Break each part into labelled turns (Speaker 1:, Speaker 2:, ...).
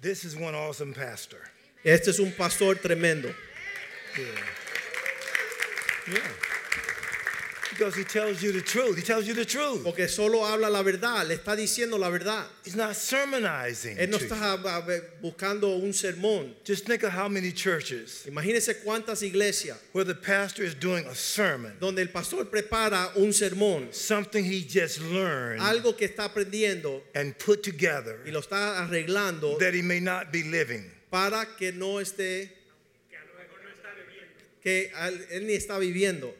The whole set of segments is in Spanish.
Speaker 1: This is one awesome pastor.
Speaker 2: Este es un pastor tremendo.
Speaker 1: Yeah. Yeah. Because he tells you the truth. He tells you the truth.
Speaker 2: Porque solo habla la verdad, le está diciendo la verdad.
Speaker 1: He's not sermonizing.
Speaker 2: Él no
Speaker 1: to you.
Speaker 2: está ah, ah, buscando un sermón.
Speaker 1: Just think of how many churches
Speaker 2: Imagínense cuántas iglesias
Speaker 1: where the pastor is doing a sermon,
Speaker 2: donde el pastor prepara un sermón,
Speaker 1: something he just learned
Speaker 2: algo que está aprendiendo
Speaker 1: and put together
Speaker 2: y lo está arreglando
Speaker 1: that he may not be living.
Speaker 2: para que no esté que al- él ni está viviendo.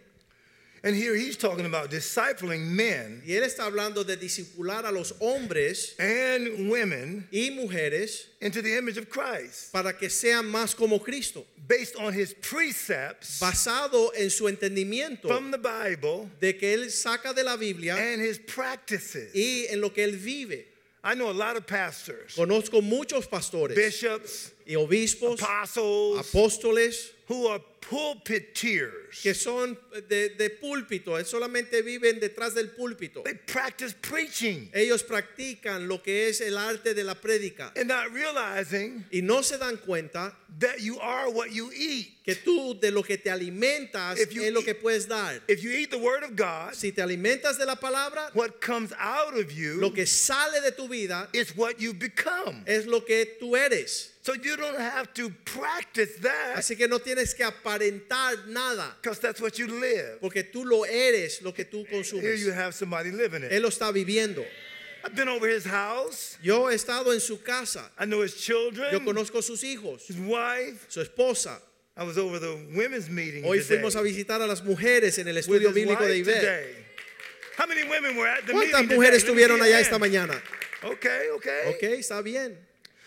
Speaker 1: And here he's talking about discipling men
Speaker 2: Y él está hablando de discipular a los hombres
Speaker 1: and women
Speaker 2: y mujeres
Speaker 1: into the image of Christ
Speaker 2: para que sean más como Cristo,
Speaker 1: based on his precepts
Speaker 2: basado en su entendimiento
Speaker 1: from the Bible
Speaker 2: de que él saca de la Biblia
Speaker 1: and his practices.
Speaker 2: y en lo que él vive.
Speaker 1: I know a lot of pastors,
Speaker 2: Conozco muchos pastores
Speaker 1: bishops,
Speaker 2: y obispos,
Speaker 1: apostles,
Speaker 2: apóstoles,
Speaker 1: who are pulpiteers.
Speaker 2: que son de, de púlpito, eh, solamente viven detrás del púlpito.
Speaker 1: They practice preaching
Speaker 2: Ellos practican lo que es el arte de la prédica
Speaker 1: and not realizing
Speaker 2: y no se dan cuenta
Speaker 1: that you are what you eat.
Speaker 2: que tú de lo que te alimentas
Speaker 1: If you
Speaker 2: es lo
Speaker 1: eat-
Speaker 2: que puedes dar.
Speaker 1: If you eat the Word of God,
Speaker 2: Si te alimentas de la palabra,
Speaker 1: what comes out of
Speaker 2: lo
Speaker 1: you
Speaker 2: que Eh. sale de tu vida
Speaker 1: is what you become.
Speaker 2: es lo que tú eres.
Speaker 1: So you don't have to practice that
Speaker 2: Así que no tienes que aparentar nada,
Speaker 1: because that's what you live.
Speaker 2: porque tú lo eres lo que tú
Speaker 1: Here you
Speaker 2: consumes.
Speaker 1: have somebody living
Speaker 2: Él
Speaker 1: it.
Speaker 2: lo está viviendo.
Speaker 1: I've been over his house.
Speaker 2: Yo he estado en su casa,
Speaker 1: I know his
Speaker 2: yo
Speaker 1: children,
Speaker 2: conozco sus hijos,
Speaker 1: his wife.
Speaker 2: su esposa.
Speaker 1: I was over the women's meeting
Speaker 2: Hoy
Speaker 1: today.
Speaker 2: fuimos a visitar a las mujeres en el
Speaker 1: with
Speaker 2: estudio
Speaker 1: his
Speaker 2: bíblico de
Speaker 1: wife
Speaker 2: Iber.
Speaker 1: today. How many women were at the
Speaker 2: ¿Cuántas
Speaker 1: meeting
Speaker 2: mujeres
Speaker 1: today? Let me
Speaker 2: estuvieron
Speaker 1: see your
Speaker 2: allá esta
Speaker 1: hand.
Speaker 2: mañana?
Speaker 1: Okay, okay.
Speaker 2: Ok, está bien.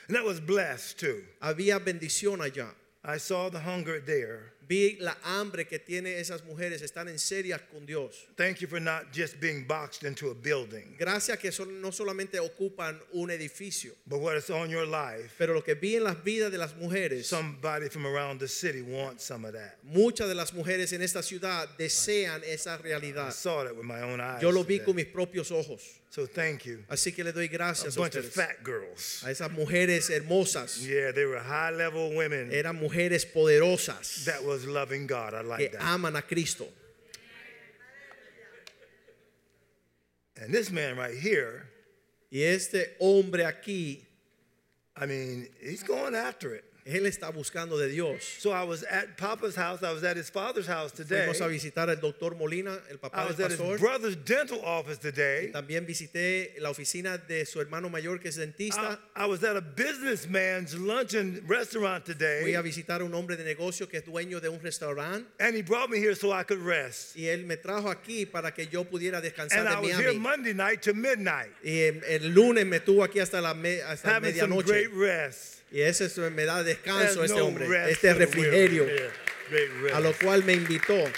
Speaker 1: And that was blessed too.
Speaker 2: Había bendición allá.
Speaker 1: I saw the hunger there.
Speaker 2: Vi la hambre que tiene esas mujeres, están en serias con Dios.
Speaker 1: Thank you for not just being boxed into a building,
Speaker 2: Gracias que son- no solamente ocupan un edificio,
Speaker 1: but what is on your life.
Speaker 2: pero lo que vi en las vidas de las mujeres,
Speaker 1: Somebody from around the city wants some of that.
Speaker 2: muchas de las mujeres en esta ciudad desean esa
Speaker 1: I
Speaker 2: realidad.
Speaker 1: saw that with my own eyes.
Speaker 2: Yo lo vi
Speaker 1: today.
Speaker 2: con mis propios ojos.
Speaker 1: So thank you.
Speaker 2: Así que le doy
Speaker 1: A
Speaker 2: gracias a,
Speaker 1: bunch of
Speaker 2: ustedes.
Speaker 1: fat girls.
Speaker 2: A esas mujeres hermosas.
Speaker 1: Yeah, they were high level women
Speaker 2: Eran mujeres poderosas
Speaker 1: that was loving God. I like
Speaker 2: que
Speaker 1: that.
Speaker 2: aman a Cristo.
Speaker 1: And this man right here,
Speaker 2: Y este hombre aquí,
Speaker 1: I mean, he's going after it.
Speaker 2: él está buscando de Dios.
Speaker 1: So I was at Papa's house. I was at his father's house today.
Speaker 2: Fuimos a visitar al doctor Molina, el
Speaker 1: I
Speaker 2: papá
Speaker 1: was
Speaker 2: del
Speaker 1: at his
Speaker 2: pastor.
Speaker 1: brother's dental office today.
Speaker 2: También visité la oficina de su hermano mayor que es
Speaker 1: I,
Speaker 2: dentista.
Speaker 1: I was at a businessman's luncheon restaurant
Speaker 2: Fui a
Speaker 1: today,
Speaker 2: visitar a un hombre de negocio que es dueño de un restaurante
Speaker 1: and he brought me here so I could rest.
Speaker 2: y él me trajo aquí para que yo pudiera descansar
Speaker 1: And I
Speaker 2: de
Speaker 1: was here
Speaker 2: Miami.
Speaker 1: Monday night to midnight,
Speaker 2: Y em, el lunes me tuvo aquí hasta la me- hasta
Speaker 1: having some
Speaker 2: medianoche.
Speaker 1: great rest.
Speaker 2: Y ese es- me da
Speaker 1: There's
Speaker 2: descanso este
Speaker 1: no
Speaker 2: hombre,
Speaker 1: rest
Speaker 2: este
Speaker 1: for the weary.
Speaker 2: refrigerio,
Speaker 1: Yeah, great
Speaker 2: a lo
Speaker 1: rest.
Speaker 2: cual me invitó.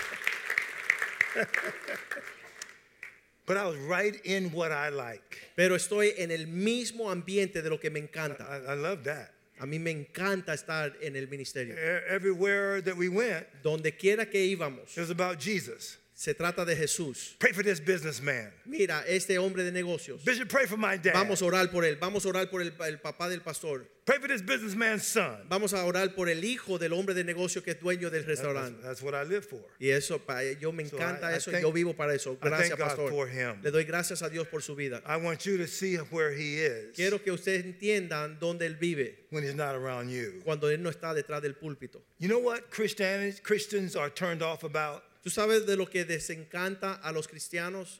Speaker 1: But I was right in what I like.
Speaker 2: Pero estoy en el mismo ambiente de lo que me encanta.
Speaker 1: I, I love that.
Speaker 2: A mí me encanta estar en el ministerio.
Speaker 1: E- Everywhere that we went,
Speaker 2: Donde quiera que íbamos,
Speaker 1: it was about Jesus.
Speaker 2: se trata de Jesús.
Speaker 1: Pray for this businessman.
Speaker 2: Mira, este hombre de negocios.
Speaker 1: Bishop, pray for my dad.
Speaker 2: Vamos a orar por él. Vamos a orar por el, el papá del pastor.
Speaker 1: Pray for this businessman's son.
Speaker 2: Vamos a orar por el hijo del hombre de negocio que es dueño del
Speaker 1: That's,
Speaker 2: restaurante.
Speaker 1: that's what I live for.
Speaker 2: Y eso, pa- yo me
Speaker 1: So
Speaker 2: encanta
Speaker 1: I- I
Speaker 2: eso.
Speaker 1: thank-
Speaker 2: yo vivo para eso. Gracias,
Speaker 1: thank God
Speaker 2: pastor.
Speaker 1: for him.
Speaker 2: Le doy gracias a Dios por su vida.
Speaker 1: I want you to see where he is
Speaker 2: Quiero que ustedes entiendan dónde él vive
Speaker 1: when he's not around you.
Speaker 2: cuando él no está detrás del púlpito.
Speaker 1: You know what Christianity, Christians are turned off about?
Speaker 2: Tú sabes de lo que desencanta a los cristianos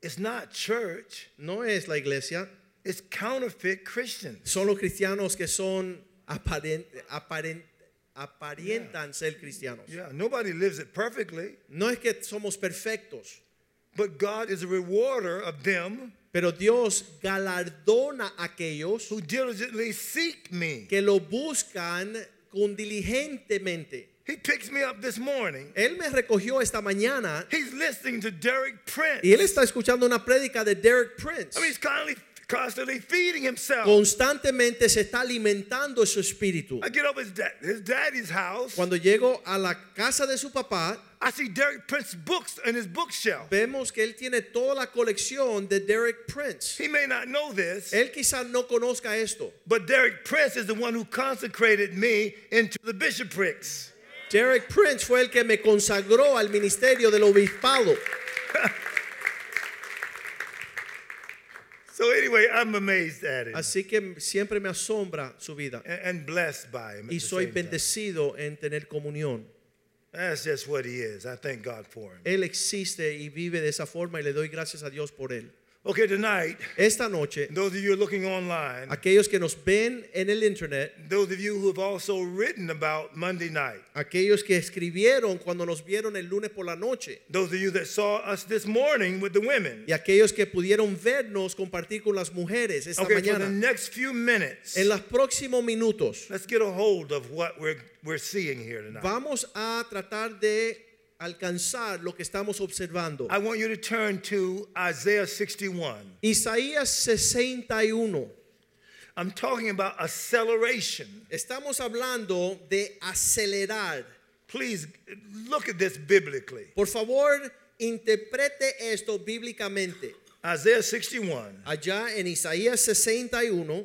Speaker 1: It's not church,
Speaker 2: no es la iglesia,
Speaker 1: it's counterfeit Christians.
Speaker 2: son los cristianos que son aparen- aparen- aparentan ser cristianos.
Speaker 1: Yeah, nobody lives it perfectly.
Speaker 2: No es que somos perfectos.
Speaker 1: But God is a rewarder of them
Speaker 2: Pero Dios galardona a aquellos
Speaker 1: who diligently seek me.
Speaker 2: que lo buscan con diligentemente.
Speaker 1: He picks me up this morning.
Speaker 2: Él me recogió esta mañana
Speaker 1: He's listening to Derek Prince.
Speaker 2: y él está escuchando una prédica de Derek
Speaker 1: I mean, he's
Speaker 2: Prince.
Speaker 1: constantly, constantly feeding himself.
Speaker 2: Constantemente se está alimentando su espíritu.
Speaker 1: I get up his, da- his daddy's house.
Speaker 2: Cuando llego a la casa de su papá,
Speaker 1: I see Derek Prince's books in his bookshelf.
Speaker 2: vemos que él tiene toda la colección de Derek Prince.
Speaker 1: He may not know this,
Speaker 2: Él quizás no conozca esto.
Speaker 1: but Derek Prince is the one who consecrated me into the bishoprics.
Speaker 2: Derek Prince fue el que me consagró al ministerio del obispado.
Speaker 1: So anyway, I'm amazed at it
Speaker 2: Así que siempre me asombra su vida.
Speaker 1: and, and blessed by him. at
Speaker 2: Y
Speaker 1: the
Speaker 2: soy
Speaker 1: same time.
Speaker 2: bendecido en tener comunión.
Speaker 1: That's just what he is. I thank God for him.
Speaker 2: Él existe y vive de esa forma y le doy gracias a Dios por él.
Speaker 1: Okay, tonight,
Speaker 2: Esta noche,
Speaker 1: those of you who are looking online,
Speaker 2: aquellos que nos ven en el internet,
Speaker 1: those of you who have also written about Monday night,
Speaker 2: aquellos que escribieron cuando nos vieron el lunes por la noche
Speaker 1: those of you that saw us this morning with the women.
Speaker 2: y aquellos que pudieron vernos compartir con las mujeres esta
Speaker 1: Okay, for the
Speaker 2: mañana.
Speaker 1: next few minutes,
Speaker 2: En los próximos minutos
Speaker 1: let's get a hold of what we're, we're seeing here tonight.
Speaker 2: vamos a tratar de alcanzar lo que estamos observando.
Speaker 1: I want you to turn to Isaiah 61.
Speaker 2: Isaías 61.
Speaker 1: I'm talking about acceleration.
Speaker 2: Estamos hablando de acelerar.
Speaker 1: Please look at this biblically.
Speaker 2: Por favor, interprete esto bíblicamente.
Speaker 1: Isaiah 61.
Speaker 2: Allá en Isaías 61,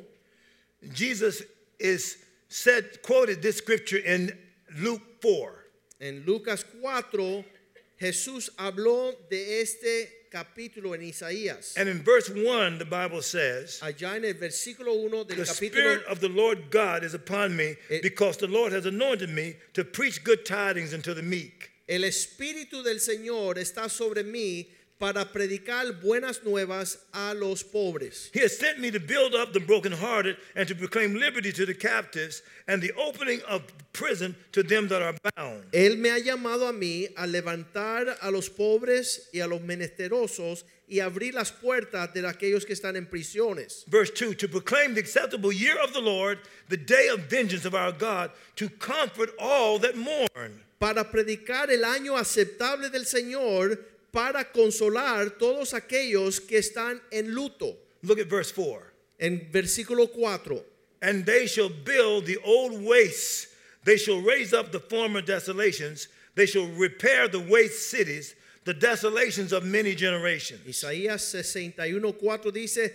Speaker 1: Jesus is said quoted this scripture in Luke 4.
Speaker 2: en Lucas 4, Jesús habló de este capítulo en Isaías.
Speaker 1: And in verse 1 the Bible says,
Speaker 2: Allá en el versículo 1 del
Speaker 1: "The
Speaker 2: Ah, capítulo
Speaker 1: spirit of the Lord God is upon me
Speaker 2: It-
Speaker 1: because the Lord has anointed me to preach good tidings unto the meek."
Speaker 2: El Espíritu del Señor está sobre mí para predicar buenas nuevas a los pobres.
Speaker 1: He has sent me to build up the brokenhearted and to proclaim liberty to the captives and the opening of prison to them that are bound.
Speaker 2: Él me ha llamado a mí a levantar a los pobres y a los menesterosos y abrir las puertas de aquellos que están en prisiones.
Speaker 1: Verse 2 To proclaim the acceptable year of the Lord, the day of vengeance of our God, to comfort all that mourn.
Speaker 2: Para predicar el año aceptable del Señor, para consolar todos aquellos que están en luto.
Speaker 1: Look at verse 4
Speaker 2: En versículo 4.
Speaker 1: And they shall build the old wastes, they shall raise up the former desolations, they shall repair the waste cities, the desolations of many generations.
Speaker 2: Isaías 61:4 dice,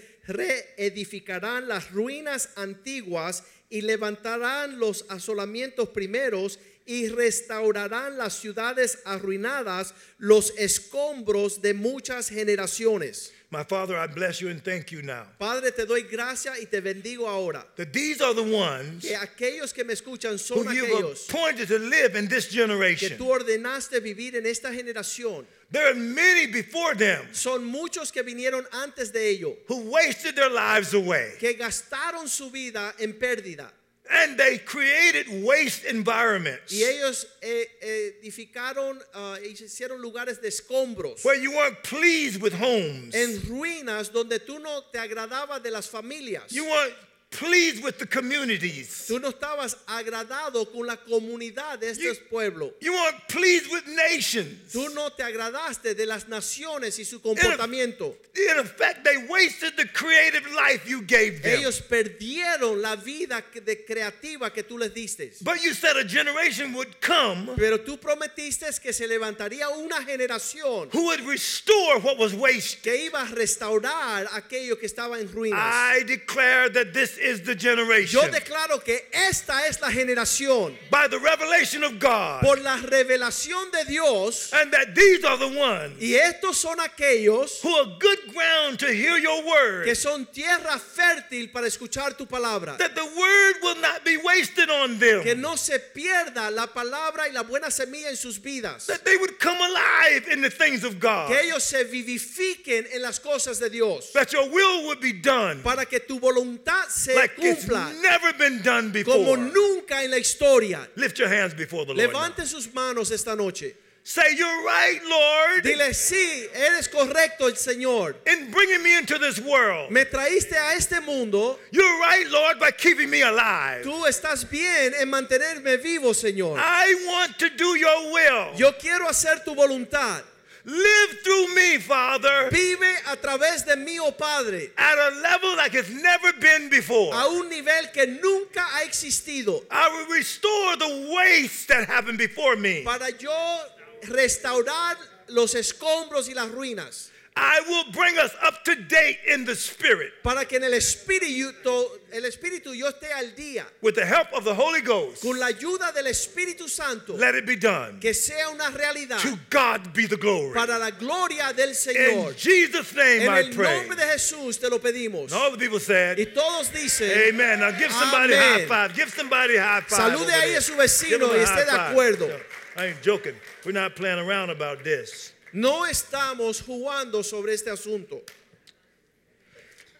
Speaker 2: reedificarán las ruinas antiguas y levantarán los asolamientos primeros y restaurarán las ciudades arruinadas, los escombros de muchas generaciones.
Speaker 1: My Father, I bless you and thank you now.
Speaker 2: Padre, te doy gracia y te bendigo ahora.
Speaker 1: That these are the ones
Speaker 2: Que aquellos que me escuchan son
Speaker 1: who you've
Speaker 2: aquellos
Speaker 1: appointed to live in this
Speaker 2: que
Speaker 1: generation.
Speaker 2: tú ordenaste vivir en esta generación.
Speaker 1: There are many before them
Speaker 2: Son muchos que vinieron antes de ello,
Speaker 1: who wasted their lives away.
Speaker 2: que gastaron su vida en pérdida.
Speaker 1: And they created waste environments
Speaker 2: Y ellos eh, edificaron, ah, e hicieron lugares de escombros
Speaker 1: where you weren't pleased with homes.
Speaker 2: en ruinas donde tú no te agradaba de las familias.
Speaker 1: You weren't pleased with the communities.
Speaker 2: Tú no estabas agradado con la comunidad de este
Speaker 1: You-
Speaker 2: pueblo.
Speaker 1: You weren't pleased with nations.
Speaker 2: Tú no te agradaste de las naciones y su comportamiento.
Speaker 1: In effect, they wasted the creative life you gave them.
Speaker 2: Ellos perdieron la vida que- de creativa que tú les diste.
Speaker 1: But you said a generation would come
Speaker 2: Pero tú prometiste que se levantaría una generación
Speaker 1: who would restore what was wasted.
Speaker 2: que iba a restaurar aquello que estaba en ruinas.
Speaker 1: I declare that this is the generation.
Speaker 2: Yo declaro que esta es la generación
Speaker 1: by the revelation of God.
Speaker 2: por la revelación de Dios
Speaker 1: And that these are the ones
Speaker 2: y estos son aquellos
Speaker 1: who are good ground to hear your
Speaker 2: que
Speaker 1: word.
Speaker 2: son tierra fértil para escuchar tu palabra.
Speaker 1: That the word will not be wasted on them.
Speaker 2: Que no se pierda la palabra y la buena semilla en sus vidas.
Speaker 1: That they would come alive in the things of God.
Speaker 2: Que ellos se vivifiquen en las cosas de Dios.
Speaker 1: That your will would be done
Speaker 2: Para que tu voluntad se
Speaker 1: like it's
Speaker 2: cumpla
Speaker 1: never been done
Speaker 2: como
Speaker 1: before.
Speaker 2: nunca en la historia.
Speaker 1: Lift your hands before the Lord. now.
Speaker 2: Levante sus manos esta noche.
Speaker 1: Say, You're right, Lord,
Speaker 2: Dile, sí, eres correcto el Señor.
Speaker 1: in bringing me into this world.
Speaker 2: Me traíste a este mundo.
Speaker 1: You're right, Lord, by keeping me alive.
Speaker 2: Tú estás bien en mantenerme vivo, Señor.
Speaker 1: I want to do your will.
Speaker 2: Yo quiero hacer tu voluntad.
Speaker 1: Live through me, Father,
Speaker 2: Vive a través de mí, oh Padre,
Speaker 1: at a level like it's never been before.
Speaker 2: a un nivel que nunca ha existido.
Speaker 1: I will restore the waste that happened before me.
Speaker 2: Para yo restaurar los escombros y las ruinas.
Speaker 1: I will bring us up to date in the Spirit
Speaker 2: Para que en el espíritu, el espíritu yo esté al día.
Speaker 1: with the help of the Holy Ghost.
Speaker 2: Con la ayuda del Espíritu Santo.
Speaker 1: Let it be done.
Speaker 2: Que sea una realidad.
Speaker 1: To God be the glory.
Speaker 2: Para la gloria del
Speaker 1: In
Speaker 2: Señor.
Speaker 1: Jesus' name
Speaker 2: En
Speaker 1: I
Speaker 2: el
Speaker 1: pray.
Speaker 2: nombre de Jesús te lo pedimos.
Speaker 1: And all the people
Speaker 2: Y
Speaker 1: said,
Speaker 2: todos dicen.
Speaker 1: Amen. Now give somebody a high
Speaker 2: Amén.
Speaker 1: five. Give somebody a high five.
Speaker 2: Salude
Speaker 1: over
Speaker 2: ahí
Speaker 1: there.
Speaker 2: a su vecino
Speaker 1: Give them a high
Speaker 2: y esté de
Speaker 1: five.
Speaker 2: acuerdo.
Speaker 1: No, I ain't joking. We're not playing around about this.
Speaker 2: No estamos jugando sobre este asunto.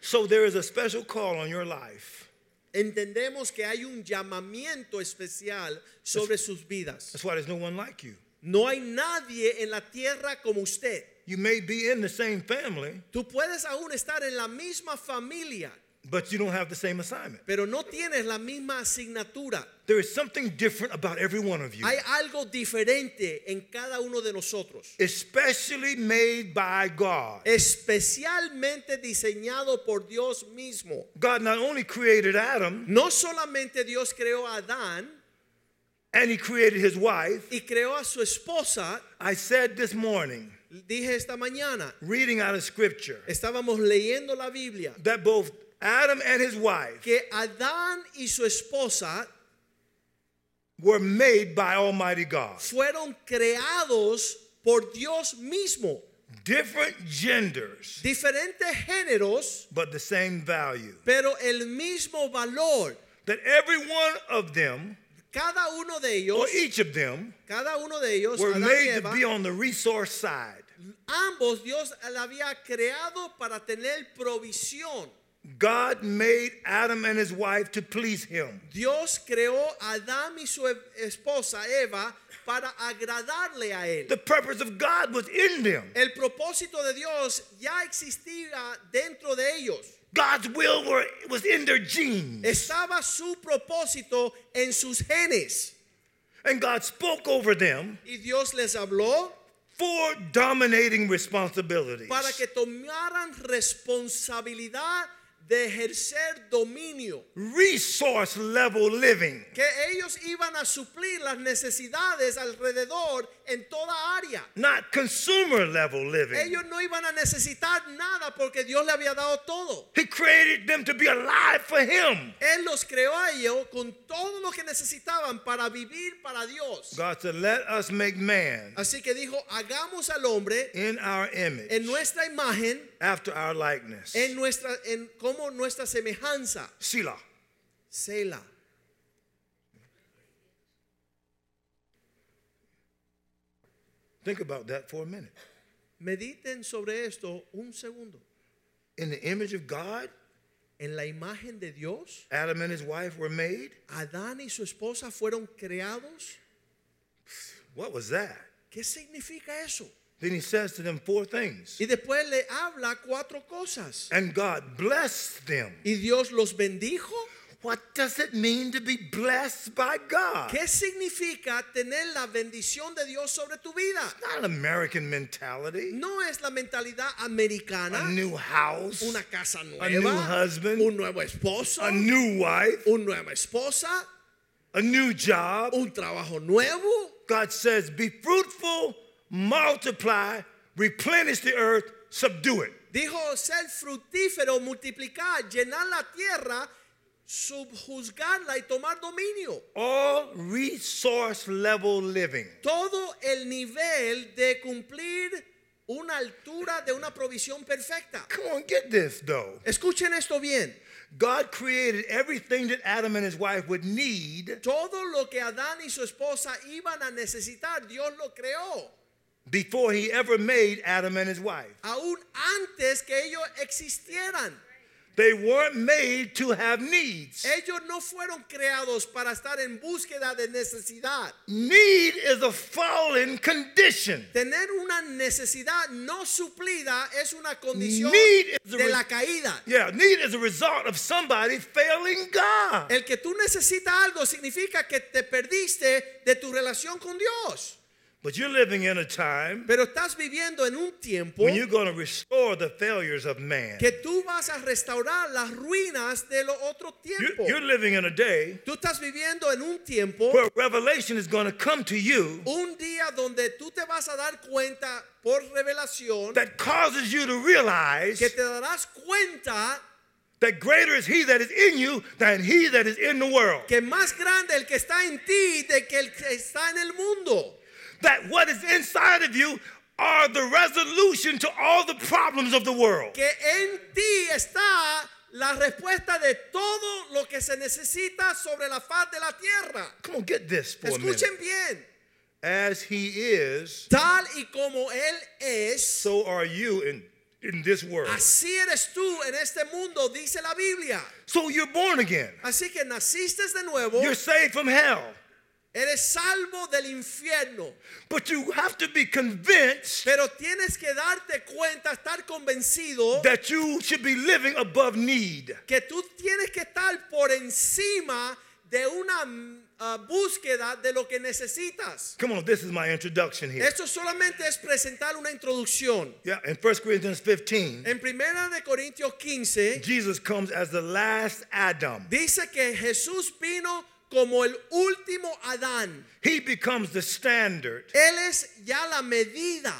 Speaker 1: So there is a special call on your life.
Speaker 2: Entendemos que hay un llamamiento especial sobre sus vidas.
Speaker 1: That's why there's no one like you.
Speaker 2: No hay nadie en la tierra como usted.
Speaker 1: You may be in the same family,
Speaker 2: Tú puedes aún estar en la misma familia,
Speaker 1: but you don't have the same assignment.
Speaker 2: pero no tienes la misma asignatura.
Speaker 1: There is something different about every one of you,
Speaker 2: Hay algo diferente en cada uno de nosotros,
Speaker 1: especially made by God.
Speaker 2: especialmente diseñado por Dios mismo.
Speaker 1: God not only created Adam
Speaker 2: No solamente Dios creó a Adán
Speaker 1: and he created his wife.
Speaker 2: y creó a su esposa,
Speaker 1: I said this morning,
Speaker 2: dije esta mañana,
Speaker 1: reading out of scripture,
Speaker 2: estábamos leyendo la Biblia,
Speaker 1: that both Adam and his wife
Speaker 2: que Adán y su esposa
Speaker 1: were made by Almighty God.
Speaker 2: fueron creados por Dios mismo,
Speaker 1: Different genders,
Speaker 2: diferentes géneros,
Speaker 1: but the same value.
Speaker 2: pero el mismo valor.
Speaker 1: That every one of them,
Speaker 2: Cada uno de
Speaker 1: or
Speaker 2: ellos,
Speaker 1: each of them,
Speaker 2: cada uno de ellos,
Speaker 1: were
Speaker 2: Adán y
Speaker 1: made to
Speaker 2: Eva,
Speaker 1: be on the resource side.
Speaker 2: ambos Dios la había creado para tener provisión.
Speaker 1: God made Adam and his wife to please him.
Speaker 2: Dios creó a Adán y su e- esposa Eva para agradarle a él.
Speaker 1: The purpose of God was in them.
Speaker 2: El propósito de Dios ya existía dentro de ellos.
Speaker 1: God's will were, was in their genes.
Speaker 2: Estaba su propósito en sus genes.
Speaker 1: And God spoke over them
Speaker 2: Y Dios les habló
Speaker 1: for dominating responsibilities.
Speaker 2: para que tomaran responsabilidad de ejercer dominio.
Speaker 1: Resource level living.
Speaker 2: Que ellos iban a suplir las necesidades alrededor en toda área.
Speaker 1: not consumer level living.
Speaker 2: Ellos no iban a necesitar nada porque Dios le había dado todo.
Speaker 1: he created them to be alive for Him.
Speaker 2: Él los creó a ellos con todo lo que necesitaban para vivir para Dios.
Speaker 1: God said, Let us make man
Speaker 2: Así que dijo, hagamos al hombre
Speaker 1: in our image,
Speaker 2: en nuestra imagen
Speaker 1: after our likeness.
Speaker 2: en nuestra en como nuestra semejanza
Speaker 1: Selah.
Speaker 2: Selah
Speaker 1: Think about that for a minute.
Speaker 2: mediten sobre esto un segundo
Speaker 1: In the image of God,
Speaker 2: en la imagen de Dios
Speaker 1: Adam and his wife were made.
Speaker 2: Adán y su esposa fueron creados
Speaker 1: What was that?
Speaker 2: ¿qué significa eso?
Speaker 1: Then he says to them four things.
Speaker 2: y después le habla cuatro cosas
Speaker 1: And God blessed them.
Speaker 2: y Dios los bendijo
Speaker 1: What does it mean to be blessed by God?
Speaker 2: ¿qué significa tener la bendición de Dios sobre tu vida?
Speaker 1: Not an American mentality,
Speaker 2: no es la mentalidad
Speaker 1: a
Speaker 2: americana
Speaker 1: new house,
Speaker 2: una casa nueva
Speaker 1: new husband.
Speaker 2: un nuevo esposo
Speaker 1: a new wife,
Speaker 2: un nueva esposa
Speaker 1: a new job.
Speaker 2: un trabajo nuevo
Speaker 1: God says, Be fruitful, multiply, replenish the earth, subdue it.
Speaker 2: Dijo ser fructífero, multiplicar, llenar la tierra, subjuzgarla y tomar dominio.
Speaker 1: All resource level living.
Speaker 2: Todo el nivel de cumplir una altura de una provisión perfecta.
Speaker 1: Come on, get this though.
Speaker 2: Escuchen esto bien.
Speaker 1: God created everything that Adam and his wife would need
Speaker 2: Todo lo que Adán y su esposa iban a necesitar, Dios lo creó.
Speaker 1: before he ever made Adam and his wife.
Speaker 2: Aún antes que ellos existieran.
Speaker 1: They weren't made to have needs.
Speaker 2: Ellos no fueron creados para estar en búsqueda de necesidad.
Speaker 1: Need is a fallen condition.
Speaker 2: Tener una necesidad no suplida es una condición
Speaker 1: Need is a
Speaker 2: de
Speaker 1: re-
Speaker 2: la caída.
Speaker 1: Yeah, need is a result of somebody failing God.
Speaker 2: El que tú necesitas algo significa que te perdiste de tu relación con Dios.
Speaker 1: But you're living in a time
Speaker 2: Pero estás viviendo en un tiempo
Speaker 1: when you're going to restore the failures of man.
Speaker 2: que tú vas a restaurar las ruinas de los otros
Speaker 1: You're,
Speaker 2: tiempos.
Speaker 1: you're living in a day
Speaker 2: Tú estás viviendo en un tiempo,
Speaker 1: where revelation is going to come to you
Speaker 2: un día donde tú te vas a dar cuenta por revelación
Speaker 1: that causes you to realize
Speaker 2: que te darás cuenta
Speaker 1: that greater is he that is in you than he that is in the world.
Speaker 2: que más grande el que está en ti de que el que está en el mundo.
Speaker 1: That what is inside of you are the resolution to all the problems of the world.
Speaker 2: Que en ti está la respuesta de todo lo que se necesita sobre la faz de la tierra.
Speaker 1: Come on, get this for a minute.
Speaker 2: Escuchen bien.
Speaker 1: As he is,
Speaker 2: Tal y como Él es,
Speaker 1: so are you in, in this world.
Speaker 2: así eres tú en este mundo, dice la Biblia.
Speaker 1: So you're born again.
Speaker 2: Así que naciste de nuevo,
Speaker 1: You're saved from hell.
Speaker 2: eres salvo del infierno.
Speaker 1: But you have to be convinced
Speaker 2: Pero tienes que darte cuenta, estar convencido
Speaker 1: that you should be living above need.
Speaker 2: que tú tienes que estar por encima de una mm, ah, búsqueda de lo que necesitas.
Speaker 1: Come on, this is my introduction here.
Speaker 2: Esto solamente es presentar una introducción.
Speaker 1: Yeah, in 1 Corinthians 15,
Speaker 2: En primera de Corintios 15
Speaker 1: Jesus comes as the last Adam.
Speaker 2: dice que Jesús vino como el último Adán.
Speaker 1: He becomes the standard
Speaker 2: Él es ya la medida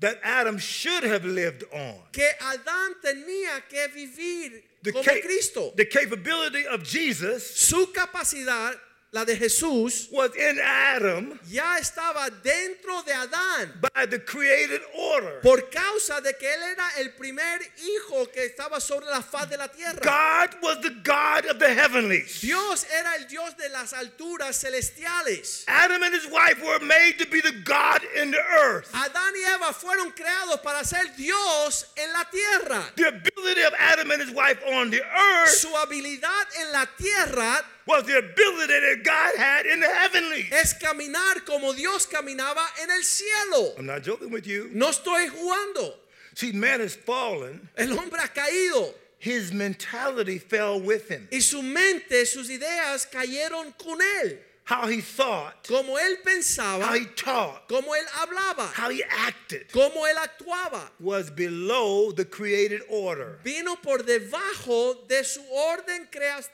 Speaker 1: that Adam should have lived on.
Speaker 2: que Adán tenía que vivir
Speaker 1: The,
Speaker 2: como
Speaker 1: ca-
Speaker 2: Cristo.
Speaker 1: the capability of Jesus
Speaker 2: Su capacidad, la de Jesús,
Speaker 1: was in Adam
Speaker 2: ya estaba dentro de Adán.
Speaker 1: by the created order.
Speaker 2: Por causa de que él era el primer hijo que estaba sobre la faz de la tierra.
Speaker 1: God was the God of the heavenlies.
Speaker 2: Dios era el Dios de las alturas celestiales.
Speaker 1: Adam and his wife were made to be the God in the earth.
Speaker 2: Adán y Eva fueron creados para ser Dios en la tierra.
Speaker 1: The ability of Adam and his wife on the earth
Speaker 2: Su habilidad en la tierra
Speaker 1: was the ability that God had in the heavenlies.
Speaker 2: es caminar como Dios caminaba en el cielo.
Speaker 1: I'm not joking with you.
Speaker 2: No estoy jugando.
Speaker 1: See, man has fallen.
Speaker 2: El hombre ha caído
Speaker 1: His mentality fell with him.
Speaker 2: y su mente, sus ideas cayeron con él.
Speaker 1: How he thought,
Speaker 2: Como él pensaba,
Speaker 1: how he taught,
Speaker 2: como él hablaba,
Speaker 1: how he acted
Speaker 2: como él actuaba.
Speaker 1: was below the created order.
Speaker 2: vino por debajo de su orden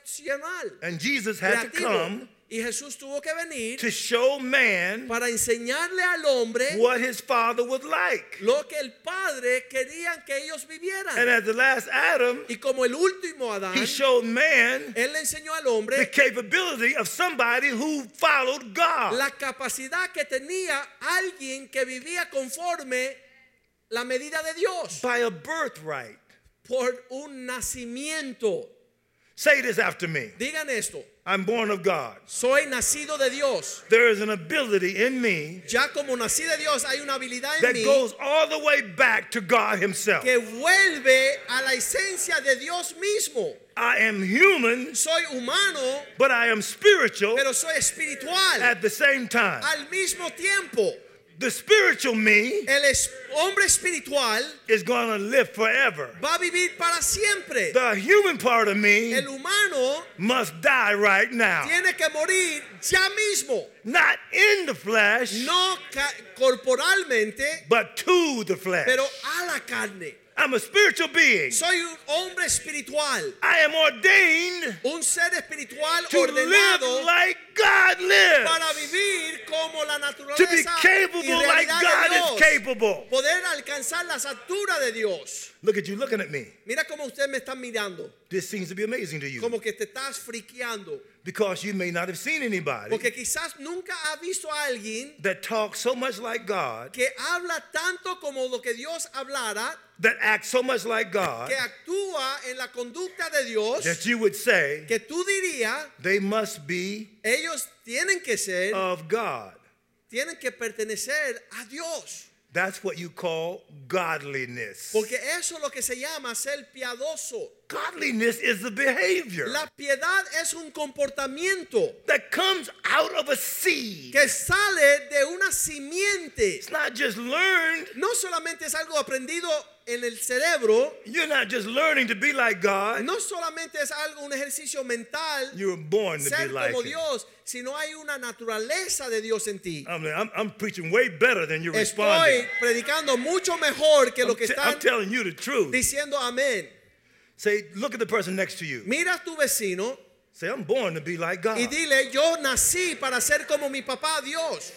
Speaker 2: creacional.
Speaker 1: And Jesus had to
Speaker 2: Creativo.
Speaker 1: come
Speaker 2: Y Jesús tuvo que venir
Speaker 1: to show man
Speaker 2: para enseñarle al hombre
Speaker 1: what his father was like.
Speaker 2: lo que el Padre quería que ellos
Speaker 1: And
Speaker 2: vivieran.
Speaker 1: as the last Adam,
Speaker 2: Y como el último Adán,
Speaker 1: he showed man
Speaker 2: él le enseñó al
Speaker 1: the
Speaker 2: hombre
Speaker 1: capability of somebody who followed God.
Speaker 2: la capacidad que tenía alguien que vivía conforme la medida de Dios
Speaker 1: By a birthright.
Speaker 2: por un nacimiento.
Speaker 1: Say this after me
Speaker 2: Digan esto,
Speaker 1: I'm born of God.
Speaker 2: soy nacido de Dios.
Speaker 1: There is an ability in me
Speaker 2: Ya como nací de Dios hay una habilidad en
Speaker 1: that
Speaker 2: mí
Speaker 1: goes all the way back to God Himself.
Speaker 2: que vuelve a la esencia de Dios mismo.
Speaker 1: I am human,
Speaker 2: Soy humano,
Speaker 1: but I am spiritual
Speaker 2: pero soy espiritual
Speaker 1: at the same time.
Speaker 2: al mismo tiempo.
Speaker 1: The spiritual me
Speaker 2: El es- hombre espiritual
Speaker 1: is going to live forever.
Speaker 2: va a vivir para siempre.
Speaker 1: The human part of me
Speaker 2: El humano
Speaker 1: must die right now.
Speaker 2: tiene que morir ya mismo,
Speaker 1: Not in the flesh,
Speaker 2: no ca- corporalmente,
Speaker 1: but to the flesh.
Speaker 2: pero a la carne.
Speaker 1: I'm a spiritual being.
Speaker 2: Soy un hombre espiritual,
Speaker 1: I am ordained
Speaker 2: un ser espiritual
Speaker 1: to live
Speaker 2: ordenado
Speaker 1: like God lives.
Speaker 2: para vivir como la
Speaker 1: to be
Speaker 2: naturaleza y
Speaker 1: capable like
Speaker 2: realidad de
Speaker 1: God
Speaker 2: Dios.
Speaker 1: is capable.
Speaker 2: poder alcanzar las alturas de Dios.
Speaker 1: Look at you looking at me.
Speaker 2: Mira cómo usted me está mirando,
Speaker 1: This seems to be amazing to you
Speaker 2: como que te estás friqueando,
Speaker 1: because you may not have seen anybody
Speaker 2: porque quizás nunca ha visto a alguien
Speaker 1: that talks so much like God,
Speaker 2: que habla tanto como lo que Dios hablara,
Speaker 1: that acts so much like God,
Speaker 2: que actúa en la conducta de Dios,
Speaker 1: that you would say
Speaker 2: que tú dirías,
Speaker 1: they must be
Speaker 2: ellos tienen que ser,
Speaker 1: of God.
Speaker 2: tienen que pertenecer a Dios,
Speaker 1: That's what you call godliness.
Speaker 2: porque eso es lo que se llama ser piadoso.
Speaker 1: Godliness is the behavior
Speaker 2: La piedad es un comportamiento
Speaker 1: that comes out of a seed.
Speaker 2: que sale de una simiente.
Speaker 1: It's not just learned.
Speaker 2: No solamente es algo aprendido en el cerebro,
Speaker 1: You're not just learning to be like God.
Speaker 2: no solamente es algo un ejercicio mental
Speaker 1: You were born to
Speaker 2: ser
Speaker 1: be like
Speaker 2: como
Speaker 1: Him.
Speaker 2: Dios, sino hay una naturaleza de Dios en ti.
Speaker 1: I'm, I'm, I'm preaching way better than you're responding.
Speaker 2: Estoy predicando mucho mejor que
Speaker 1: I'm,
Speaker 2: lo que
Speaker 1: te- I'm
Speaker 2: están
Speaker 1: telling you the truth.
Speaker 2: diciendo amén.
Speaker 1: Say, look at the person next to you.
Speaker 2: Mira a tu vecino
Speaker 1: Say, I'm born to be like God.
Speaker 2: y dile, yo nací para ser como mi papá Dios.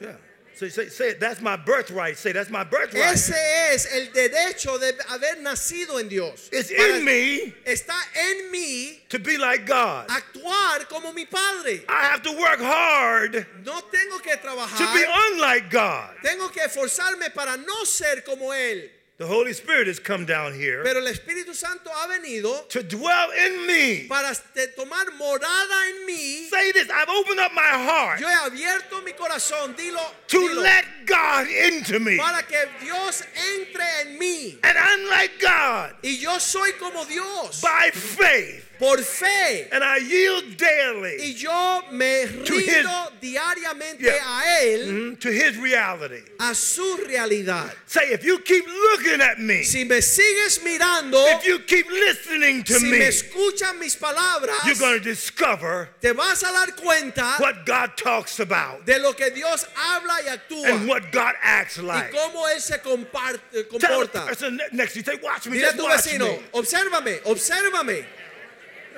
Speaker 1: Yeah. Say, say, say, it. that's my birthright. Say, that's my birthright.
Speaker 2: Ese es el derecho de haber nacido en Dios.
Speaker 1: It's
Speaker 2: Para-
Speaker 1: in me
Speaker 2: Está en mí
Speaker 1: to be like God.
Speaker 2: actuar como mi padre.
Speaker 1: I have to work hard to
Speaker 2: No tengo que
Speaker 1: be
Speaker 2: trabajar.
Speaker 1: unlike God.
Speaker 2: Tengo que esforzarme para no ser como él.
Speaker 1: The Holy Spirit has come down here
Speaker 2: Pero el Espíritu Santo ha venido
Speaker 1: to dwell in me.
Speaker 2: para te- tomar morada en mí.
Speaker 1: Say this I've opened up my heart
Speaker 2: Yo he abierto mi corazón, dilo,
Speaker 1: to
Speaker 2: dilo,
Speaker 1: let God into me.
Speaker 2: para que Dios entre en mí.
Speaker 1: And I'm like God
Speaker 2: Y yo soy como Dios,
Speaker 1: by faith.
Speaker 2: por fe.
Speaker 1: And I yield daily
Speaker 2: Y yo me
Speaker 1: To
Speaker 2: rindo diariamente
Speaker 1: Yeah.
Speaker 2: a Él,
Speaker 1: mhm, to His reality.
Speaker 2: a su realidad.
Speaker 1: Say, if you keep looking at me,
Speaker 2: Si me sigues mirando,
Speaker 1: if you keep listening to
Speaker 2: si
Speaker 1: me,
Speaker 2: me escuchan mis palabras,
Speaker 1: you're going to discover
Speaker 2: te vas a dar cuenta
Speaker 1: what God talks about
Speaker 2: de lo que Dios habla y actúa
Speaker 1: and what God acts
Speaker 2: y
Speaker 1: like.
Speaker 2: cómo Él se comparte-
Speaker 1: Tell the
Speaker 2: comporta.
Speaker 1: person ne- next to you, say, watch me,
Speaker 2: Dile a
Speaker 1: just
Speaker 2: tu
Speaker 1: watch
Speaker 2: vecino,
Speaker 1: me.
Speaker 2: obsérvame, obsérvame.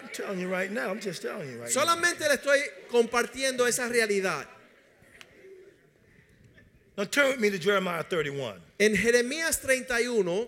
Speaker 1: I'm telling you right now, I'm just telling you right now.
Speaker 2: Solamente le estoy compartiendo esa realidad.
Speaker 1: Now turn with me to Jeremiah 31.
Speaker 2: En Jeremías 31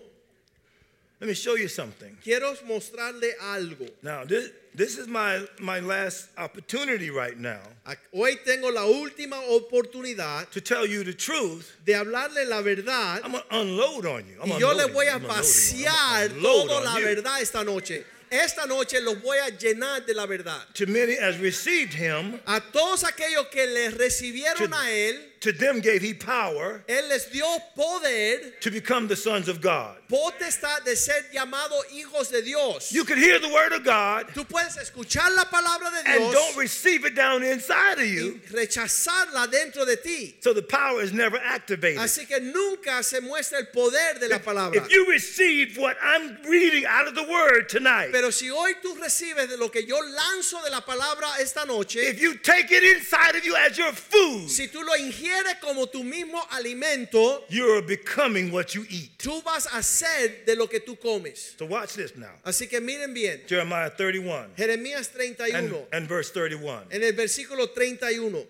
Speaker 1: Let me show you something.
Speaker 2: quiero mostrarle algo.
Speaker 1: Now, this, this is my, my last opportunity right now
Speaker 2: A- Hoy tengo la última oportunidad
Speaker 1: to tell you the truth.
Speaker 2: de hablarle la verdad
Speaker 1: I'm going to unload on you. I'm
Speaker 2: y yo le
Speaker 1: unloading
Speaker 2: voy
Speaker 1: you.
Speaker 2: a
Speaker 1: I'm unloading you. I'm
Speaker 2: vaciar
Speaker 1: gonna unload
Speaker 2: toda
Speaker 1: on
Speaker 2: la
Speaker 1: you.
Speaker 2: verdad esta noche. Esta noche los voy a llenar de la verdad.
Speaker 1: To many as received him,
Speaker 2: A todos aquellos que le recibieron
Speaker 1: To-
Speaker 2: a él,
Speaker 1: to them gave he power
Speaker 2: él les dio poder,
Speaker 1: to become the sons of God.
Speaker 2: potestad de ser llamados hijos de Dios.
Speaker 1: You can hear the word of God
Speaker 2: Tú puedes escuchar la palabra de
Speaker 1: and don't
Speaker 2: Dios
Speaker 1: receive it down inside of
Speaker 2: y
Speaker 1: you,
Speaker 2: rechazarla dentro de ti.
Speaker 1: so the power is never activated.
Speaker 2: Así que nunca se muestra el poder de la palabra.
Speaker 1: If you receive what I'm reading out of the word tonight,
Speaker 2: Pero si hoy tú recibes de lo que yo lanzo de la palabra esta noche,
Speaker 1: if you take it inside of you as your food,
Speaker 2: si tú lo ingieres como tu mismo alimento,
Speaker 1: you're becoming what you eat.
Speaker 2: tú vas a hacer de lo que tú comes.
Speaker 1: So watch this now.
Speaker 2: Así que miren bien,
Speaker 1: Jeremiah 31
Speaker 2: Jeremías
Speaker 1: and,
Speaker 2: 31,
Speaker 1: and verse 31.
Speaker 2: en el versículo 31,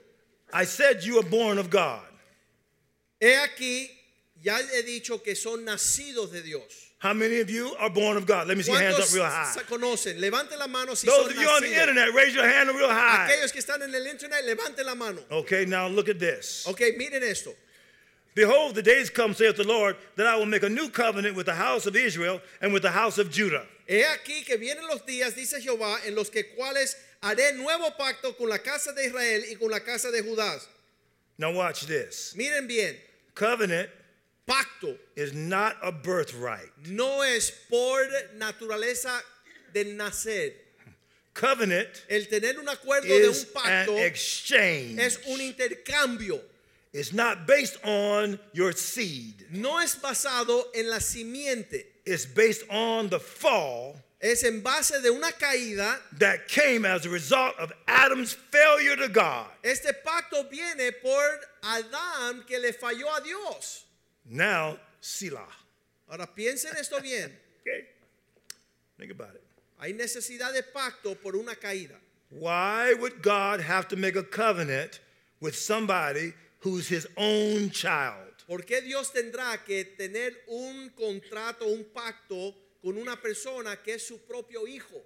Speaker 1: I said you are born of God.
Speaker 2: he aquí, ya he dicho que son nacidos de Dios.
Speaker 1: How many of you are born of God? Let me see your hands
Speaker 2: ¿Cuántos
Speaker 1: up real high.
Speaker 2: se conocen? Levanten la mano si
Speaker 1: Those
Speaker 2: son
Speaker 1: of you on the
Speaker 2: nacidos.
Speaker 1: internet, raise your hand real high.
Speaker 2: Aquellos que están en el internet, levanten la mano.
Speaker 1: Okay, now look at this.
Speaker 2: Ok, miren esto.
Speaker 1: Behold, the days come, saith the Lord, that I will make a new covenant with the house of Israel and with the house of Judah.
Speaker 2: He aquí que vienen los días, dice Jehová, en los que cuales haré nuevo pacto con la casa de Israel y con la casa de Judá.
Speaker 1: Now watch this.
Speaker 2: Miren bien,
Speaker 1: Covenant
Speaker 2: pacto
Speaker 1: is not a birthright.
Speaker 2: no es por naturaleza del nacer.
Speaker 1: Covenant
Speaker 2: El tener un acuerdo de un
Speaker 1: is an
Speaker 2: pacto
Speaker 1: exchange.
Speaker 2: es un intercambio.
Speaker 1: It's not based on your seed.
Speaker 2: No es basado en la simiente.
Speaker 1: It's based on the fall
Speaker 2: Es en base de una caída.
Speaker 1: that came as a result of Adam's failure to God.
Speaker 2: Este pacto viene por Adán que le falló a Dios.
Speaker 1: Now, Selah.
Speaker 2: Ahora piensen esto bien.
Speaker 1: Okay? Think about it.
Speaker 2: Hay necesidad de pacto por una caída.
Speaker 1: Why would God have to make a covenant with somebody who's his own child?
Speaker 2: ¿Por qué Dios tendrá que tener un contrato, un pacto con una persona que es su propio hijo?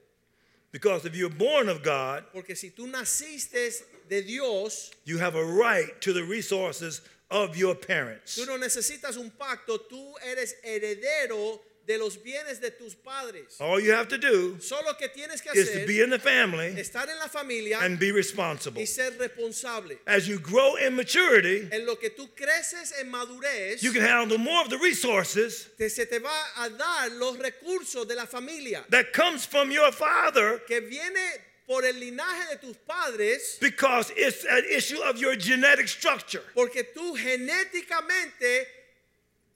Speaker 1: Because if you're born of God,
Speaker 2: Porque si tú naciste de Dios,
Speaker 1: you have a right to the resources of your parents.
Speaker 2: tú no necesitas un pacto, tú eres heredero de los bienes de tus padres.
Speaker 1: All you have to do
Speaker 2: Solo que tienes que
Speaker 1: is to be
Speaker 2: hacer
Speaker 1: in the family
Speaker 2: estar en la familia
Speaker 1: and be responsible.
Speaker 2: y ser responsable.
Speaker 1: As you grow in maturity,
Speaker 2: En lo que tú creces en madurez,
Speaker 1: you can handle more of the resources
Speaker 2: te- se te va a dar los recursos de la familia
Speaker 1: that comes from your father
Speaker 2: que viene por el linaje de tus padres,
Speaker 1: because it's an issue of your genetic structure.
Speaker 2: porque tú genéticamente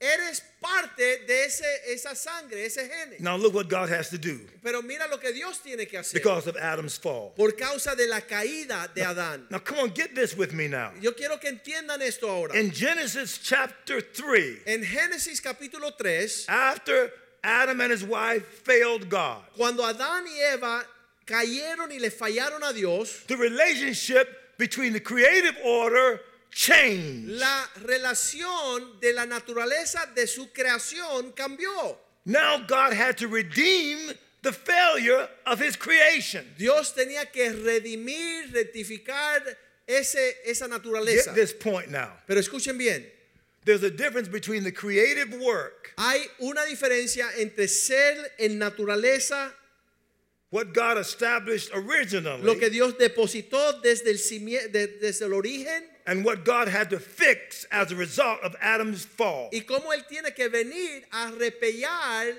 Speaker 2: eres parte de ese, esa sangre, ese gene.
Speaker 1: Now look what God has to do
Speaker 2: Pero mira lo que Dios tiene que hacer
Speaker 1: because of Adam's fall.
Speaker 2: por causa de la caída de Adán.
Speaker 1: Now come on, get this with me now.
Speaker 2: Yo quiero que entiendan esto ahora.
Speaker 1: In Genesis chapter 3,
Speaker 2: En Génesis capítulo 3,
Speaker 1: after Adam and his wife failed God,
Speaker 2: cuando Adán y Eva cayeron y le fallaron a Dios,
Speaker 1: the relationship between the creative order changed.
Speaker 2: la relación de la naturaleza de su creación cambió.
Speaker 1: Now God had to redeem the failure of his creation.
Speaker 2: Dios tenía que redimir, rectificar ese, esa naturaleza.
Speaker 1: Get this point now.
Speaker 2: Pero escuchen bien,
Speaker 1: There's a difference between the creative work,
Speaker 2: hay una diferencia entre ser en naturaleza
Speaker 1: what God established
Speaker 2: lo que
Speaker 1: originally,
Speaker 2: Dios depositó desde el, cimie- de- desde el origen
Speaker 1: and what God had to fix as a result of Adam's fall.
Speaker 2: y cómo Él tiene que venir a repellar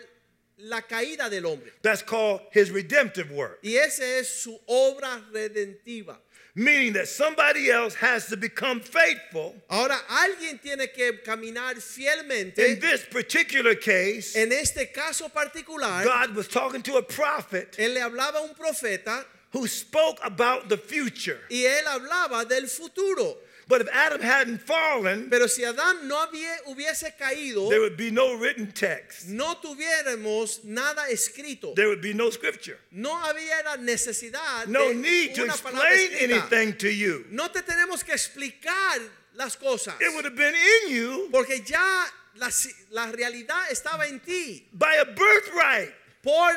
Speaker 2: la caída del hombre.
Speaker 1: That's called his redemptive work,
Speaker 2: Y esa es su obra redentiva.
Speaker 1: meaning that somebody else has to become faithful.
Speaker 2: Ahora alguien tiene que caminar fielmente.
Speaker 1: In this particular case,
Speaker 2: En este caso particular,
Speaker 1: God was talking to a prophet
Speaker 2: Él le hablaba a un profeta
Speaker 1: who spoke about the future.
Speaker 2: y él hablaba del futuro.
Speaker 1: But if Adam hadn't fallen,
Speaker 2: Pero si Adán no había- hubiese caído,
Speaker 1: there would be no written text.
Speaker 2: no tuviéramos nada escrito.
Speaker 1: There would be no scripture.
Speaker 2: No había la necesidad
Speaker 1: No
Speaker 2: de
Speaker 1: need to
Speaker 2: una palabra
Speaker 1: explain
Speaker 2: escrita.
Speaker 1: anything to you.
Speaker 2: No te tenemos que explicar las cosas.
Speaker 1: It would have been in you
Speaker 2: Porque ya la, si- la realidad estaba en ti
Speaker 1: by a birthright.
Speaker 2: por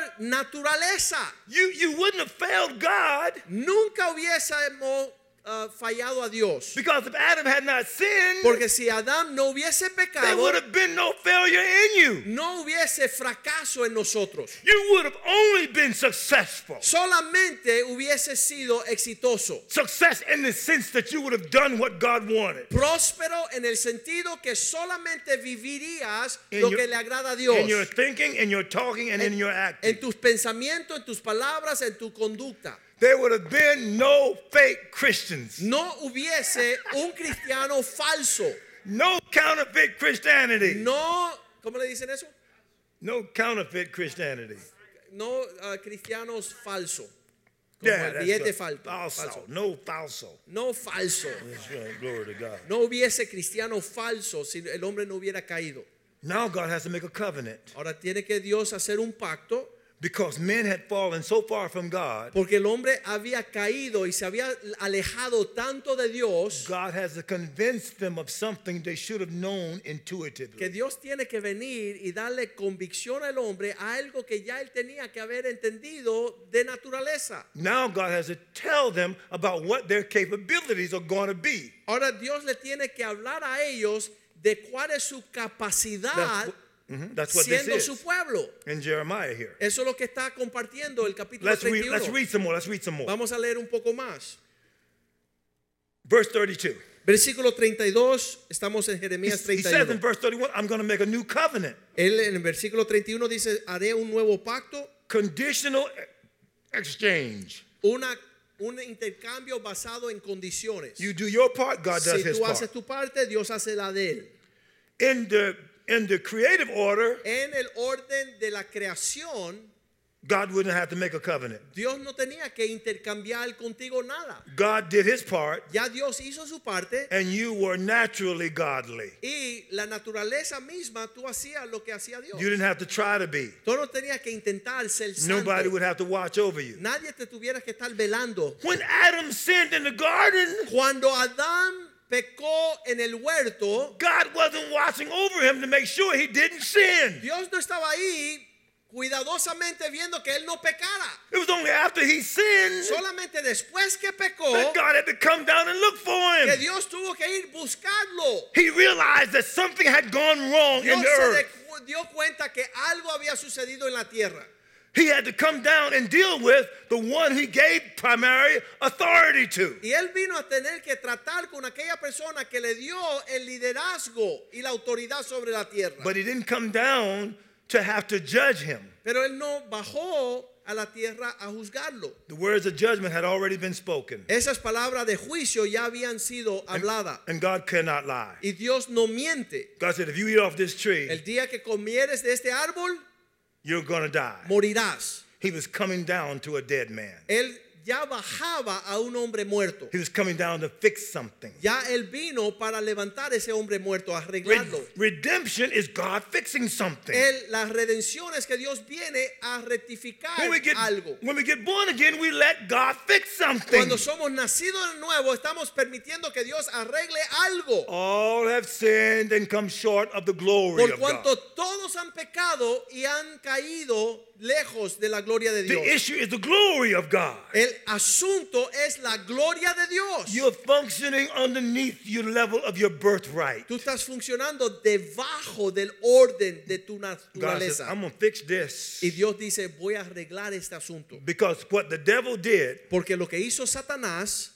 Speaker 2: naturaleza.
Speaker 1: You, you wouldn't have failed God
Speaker 2: Nunca hubiésemos ah, fallado a Dios.
Speaker 1: because if Adam had not sinned,
Speaker 2: Porque si Adán no hubiese
Speaker 1: there
Speaker 2: pecado,
Speaker 1: would have been no failure in you.
Speaker 2: no hubiese fracaso en nosotros.
Speaker 1: You would have only been successful.
Speaker 2: Solamente hubiese sido exitoso.
Speaker 1: Success in the sense that you would have done what God wanted
Speaker 2: Próspero en el sentido que solamente vivirías
Speaker 1: In
Speaker 2: lo
Speaker 1: your-
Speaker 2: que le agrada a Dios.
Speaker 1: in your thinking, in your talking, and in your
Speaker 2: En
Speaker 1: acting.
Speaker 2: tus pensamientos, en tus palabras, en tu conducta.
Speaker 1: There would have been no fake Christians,
Speaker 2: No hubiese un cristiano falso.
Speaker 1: no counterfeit Christianity,
Speaker 2: No, ¿cómo le dicen eso?
Speaker 1: no counterfeit Christianity.
Speaker 2: No ah, cristianos falso. Como
Speaker 1: Yeah,
Speaker 2: el
Speaker 1: that's
Speaker 2: billete
Speaker 1: right.
Speaker 2: falto-
Speaker 1: falso.
Speaker 2: falso.
Speaker 1: No falso.
Speaker 2: No falso.
Speaker 1: That's right. Glory to God.
Speaker 2: No hubiese cristiano falso si el hombre no hubiera caído.
Speaker 1: Now God has to make a covenant
Speaker 2: Ahora tiene que Dios hacer un pacto
Speaker 1: because men had fallen so far from God.
Speaker 2: porque el hombre había caído y se había alejado tanto de Dios
Speaker 1: God has to convince them of something they should have known
Speaker 2: que
Speaker 1: intuitively.
Speaker 2: Dios tiene que venir y darle convicción al hombre a algo que ya él tenía que haber entendido de naturaleza.
Speaker 1: Now God has to tell them about what their capabilities are going to be.
Speaker 2: Ahora Dios le tiene que hablar a ellos de cuál es su capacidad
Speaker 1: That's, wh- Mhm, that's what this
Speaker 2: siendo su
Speaker 1: is
Speaker 2: pueblo.
Speaker 1: in Jeremiah here.
Speaker 2: Eso es lo que está compartiendo el capítulo
Speaker 1: Let's read,
Speaker 2: 31.
Speaker 1: let's read some more. Let's read some more.
Speaker 2: Vamos a leer un poco más.
Speaker 1: Verse 32.
Speaker 2: Versículo 32, estamos en
Speaker 1: He, he
Speaker 2: Jeremías
Speaker 1: says in
Speaker 2: 31.
Speaker 1: verse 31, I'm going to make a new covenant.
Speaker 2: Él en el versículo 31 dice, haré un nuevo pacto,
Speaker 1: Conditional e-, exchange.
Speaker 2: una, un intercambio basado en condiciones.
Speaker 1: You do your part, God does
Speaker 2: si
Speaker 1: his
Speaker 2: tú haces
Speaker 1: part.
Speaker 2: tu parte, Dios hace la de él.
Speaker 1: In the in the creative order,
Speaker 2: En el orden de la creación,
Speaker 1: God wouldn't have to make a covenant.
Speaker 2: Dios no tenía que intercambiar contigo nada.
Speaker 1: God did his part
Speaker 2: Ya Dios hizo su parte
Speaker 1: and you were naturally godly.
Speaker 2: y la naturaleza misma, tú hacías lo que hacía Dios.
Speaker 1: You didn't have to try to be.
Speaker 2: Tú no tenías que intentar ser santo.
Speaker 1: Nobody would have to watch over you.
Speaker 2: Nadie te tuviera que estar velando.
Speaker 1: When Adam sinned in the garden,
Speaker 2: Cuando Adán pecó en el huerto,
Speaker 1: God wasn't watching over him to make sure he didn't sin.
Speaker 2: Dios no estaba ahí cuidadosamente viendo que él no pecara.
Speaker 1: It was only after he sinned
Speaker 2: Solamente después que
Speaker 1: that
Speaker 2: pecó,
Speaker 1: God had to come down and look for
Speaker 2: que
Speaker 1: him.
Speaker 2: Dios tuvo que ir buscarlo.
Speaker 1: He realized that something had gone wrong
Speaker 2: Dios
Speaker 1: in the
Speaker 2: se
Speaker 1: earth.
Speaker 2: de- cu- dio cuenta que algo había sucedido en la tierra.
Speaker 1: He had to come down and deal with the one he gave primary authority to.
Speaker 2: Y él vino a tener que tratar con aquella persona que le dio el liderazgo y la autoridad sobre la tierra.
Speaker 1: But he didn't come down to have to judge him.
Speaker 2: Pero él no bajó a la tierra a juzgarlo.
Speaker 1: The words of judgment had already been spoken,
Speaker 2: Esas palabras de juicio ya habían sido habladas.
Speaker 1: and God cannot lie.
Speaker 2: Y Dios no miente.
Speaker 1: God said, if you eat off this
Speaker 2: El
Speaker 1: tree,
Speaker 2: día que comieres de este árbol,
Speaker 1: you're going to die.
Speaker 2: morirás.
Speaker 1: He was coming down to a dead man.
Speaker 2: Él ya bajaba a un hombre muerto.
Speaker 1: He was coming down to fix something.
Speaker 2: Ya él vino para levantar ese hombre muerto,
Speaker 1: Re-
Speaker 2: arreglarlo.
Speaker 1: redemption is God fixing something.
Speaker 2: Él, las redenciones que Dios viene a rectificar
Speaker 1: When we get
Speaker 2: algo.
Speaker 1: when we get born again, we let God fix something.
Speaker 2: Cuando somos nacidos de nuevo, estamos permitiendo que Dios arregle algo.
Speaker 1: All have sinned and come short of the Oh, glory
Speaker 2: Por
Speaker 1: of God.
Speaker 2: cuanto todos han pecado y han caído lejos de la gloria de
Speaker 1: The
Speaker 2: Dios.
Speaker 1: issue is the glory of God.
Speaker 2: El asunto es la gloria de Dios.
Speaker 1: You're functioning underneath your level of your birthright.
Speaker 2: Tú estás funcionando debajo del orden de tu
Speaker 1: God says,
Speaker 2: naturaleza.
Speaker 1: I'm going to fix this.
Speaker 2: Y Dios dice, voy a arreglar este asunto.
Speaker 1: Because what the devil did
Speaker 2: Porque lo que hizo Satanás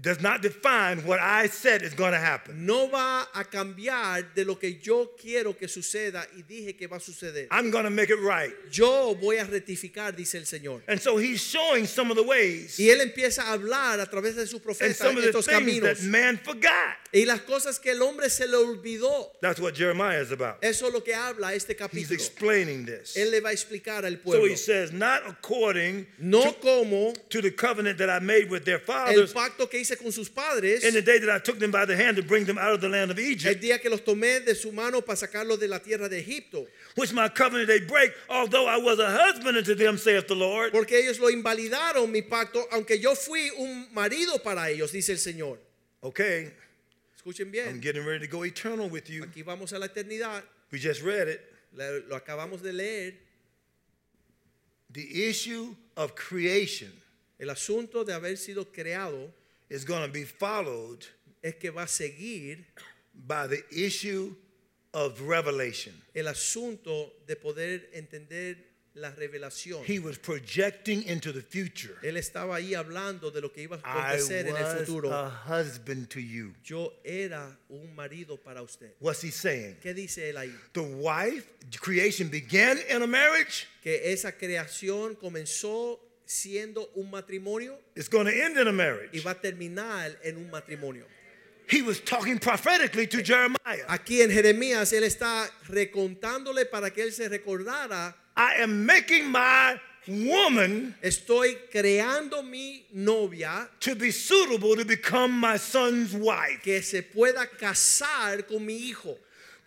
Speaker 1: does not define what I said is going to happen.
Speaker 2: no va a cambiar de lo que yo quiero que suceda y dije que va a suceder.
Speaker 1: I'm going to make it right.
Speaker 2: Yo voy a rectificar, dice el Señor.
Speaker 1: And so he's showing some of the ways
Speaker 2: Y él empieza a hablar a través de su
Speaker 1: and
Speaker 2: profeta
Speaker 1: some of the
Speaker 2: estos
Speaker 1: things
Speaker 2: caminos
Speaker 1: that man forgot.
Speaker 2: y las cosas que el hombre se le olvidó.
Speaker 1: That's what Jeremiah is about.
Speaker 2: Eso es lo que habla este
Speaker 1: He's
Speaker 2: capítulo.
Speaker 1: explaining this.
Speaker 2: Él le va a explicar al
Speaker 1: So
Speaker 2: pueblo.
Speaker 1: he says, not according
Speaker 2: No como
Speaker 1: to the covenant that I made with their
Speaker 2: el
Speaker 1: fathers
Speaker 2: pacto que hice con sus padres
Speaker 1: in the day that I took them by the hand to bring them out of the land of
Speaker 2: el
Speaker 1: Egypt,
Speaker 2: día que los tomé de su mano para sacarlos de la tierra de Egipto.
Speaker 1: which my covenant they break, although I was a husband unto them, saith the Lord.
Speaker 2: Porque ellos lo invalidaron mi pacto, aunque yo fui un marido para ellos, dice el Señor.
Speaker 1: Okay,
Speaker 2: Escuchen
Speaker 1: I'm
Speaker 2: bien,
Speaker 1: getting ready to go eternal with you.
Speaker 2: aquí vamos a la eternidad,
Speaker 1: We just read it.
Speaker 2: La- lo acabamos de leer,
Speaker 1: The issue of creation
Speaker 2: el asunto de haber sido creado
Speaker 1: is going to be followed
Speaker 2: es que va a seguir
Speaker 1: by the issue of revelation.
Speaker 2: el asunto de poder entender la revelación.
Speaker 1: He was projecting into the future.
Speaker 2: Él estaba ahí hablando de lo que iba a
Speaker 1: I was
Speaker 2: acontecer en el
Speaker 1: a
Speaker 2: futuro.
Speaker 1: husband to you.
Speaker 2: Yo era un marido para usted.
Speaker 1: What's he saying?
Speaker 2: ¿Qué dice él ahí?
Speaker 1: The wife creation began in a marriage.
Speaker 2: Que esa creación comenzó siendo un matrimonio
Speaker 1: It's going to end in a
Speaker 2: y
Speaker 1: marriage.
Speaker 2: va a terminar en un matrimonio.
Speaker 1: He was talking prophetically to Jeremiah.
Speaker 2: Aquí en Jeremías él está recontándole para que él se recordara,
Speaker 1: I am making my woman
Speaker 2: estoy creando mi novia
Speaker 1: to be suitable to become my son's wife.
Speaker 2: que se pueda casar con mi hijo.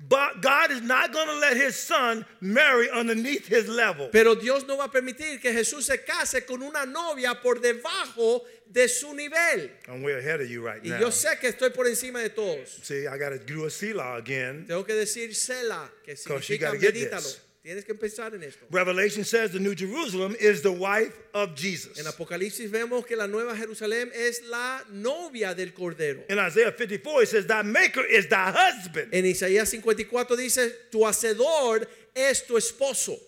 Speaker 1: But God is not going to let his son marry underneath his level.
Speaker 2: Pero Dios no va a permitir que Jesús se case con una novia por debajo de su nivel.
Speaker 1: I'm way ahead of you right
Speaker 2: Y
Speaker 1: now.
Speaker 2: yo sé que estoy por encima de todos.
Speaker 1: See, I got to do a Selah again.
Speaker 2: Tengo que decir Sela, que
Speaker 1: you
Speaker 2: significa
Speaker 1: gotta get
Speaker 2: medítalo.
Speaker 1: this.
Speaker 2: Tienes que pensar en esto.
Speaker 1: Revelation says the New Jerusalem is the wife of Jesus.
Speaker 2: En Apocalipsis vemos que la nueva Jerusalén es la novia del Cordero.
Speaker 1: In Isaiah 54, it says, Thy maker is thy husband.
Speaker 2: En Isaías 54 dice, tu hacedor es tu esposo.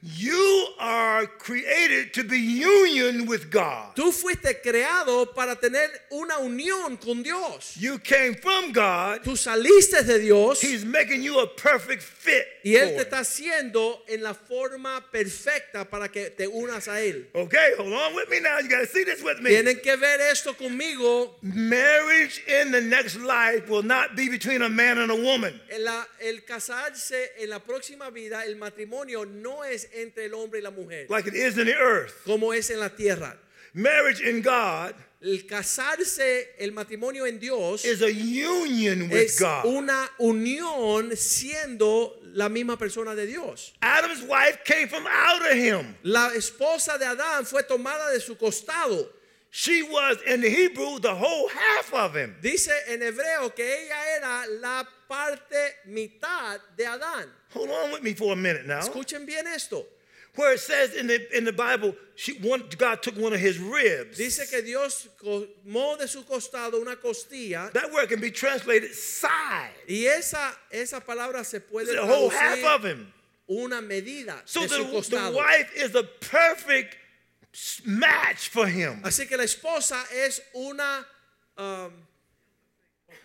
Speaker 1: You are created to be union with God.
Speaker 2: Tú fuiste creado para tener una unión con Dios.
Speaker 1: You came from God.
Speaker 2: Tú saliste de Dios
Speaker 1: He's making you a perfect fit.
Speaker 2: y Él
Speaker 1: for
Speaker 2: te
Speaker 1: it.
Speaker 2: está haciendo en la forma perfecta para que te unas a Él.
Speaker 1: Okay, hold on with me now. You got to see this with me.
Speaker 2: Tienen que ver esto conmigo.
Speaker 1: Marriage in the next life will not be between a man and a woman.
Speaker 2: En la- el casarse en la próxima vida, el matrimonio no es entre el hombre y la mujer,
Speaker 1: like it is in the earth.
Speaker 2: como es en la tierra.
Speaker 1: Marriage in God
Speaker 2: El casarse, el matrimonio en Dios
Speaker 1: is a union with
Speaker 2: es
Speaker 1: God.
Speaker 2: una unión siendo la misma persona de Dios.
Speaker 1: Adam's wife came from out of him.
Speaker 2: La esposa de Adán fue tomada de su costado.
Speaker 1: She was in the Hebrew the whole half of him.
Speaker 2: Dice en hebreo que ella era la parte mitad de Adán.
Speaker 1: Hold on with me for a minute now.
Speaker 2: Escuchen bien esto.
Speaker 1: where it says in the, in the Bible, she, one, God took one of his ribs.
Speaker 2: Dice que Dios tomó de su costado una costilla
Speaker 1: That word can be translated side.
Speaker 2: y esa, esa palabra se puede
Speaker 1: The whole half of
Speaker 2: traducir
Speaker 1: him.
Speaker 2: una medida
Speaker 1: So
Speaker 2: de
Speaker 1: the,
Speaker 2: su
Speaker 1: the
Speaker 2: costado.
Speaker 1: wife is a perfect s- match for him.
Speaker 2: Así que la esposa es una um,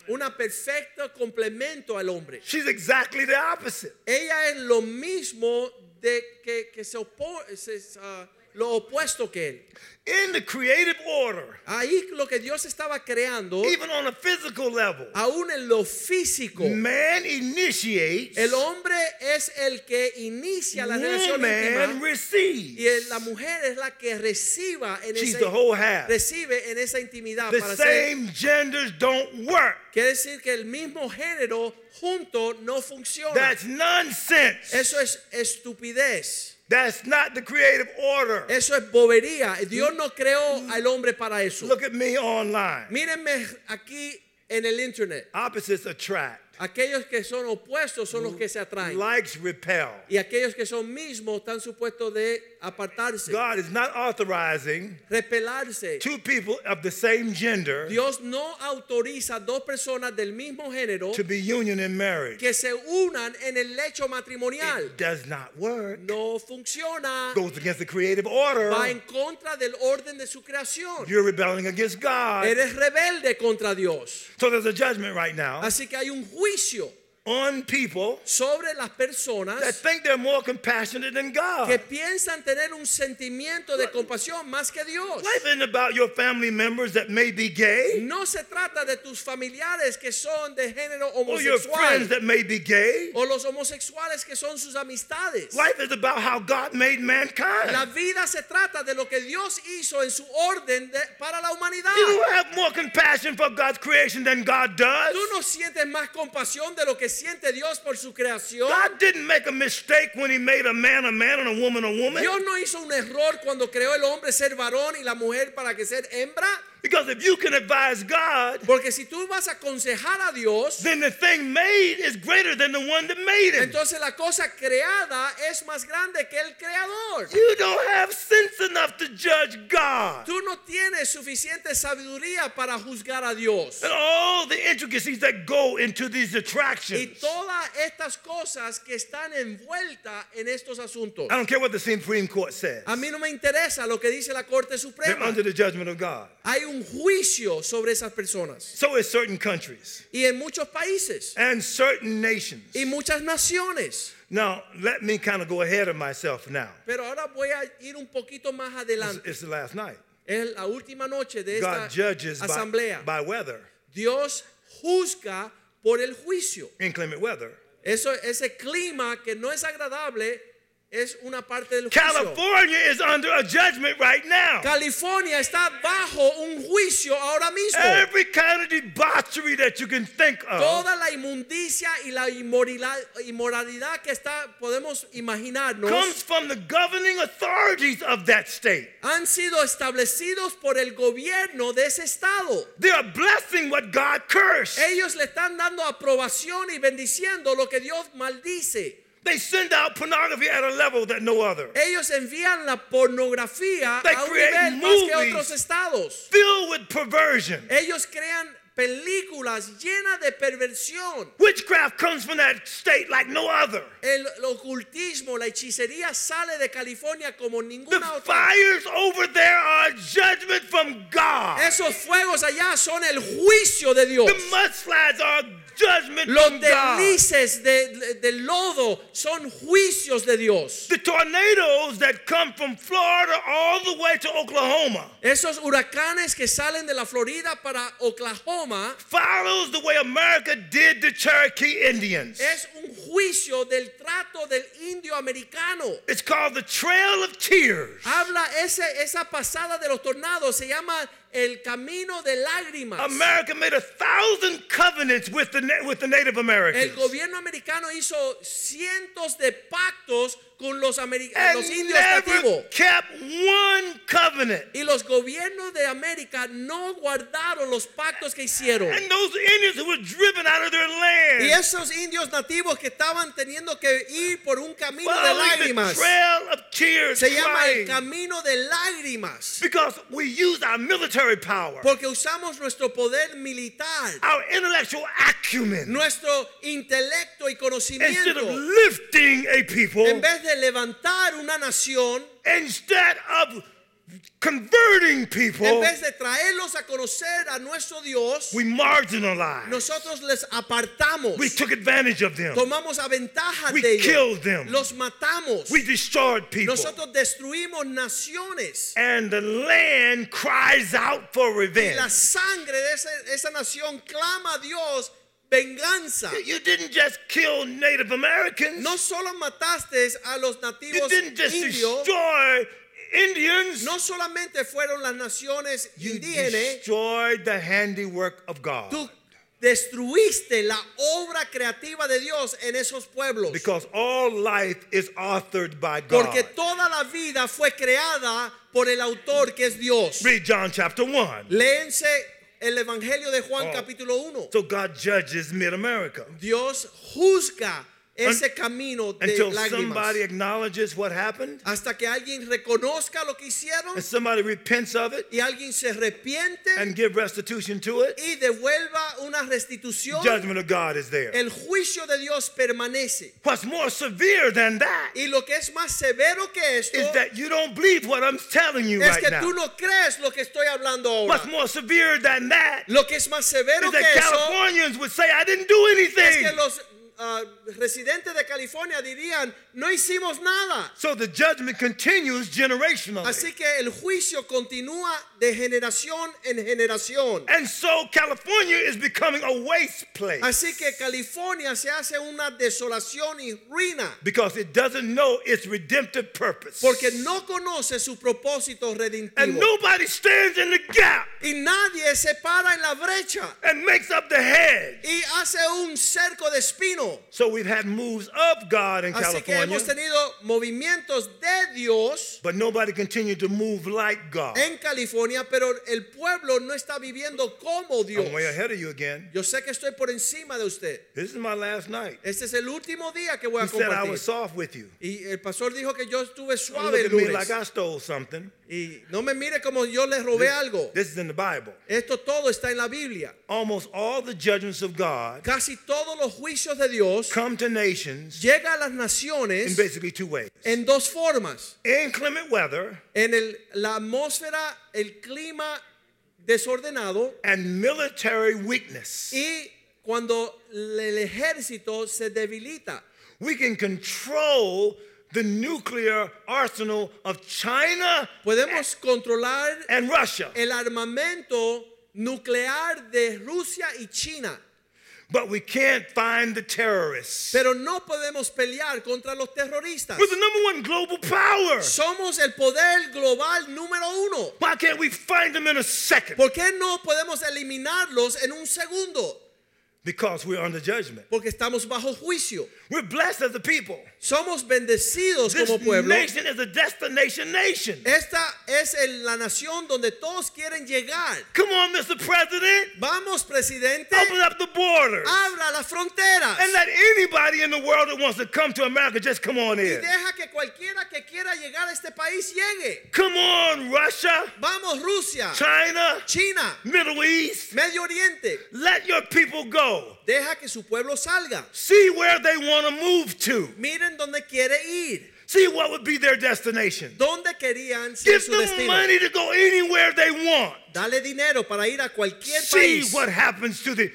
Speaker 2: una perfecto complemento al hombre.
Speaker 1: She's exactly the opposite.
Speaker 2: Ella es lo mismo de que, que se opo- se- ah, lo opuesto que él.
Speaker 1: In the creative order,
Speaker 2: Ahí lo que Dios estaba creando,
Speaker 1: even on a physical level,
Speaker 2: aún en lo físico,
Speaker 1: man initiates,
Speaker 2: el hombre es el que inicia la relación
Speaker 1: woman
Speaker 2: íntima
Speaker 1: receives.
Speaker 2: y el- la mujer es la que reciba en
Speaker 1: She's
Speaker 2: esa,
Speaker 1: the whole half.
Speaker 2: recibe en esa intimidad
Speaker 1: The
Speaker 2: para ser
Speaker 1: same genders don't work.
Speaker 2: Quiere decir que el mismo género junto no funciona.
Speaker 1: That's nonsense.
Speaker 2: eso es estupidez.
Speaker 1: That's not the creative order.
Speaker 2: Eso es bobería. Dios no creó al hombre para eso.
Speaker 1: Look at me online.
Speaker 2: Mírenme aquí en el internet.
Speaker 1: Opposites attract.
Speaker 2: Aquellos que son opuestos son los que se atraen.
Speaker 1: Likes repel.
Speaker 2: Y aquellos que son mismos están supuestos de apartarse,
Speaker 1: God is not authorizing
Speaker 2: repelarse.
Speaker 1: two people of the same gender
Speaker 2: Dios no autoriza a dos personas del mismo género
Speaker 1: to be union in marriage.
Speaker 2: que se unan en el lecho matrimonial.
Speaker 1: It does not work.
Speaker 2: No funciona.
Speaker 1: Goes against the creative order.
Speaker 2: va en contra del orden de su creación.
Speaker 1: You're rebelling against God.
Speaker 2: Eres rebelde contra Dios.
Speaker 1: So there's a judgment right now
Speaker 2: Así que hay un juicio
Speaker 1: on people
Speaker 2: sobre las
Speaker 1: that
Speaker 2: personas
Speaker 1: think they're more compassionate than
Speaker 2: que
Speaker 1: God.
Speaker 2: piensan tener un sentimiento de compasión más que Dios.
Speaker 1: Life isn't about your family members that may be gay
Speaker 2: No se trata de tus familiares que son de género
Speaker 1: or your friends
Speaker 2: homosexual
Speaker 1: that may be gay.
Speaker 2: o los homosexuales que son sus amistades.
Speaker 1: Life is about how God made
Speaker 2: La
Speaker 1: mankind.
Speaker 2: vida se trata de lo que Dios hizo en su orden de- para la humanidad.
Speaker 1: You have more compassion for God's creation than God does.
Speaker 2: Tú no sientes más compasión de lo que siente Dios por su creación.
Speaker 1: God didn't make a mistake when He made a man a man and a woman a woman.
Speaker 2: Dios no hizo un error cuando creó el hombre ser varón y la mujer para que ser hembra,
Speaker 1: Because if you can advise God,
Speaker 2: porque si tú vas a aconsejar a Dios,
Speaker 1: then the thing made is greater than the one that made it.
Speaker 2: entonces la cosa creada es más grande que el creador.
Speaker 1: You don't have sense enough to judge God
Speaker 2: Tú no tienes suficiente sabiduría para juzgar a Dios.
Speaker 1: and all the intricacies that go into these
Speaker 2: Y
Speaker 1: attractions.
Speaker 2: todas estas cosas que están envueltas en estos asuntos.
Speaker 1: I don't care what the Supreme Court says.
Speaker 2: A mí no me interesa lo que dice la Corte
Speaker 1: They're
Speaker 2: Suprema.
Speaker 1: under the judgment of God.
Speaker 2: Hay un juicio sobre esas personas.
Speaker 1: So is certain countries
Speaker 2: Y en muchos países.
Speaker 1: and certain nations.
Speaker 2: Y muchas naciones.
Speaker 1: Now, let me kind of go ahead of myself now.
Speaker 2: Pero ahora voy a ir un poquito más
Speaker 1: It's,
Speaker 2: adelante.
Speaker 1: it's the last night.
Speaker 2: Es la última noche de esta
Speaker 1: God judges by,
Speaker 2: asamblea.
Speaker 1: by weather,
Speaker 2: Dios juzga por el juicio.
Speaker 1: inclement weather.
Speaker 2: Eso, ese clima que no es agradable es una parte del juicio.
Speaker 1: California is under a judgment right now.
Speaker 2: California está bajo un juicio ahora mismo.
Speaker 1: Every kind of debauchery that you can think of
Speaker 2: Toda la inmundicia y la inmorila- inmoralidad que está podemos imaginarnos
Speaker 1: comes from the governing authorities of that state.
Speaker 2: han sido establecidos por el gobierno de ese estado.
Speaker 1: They are blessing what God cursed.
Speaker 2: Ellos le están dando aprobación y bendiciendo lo que Dios maldice.
Speaker 1: They send out pornography at a level that no other,
Speaker 2: Ellos envían la pornografía
Speaker 1: They
Speaker 2: a un
Speaker 1: create
Speaker 2: nivel más que
Speaker 1: movies.
Speaker 2: otros estados.
Speaker 1: filled with perversion.
Speaker 2: Ellos crean películas llenas de perversión.
Speaker 1: Witchcraft comes from that state like no other.
Speaker 2: El, el ocultismo, la hechicería sale de California como
Speaker 1: The
Speaker 2: ninguna otra.
Speaker 1: fires over there are a judgment from God.
Speaker 2: Esos fuegos allá son el juicio de Dios.
Speaker 1: The mudslides are a judgment from
Speaker 2: Los
Speaker 1: God.
Speaker 2: deslices de- del lodo son juicios de Dios.
Speaker 1: The tornadoes that come from Florida all the way to Oklahoma
Speaker 2: Esos huracanes que salen de la Florida para Oklahoma
Speaker 1: follows the way America did the Cherokee Indians.
Speaker 2: es un juicio del trato del indio americano.
Speaker 1: It's called the Trail of Tears.
Speaker 2: Habla ese, esa pasada de los tornados, se llama el camino de lágrimas.
Speaker 1: America made a thousand covenants with the na- with the Native
Speaker 2: El
Speaker 1: Americans.
Speaker 2: gobierno americano hizo cientos de pactos con los, ameri-
Speaker 1: and
Speaker 2: los indios
Speaker 1: never
Speaker 2: nativos.
Speaker 1: kept one covenant.
Speaker 2: Y los gobiernos de América no guardaron los pactos que hicieron.
Speaker 1: And those Indians who were driven out of their land,
Speaker 2: Y esos indios nativos que estaban teniendo que ir por un camino de
Speaker 1: following the
Speaker 2: lágrimas,
Speaker 1: trail of tears,
Speaker 2: se llama el
Speaker 1: crying,
Speaker 2: camino de lágrimas,
Speaker 1: because we used our military power,
Speaker 2: porque usamos nuestro poder militar,
Speaker 1: our intellectual acumen,
Speaker 2: nuestro intelecto y
Speaker 1: instead of
Speaker 2: conocimiento,
Speaker 1: lifting a people,
Speaker 2: en vez de levantar una nación,
Speaker 1: instead of converting
Speaker 2: en
Speaker 1: people,
Speaker 2: vez de traerlos a conocer a nuestro Dios,
Speaker 1: we marginalized.
Speaker 2: nosotros les apartamos,
Speaker 1: we took advantage of them.
Speaker 2: tomamos a ventaja
Speaker 1: We
Speaker 2: de ellos,
Speaker 1: killed them.
Speaker 2: los matamos.
Speaker 1: We destroyed people.
Speaker 2: Nosotros destruimos naciones.
Speaker 1: and the land cries out for
Speaker 2: Y la
Speaker 1: revenge.
Speaker 2: sangre de ese- esa nación clama a Dios venganza.
Speaker 1: You didn't just kill Native Americans.
Speaker 2: No solo mataste a los
Speaker 1: you
Speaker 2: nativos
Speaker 1: didn't just
Speaker 2: indios,
Speaker 1: destroy Indians.
Speaker 2: no solamente fueron las naciones
Speaker 1: you
Speaker 2: indígenas,
Speaker 1: destroyed the handiwork of God.
Speaker 2: tú destruiste la obra creativa de Dios en esos pueblos.
Speaker 1: Because all life is authored by God.
Speaker 2: Porque toda la vida fue creada por el autor que es Dios.
Speaker 1: Read John chapter 1.
Speaker 2: Léense el Evangelio de Juan
Speaker 1: Oh.
Speaker 2: capítulo 1.
Speaker 1: So God judges mid America
Speaker 2: Dios juzga ese
Speaker 1: Un-
Speaker 2: camino de
Speaker 1: until
Speaker 2: lágrimas.
Speaker 1: somebody acknowledges what happened
Speaker 2: hasta que alguien reconozca lo que hicieron
Speaker 1: and somebody repents of it
Speaker 2: y alguien se arrepiente
Speaker 1: and give restitution to it.
Speaker 2: y devuelva una restitución,
Speaker 1: Judgment of God is there.
Speaker 2: el juicio de Dios permanece.
Speaker 1: What's more severe than that
Speaker 2: Y lo que es más severo que esto
Speaker 1: is that you don't believe what I'm telling you
Speaker 2: es
Speaker 1: right
Speaker 2: que
Speaker 1: now.
Speaker 2: tú no crees lo que estoy hablando
Speaker 1: What's
Speaker 2: ahora.
Speaker 1: more severe than that
Speaker 2: Lo que es más severo
Speaker 1: is
Speaker 2: que
Speaker 1: that
Speaker 2: eso
Speaker 1: Californians would say, I didn't do
Speaker 2: es que
Speaker 1: anything.
Speaker 2: los ah, residentes de California dirían, no hicimos nada.
Speaker 1: So the judgment continues generationally.
Speaker 2: Así que el juicio continúa de generación en generación.
Speaker 1: And so California is becoming a waste place
Speaker 2: Así que California se hace una desolación y ruina.
Speaker 1: because it doesn't know its redemptive purpose.
Speaker 2: Porque no conoce su propósito
Speaker 1: And
Speaker 2: redentivo.
Speaker 1: nobody stands in the gap
Speaker 2: Y nadie se para en la brecha
Speaker 1: and makes up the hedge.
Speaker 2: y hace un cerco de espino.
Speaker 1: So we've had moves of God in
Speaker 2: Así que hemos
Speaker 1: California,
Speaker 2: tenido movimientos de Dios
Speaker 1: but nobody continued to move like God.
Speaker 2: en California, pero el pueblo no está viviendo como Dios.
Speaker 1: I'm way ahead of you again.
Speaker 2: Yo sé que estoy por encima de usted.
Speaker 1: This is my last night.
Speaker 2: Este es el último día que voy
Speaker 1: You
Speaker 2: a
Speaker 1: said I was
Speaker 2: compartir.
Speaker 1: soft with you.
Speaker 2: Y el pastor dijo que yo estuve
Speaker 1: Don't
Speaker 2: suave
Speaker 1: look
Speaker 2: el
Speaker 1: at me like
Speaker 2: lunes.
Speaker 1: I stole something.
Speaker 2: Y no me mire como yo le robé algo.
Speaker 1: This is in the Bible.
Speaker 2: Esto todo está en la Biblia.
Speaker 1: Almost all the judgments of God
Speaker 2: Casi todos los juicios de Dios
Speaker 1: come to nations
Speaker 2: llega a las
Speaker 1: in
Speaker 2: naciones
Speaker 1: basically two ways.
Speaker 2: en dos formas.
Speaker 1: Inclement weather
Speaker 2: En el- la atmósfera, el clima desordenado
Speaker 1: and military weakness.
Speaker 2: y cuando l- el ejército se debilita.
Speaker 1: We can control the nuclear arsenal of China
Speaker 2: Podemos controlar
Speaker 1: and Russia,
Speaker 2: el armamento nuclear de Rusia y China,
Speaker 1: but we can't find the terrorists.
Speaker 2: pero no podemos pelear contra los terroristas.
Speaker 1: We're the number one global power.
Speaker 2: Somos el poder global número uno.
Speaker 1: Why can't we find them in a second?
Speaker 2: ¿Por qué no podemos eliminarlos en un segundo?
Speaker 1: Because we're under judgment.
Speaker 2: Porque estamos bajo juicio.
Speaker 1: We're blessed as a people.
Speaker 2: Somos bendecidos
Speaker 1: This
Speaker 2: como pueblo.
Speaker 1: nation is a destination nation.
Speaker 2: Esta es el- la nación donde todos quieren llegar.
Speaker 1: Come on, Mr. President,
Speaker 2: Vamos, presidente,
Speaker 1: open up the borders
Speaker 2: abra las fronteras
Speaker 1: and let anybody in the world that wants to come to America just come on
Speaker 2: y
Speaker 1: in.
Speaker 2: deja que cualquiera que quiera llegar a este país llegue.
Speaker 1: Come on, Russia,
Speaker 2: Vamos, Rusia,
Speaker 1: China,
Speaker 2: China,
Speaker 1: Middle East,
Speaker 2: Medio Oriente,
Speaker 1: let your people go.
Speaker 2: deja que su pueblo salga.
Speaker 1: See where they want to move to.
Speaker 2: Miren dónde quiere ir,
Speaker 1: See what would be their destination.
Speaker 2: dónde querían ser
Speaker 1: Give
Speaker 2: su
Speaker 1: them
Speaker 2: destino.
Speaker 1: money to go anywhere they want.
Speaker 2: Dale dinero para ir a cualquier
Speaker 1: See
Speaker 2: país.
Speaker 1: what happens to the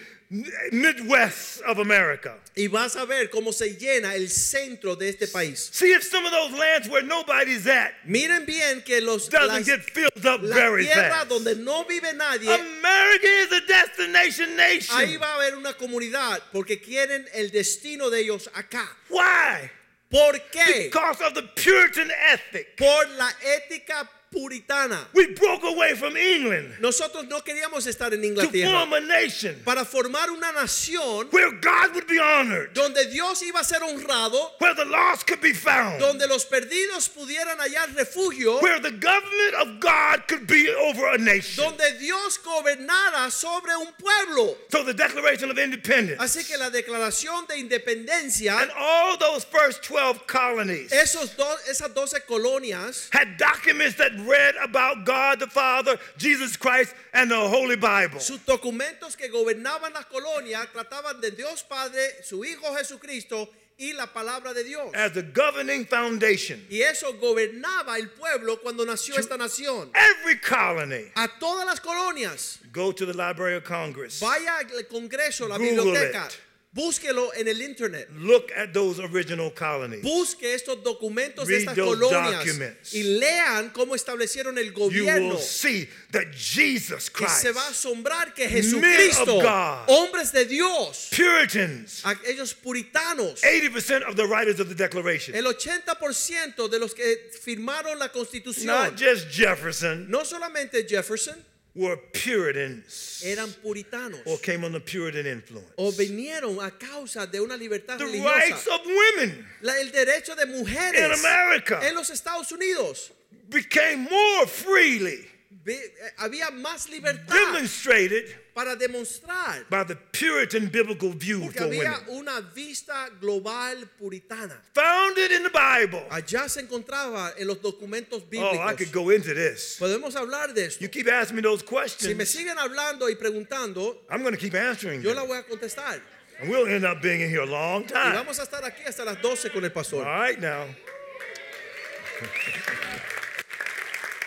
Speaker 1: Midwest of America.
Speaker 2: Y vas a ver cómo se llena el centro de este país.
Speaker 1: See if some of those lands where nobody's at
Speaker 2: Miren bien que los
Speaker 1: doesn't
Speaker 2: las-
Speaker 1: get filled up
Speaker 2: la
Speaker 1: very
Speaker 2: tierra
Speaker 1: fast.
Speaker 2: donde no vive nadie,
Speaker 1: America is a destination
Speaker 2: ahí
Speaker 1: nation.
Speaker 2: va a haber una comunidad porque quieren el destino de ellos acá.
Speaker 1: Why?
Speaker 2: ¿Por qué?
Speaker 1: Because of the Puritan ethic.
Speaker 2: Por la ética puritana.
Speaker 1: We broke away from England
Speaker 2: Nosotros no queríamos estar en
Speaker 1: to
Speaker 2: Inglaterra
Speaker 1: form a nation
Speaker 2: para formar una nación
Speaker 1: where God would be honored,
Speaker 2: donde Dios iba a ser honrado,
Speaker 1: where the lost could be found,
Speaker 2: donde los perdidos pudieran hallar refugio,
Speaker 1: where the government of God could be over a nation.
Speaker 2: donde Dios gobernara sobre un pueblo.
Speaker 1: So the Declaration of
Speaker 2: Así
Speaker 1: Independence
Speaker 2: que la declaración de
Speaker 1: and
Speaker 2: independencia,
Speaker 1: all those first 12 colonies
Speaker 2: esos dos, esas 12 colonias
Speaker 1: had documents that read about God the Father, Jesus Christ, and the Holy Bible.
Speaker 2: Sus documentos que gobernaban las colonias trataban de Dios Padre, su Hijo Jesucristo y la palabra de Dios.
Speaker 1: as the governing foundation.
Speaker 2: Y eso gobernaba el pueblo cuando nació esta nación.
Speaker 1: Every colony.
Speaker 2: A todas las colonias,
Speaker 1: Go to the Library of Congress.
Speaker 2: vaya al Congreso, la
Speaker 1: Google
Speaker 2: biblioteca,
Speaker 1: it.
Speaker 2: búsquelo en el Internet.
Speaker 1: Look at those original colonies.
Speaker 2: Busque estos documentos de
Speaker 1: Read
Speaker 2: estas
Speaker 1: those
Speaker 2: colonias
Speaker 1: documents.
Speaker 2: y lean cómo establecieron el
Speaker 1: You will
Speaker 2: gobierno.
Speaker 1: see that Jesus
Speaker 2: Y se va a
Speaker 1: Christ,
Speaker 2: asombrar que
Speaker 1: Men of
Speaker 2: Jesucristo,
Speaker 1: God.
Speaker 2: hombres de Dios,
Speaker 1: Puritans,
Speaker 2: aquellos puritanos,
Speaker 1: 80% of the writers of the Declaration,
Speaker 2: El 80% de los que firmaron la
Speaker 1: not
Speaker 2: Constitución,
Speaker 1: just Jefferson,
Speaker 2: no solamente Jefferson,
Speaker 1: were Puritans
Speaker 2: eran puritanos
Speaker 1: or came under Puritan influence.
Speaker 2: o vinieron a causa de una libertad
Speaker 1: The rights
Speaker 2: religiosa.
Speaker 1: of women
Speaker 2: La- el derecho de
Speaker 1: in
Speaker 2: mujeres en
Speaker 1: America
Speaker 2: los Estados Unidos
Speaker 1: became more freely
Speaker 2: Ve- eh, había más libertad
Speaker 1: demonstrated
Speaker 2: para demostrar
Speaker 1: by the Puritan biblical view
Speaker 2: porque
Speaker 1: for women.
Speaker 2: había una vista global puritana.
Speaker 1: Founded in the Bible.
Speaker 2: Allá se encontraba en los documentos
Speaker 1: Oh, I could
Speaker 2: bíblicos.
Speaker 1: go into this.
Speaker 2: Podemos hablar de esto.
Speaker 1: You keep asking me those
Speaker 2: Si me
Speaker 1: questions,
Speaker 2: siguen hablando y preguntando,
Speaker 1: I'm going to keep answering
Speaker 2: yo la
Speaker 1: them.
Speaker 2: voy a contestar.
Speaker 1: And we'll end up being in here a long
Speaker 2: Y
Speaker 1: time.
Speaker 2: vamos a estar aquí hasta las 12 con
Speaker 1: All
Speaker 2: el pastor.
Speaker 1: right, now.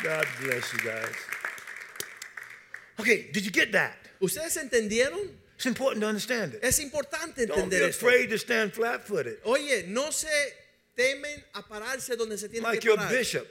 Speaker 1: God bless you guys. Okay, did you get that?
Speaker 2: ¿Ustedes entendieron?
Speaker 1: It's important to understand it.
Speaker 2: Es importante
Speaker 1: Don't be
Speaker 2: entender esto.
Speaker 1: afraid to stand flat footed
Speaker 2: Oye, no se temen a pararse donde se tienen
Speaker 1: like
Speaker 2: que
Speaker 1: your
Speaker 2: parar.
Speaker 1: bishop.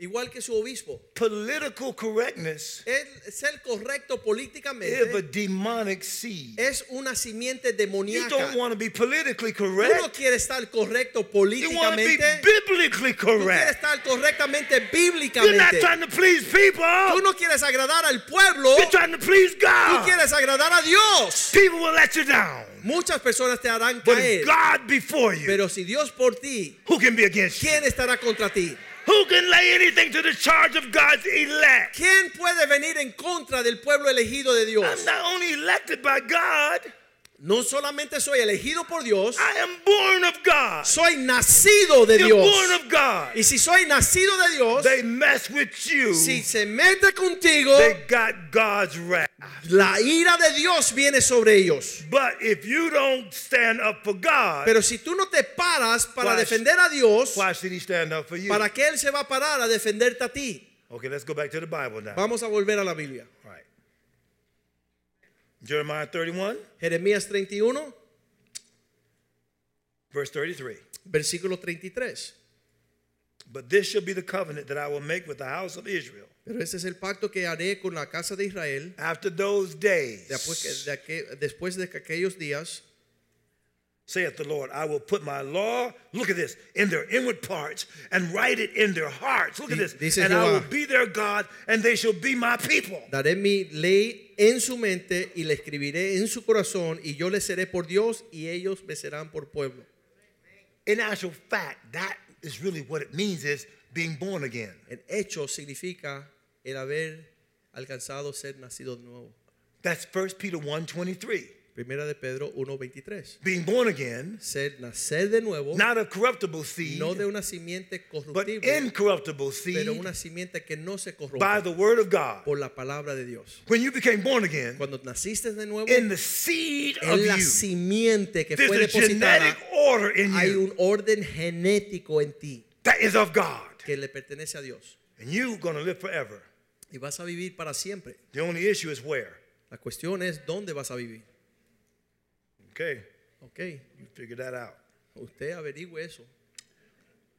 Speaker 2: Igual que su obispo.
Speaker 1: Political correctness
Speaker 2: El ser correcto
Speaker 1: is a
Speaker 2: políticamente
Speaker 1: demonic seed.
Speaker 2: es una simiente
Speaker 1: You
Speaker 2: demoníaca.
Speaker 1: don't want to be politically
Speaker 2: Tú no
Speaker 1: correct.
Speaker 2: quieres estar correcto
Speaker 1: You want to be
Speaker 2: políticamente.
Speaker 1: biblically
Speaker 2: Tú quieres
Speaker 1: correct.
Speaker 2: estar correctamente
Speaker 1: You're not
Speaker 2: bíblicamente.
Speaker 1: trying to please people.
Speaker 2: Tú no quieres agradar al pueblo.
Speaker 1: You're trying to please
Speaker 2: Tú
Speaker 1: God.
Speaker 2: quieres agradar a Dios.
Speaker 1: People will let you down.
Speaker 2: Muchas personas te harán
Speaker 1: But if
Speaker 2: caer.
Speaker 1: God before you,
Speaker 2: Pero si Dios por ti,
Speaker 1: who can be against you?
Speaker 2: ¿Quién estará contra ti?
Speaker 1: Who can lay anything to the charge of God's elect?
Speaker 2: ¿Quién puede venir en contra del pueblo elegido de
Speaker 1: I'm
Speaker 2: Dios?
Speaker 1: not only elected by God,
Speaker 2: No solamente soy elegido por Dios,
Speaker 1: I am born of God.
Speaker 2: soy nacido de
Speaker 1: You're
Speaker 2: Dios.
Speaker 1: born of God.
Speaker 2: Y si soy nacido de Dios,
Speaker 1: They mess with you.
Speaker 2: si se mete contigo,
Speaker 1: They got God's wrath.
Speaker 2: la ira de Dios viene sobre ellos.
Speaker 1: But if you don't stand up for God,
Speaker 2: Pero si tú no te paras para
Speaker 1: Why-
Speaker 2: defender a Dios,
Speaker 1: why should He stand up for you?
Speaker 2: ¿para qué Él se va a parar a defenderte a ti?
Speaker 1: Okay, let's go back to the Bible now.
Speaker 2: Vamos a volver a la Biblia.
Speaker 1: All right. Jeremiah 31,
Speaker 2: Jeremías 31,
Speaker 1: verse 33.
Speaker 2: versículo 33.
Speaker 1: But this shall be the covenant that I will make with the house of Israel.
Speaker 2: Pero este es el pacto que haré con la casa de Israel
Speaker 1: After those days,
Speaker 2: Después, que- de aquel- después de que aquellos días,
Speaker 1: saith the Lord, I will put my law, look at this, in their inward parts and write it in their hearts. Look at
Speaker 2: Di-
Speaker 1: this.
Speaker 2: dice
Speaker 1: and I
Speaker 2: Jehová.
Speaker 1: will be their God, and they shall be my people.
Speaker 2: daré mi ley en su mente y la escribiré en su corazón y yo les seré por Dios y ellos me serán por pueblo.
Speaker 1: In actual fact, that is really what it means is being born again.
Speaker 2: El hecho significa el haber alcanzado ser nacido de nuevo.
Speaker 1: That's 1 Peter 1 23.
Speaker 2: Primera de Pedro 1.23.
Speaker 1: Being born again,
Speaker 2: Ser nacer de nuevo,
Speaker 1: not a corruptible seed,
Speaker 2: no de una simiente
Speaker 1: but
Speaker 2: corruptible,
Speaker 1: incorruptible seed
Speaker 2: pero una simiente que no se
Speaker 1: by
Speaker 2: corrompe
Speaker 1: the word of God.
Speaker 2: por la palabra de Dios.
Speaker 1: When you became born again,
Speaker 2: Cuando naciste de nuevo,
Speaker 1: in the seed of
Speaker 2: en la
Speaker 1: you,
Speaker 2: simiente que fue
Speaker 1: there's a genetic
Speaker 2: depositada
Speaker 1: order in
Speaker 2: hay
Speaker 1: you
Speaker 2: un orden genético en ti
Speaker 1: that is of God.
Speaker 2: que le pertenece a Dios
Speaker 1: And you're going to live forever.
Speaker 2: y vas a vivir para siempre.
Speaker 1: The only issue is where.
Speaker 2: La cuestión es dónde vas a vivir.
Speaker 1: Okay,
Speaker 2: Ok,
Speaker 1: you figure that out.
Speaker 2: usted averigüe eso.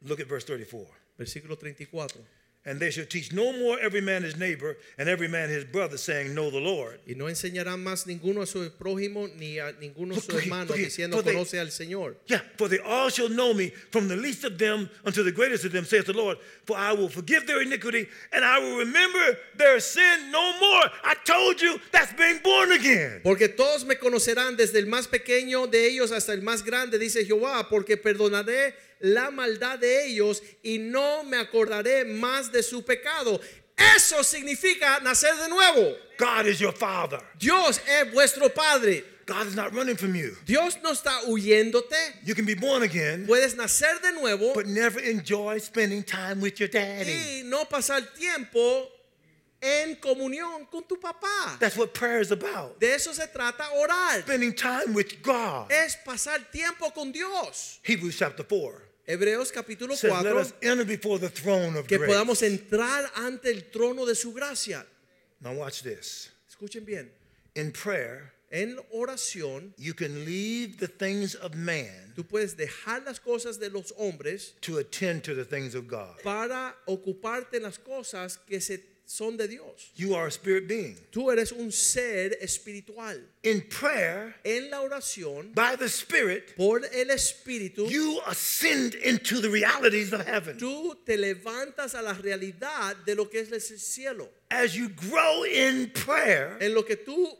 Speaker 1: Look at verse 34.
Speaker 2: Versículo 34.
Speaker 1: And they shall teach no more every man his neighbor and every man his brother, saying, Know the Lord.
Speaker 2: Y no enseñarán más ninguno a su prójimo ni a ninguno a su
Speaker 1: Porque-
Speaker 2: hermano
Speaker 1: porque-
Speaker 2: diciendo
Speaker 1: porque-
Speaker 2: conoce al Señor.
Speaker 1: Yeah, for they all shall know me, from the least of them unto the greatest of them, saith the Lord. For I will forgive their iniquity, and I will remember their sin no more. I told you that's being born again.
Speaker 2: Porque todos me conocerán desde el más pequeño de ellos hasta el más grande, dice Jehová, porque perdonaré la maldad de ellos y no me acordaré más de su pecado. Eso significa nacer de nuevo.
Speaker 1: God is your father.
Speaker 2: Dios es vuestro Padre.
Speaker 1: God is not running from you.
Speaker 2: Dios no está huyéndote.
Speaker 1: You can be born again,
Speaker 2: Puedes nacer de nuevo
Speaker 1: but never enjoy spending time with your daddy.
Speaker 2: y no pasar tiempo en comunión con tu papá.
Speaker 1: That's what prayer is about.
Speaker 2: De eso se trata orar.
Speaker 1: Spending time with God.
Speaker 2: Es pasar tiempo con Dios.
Speaker 1: Hebrews chapter 4
Speaker 2: Hebreos capítulo
Speaker 1: says, Let
Speaker 2: 4.
Speaker 1: us enter before the throne of
Speaker 2: que
Speaker 1: grace.
Speaker 2: podamos entrar ante el trono de su gracia.
Speaker 1: Now, watch this.
Speaker 2: Escuchen bien.
Speaker 1: In prayer,
Speaker 2: En oración,
Speaker 1: you can leave the things of man
Speaker 2: tú puedes dejar las cosas de los hombres
Speaker 1: to attend to the things of God.
Speaker 2: para ocuparte en las cosas que se, son de Dios.
Speaker 1: You are a spirit being.
Speaker 2: Tú eres un ser espiritual.
Speaker 1: In prayer,
Speaker 2: En la oración,
Speaker 1: by the Spirit,
Speaker 2: por el Espíritu,
Speaker 1: you ascend into the realities of heaven.
Speaker 2: tú te levantas a la realidad de lo que es el cielo.
Speaker 1: As you grow in prayer,
Speaker 2: En lo que tú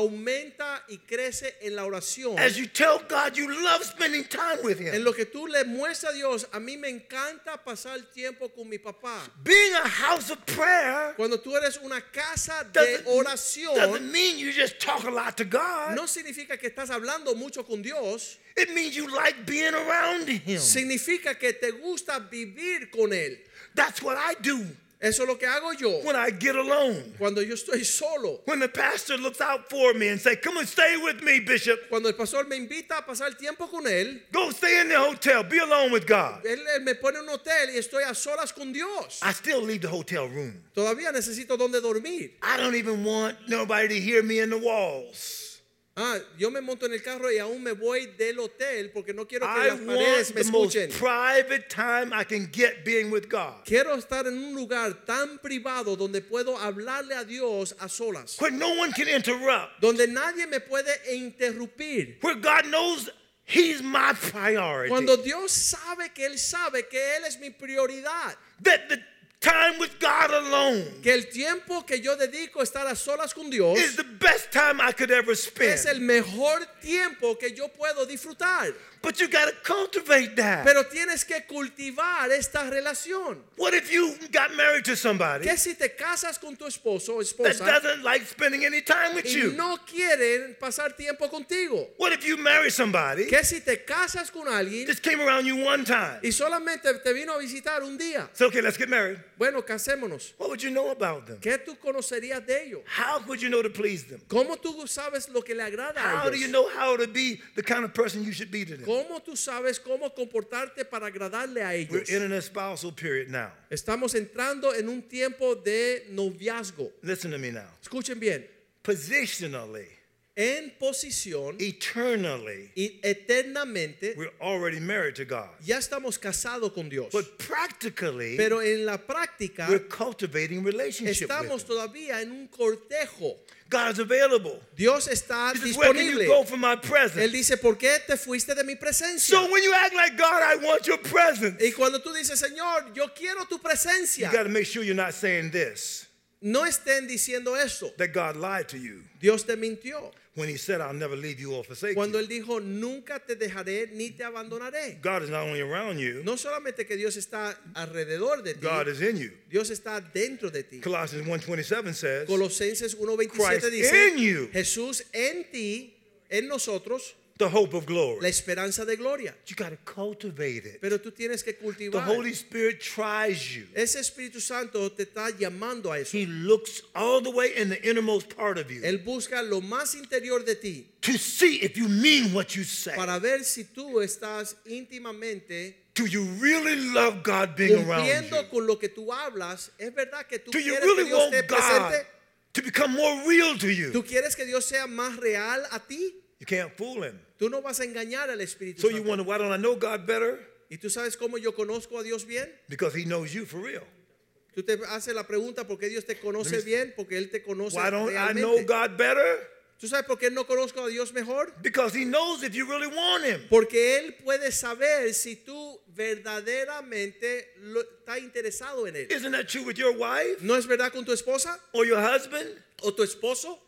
Speaker 2: aumenta y crece en la oración.
Speaker 1: as you tell God you love spending time with
Speaker 2: En
Speaker 1: Him,
Speaker 2: lo que tú le muestras a Dios, a mí me encanta pasar tiempo con mi papá.
Speaker 1: being a house of prayer
Speaker 2: Cuando tú eres una casa de
Speaker 1: doesn't, doesn't
Speaker 2: oración,
Speaker 1: mean you just talk a lot to God.
Speaker 2: no significa que estás hablando mucho con Dios,
Speaker 1: It means you like being around Him.
Speaker 2: significa que te gusta vivir con Él.
Speaker 1: That's what I do
Speaker 2: Eso es lo que hago yo
Speaker 1: when I get alone.
Speaker 2: cuando yo estoy solo.
Speaker 1: When the pastor looks out for me and say, "Come and stay with me, Bishop.
Speaker 2: Cuando el pastor me invita a pasar tiempo con Él,
Speaker 1: Go stay in the hotel. Be alone with God."
Speaker 2: Él, él me pone en un hotel y estoy a solas con Dios.
Speaker 1: I still leave the hotel room.
Speaker 2: Todavía necesito donde dormir.
Speaker 1: I don't even want nobody to hear me in the walls.
Speaker 2: Ah, yo me monto en el carro y aún me voy del hotel porque no quiero que
Speaker 1: I
Speaker 2: las paredes
Speaker 1: want
Speaker 2: me
Speaker 1: the most
Speaker 2: escuchen.
Speaker 1: private time I can get being with God.
Speaker 2: Quiero estar en un lugar tan privado donde puedo hablarle a Dios a solas,
Speaker 1: Where no one can interrupt.
Speaker 2: donde nadie me puede interrumpir.
Speaker 1: Where God knows He's my priority.
Speaker 2: Cuando Dios sabe que Él sabe que Él es mi prioridad,
Speaker 1: that the time with God alone
Speaker 2: que el tiempo que yo dedico a estar a solas con Dios
Speaker 1: is the best time I could ever spend.
Speaker 2: es el mejor tiempo que yo puedo disfrutar.
Speaker 1: But you gotta cultivate that.
Speaker 2: Pero tienes que cultivar esta relación.
Speaker 1: what if you got married to somebody
Speaker 2: Que si te casas con tu esposo o
Speaker 1: that
Speaker 2: esposa
Speaker 1: doesn't like spending any time with
Speaker 2: y
Speaker 1: you?
Speaker 2: no quieren pasar tiempo contigo,
Speaker 1: What if you marry somebody
Speaker 2: que si te casas con alguien
Speaker 1: just came around you one time?
Speaker 2: y solamente te vino a visitar un día.
Speaker 1: It's okay, let's get married.
Speaker 2: Bueno, casémonos.
Speaker 1: What would you know about them?
Speaker 2: ¿Qué tú conocerías de ellos?
Speaker 1: How could you know to please them?
Speaker 2: ¿Cómo tú sabes lo que le agrada a
Speaker 1: How
Speaker 2: ellos?
Speaker 1: do you know how to be the kind of person you should be to them?
Speaker 2: ¿Cómo tú sabes cómo comportarte para agradarle a
Speaker 1: We're
Speaker 2: ellos?
Speaker 1: in an espousal period now.
Speaker 2: Estamos entrando en un tiempo de noviazgo.
Speaker 1: Listen to me now.
Speaker 2: Escuchen bien.
Speaker 1: Positionally,
Speaker 2: En posición
Speaker 1: eternally,
Speaker 2: y eternamente
Speaker 1: we're already married to God.
Speaker 2: ya estamos casados con Dios.
Speaker 1: But practically,
Speaker 2: Pero en la práctica
Speaker 1: Pues, we're cultivating relationship
Speaker 2: estamos
Speaker 1: with him.
Speaker 2: todavía en un cortejo.
Speaker 1: God is available.
Speaker 2: Dios está
Speaker 1: He says, where can you
Speaker 2: disponible.
Speaker 1: go for my
Speaker 2: Él
Speaker 1: presence?
Speaker 2: dice, ¿por qué te fuiste de mi presencia?
Speaker 1: So when you act like God, I want your presence.
Speaker 2: y cuando tú dices, Señor, yo quiero tu presencia,
Speaker 1: You got to make sure you're not saying this,
Speaker 2: no estén diciendo eso.
Speaker 1: that God lied to you
Speaker 2: Dios te mintió.
Speaker 1: when he said, I'll never leave you or forsake
Speaker 2: Cuando
Speaker 1: you.
Speaker 2: Él dijo, nunca te dejaré ni te abandonaré.
Speaker 1: God is not only around you,
Speaker 2: No solamente que Dios está alrededor de ti,
Speaker 1: God is in you.
Speaker 2: Dios está dentro de ti.
Speaker 1: Colossians 1.27 says,
Speaker 2: Colosenses
Speaker 1: Christ
Speaker 2: 1.27
Speaker 1: in you.
Speaker 2: dice, Jesús en ti, en nosotros,
Speaker 1: the hope of
Speaker 2: la
Speaker 1: glory.
Speaker 2: esperanza de gloria.
Speaker 1: You got to cultivate it.
Speaker 2: Pero tú tienes que
Speaker 1: The
Speaker 2: cultivar.
Speaker 1: Holy Spirit tries you.
Speaker 2: Ese Espíritu Santo te está llamando a eso.
Speaker 1: He looks all the way in the innermost part of you
Speaker 2: Él busca lo más interior de ti
Speaker 1: to see if you mean what you say.
Speaker 2: para ver si tú estás íntimamente
Speaker 1: Do you really love God being around
Speaker 2: cumpliendo
Speaker 1: you?
Speaker 2: con lo que tú hablas. ¿Es verdad que tú
Speaker 1: Do you
Speaker 2: quieres que
Speaker 1: really
Speaker 2: Dios
Speaker 1: want
Speaker 2: esté
Speaker 1: God
Speaker 2: presente?
Speaker 1: to become more real to
Speaker 2: ¿Tú
Speaker 1: you?
Speaker 2: quieres que Dios sea más real a ti?
Speaker 1: You can't fool him.
Speaker 2: Tú no vas a engañar al Espíritu
Speaker 1: So you
Speaker 2: Santo.
Speaker 1: wonder, why don't I know God better?
Speaker 2: ¿Y tú sabes cómo yo conozco a Dios bien?
Speaker 1: Because he knows you for real.
Speaker 2: Tú te haces la pregunta por qué Dios te conoce bien, porque Él te conoce
Speaker 1: Why don't I know
Speaker 2: realmente.
Speaker 1: God better?
Speaker 2: ¿Tú sabes por qué no conozco a Dios mejor?
Speaker 1: Because He knows if you really want Him.
Speaker 2: Porque Él puede saber si tú verdaderamente lo, está interesado en Él.
Speaker 1: Isn't that true with your wife
Speaker 2: ¿No es verdad con tu esposa
Speaker 1: or your husband?
Speaker 2: o tu esposo?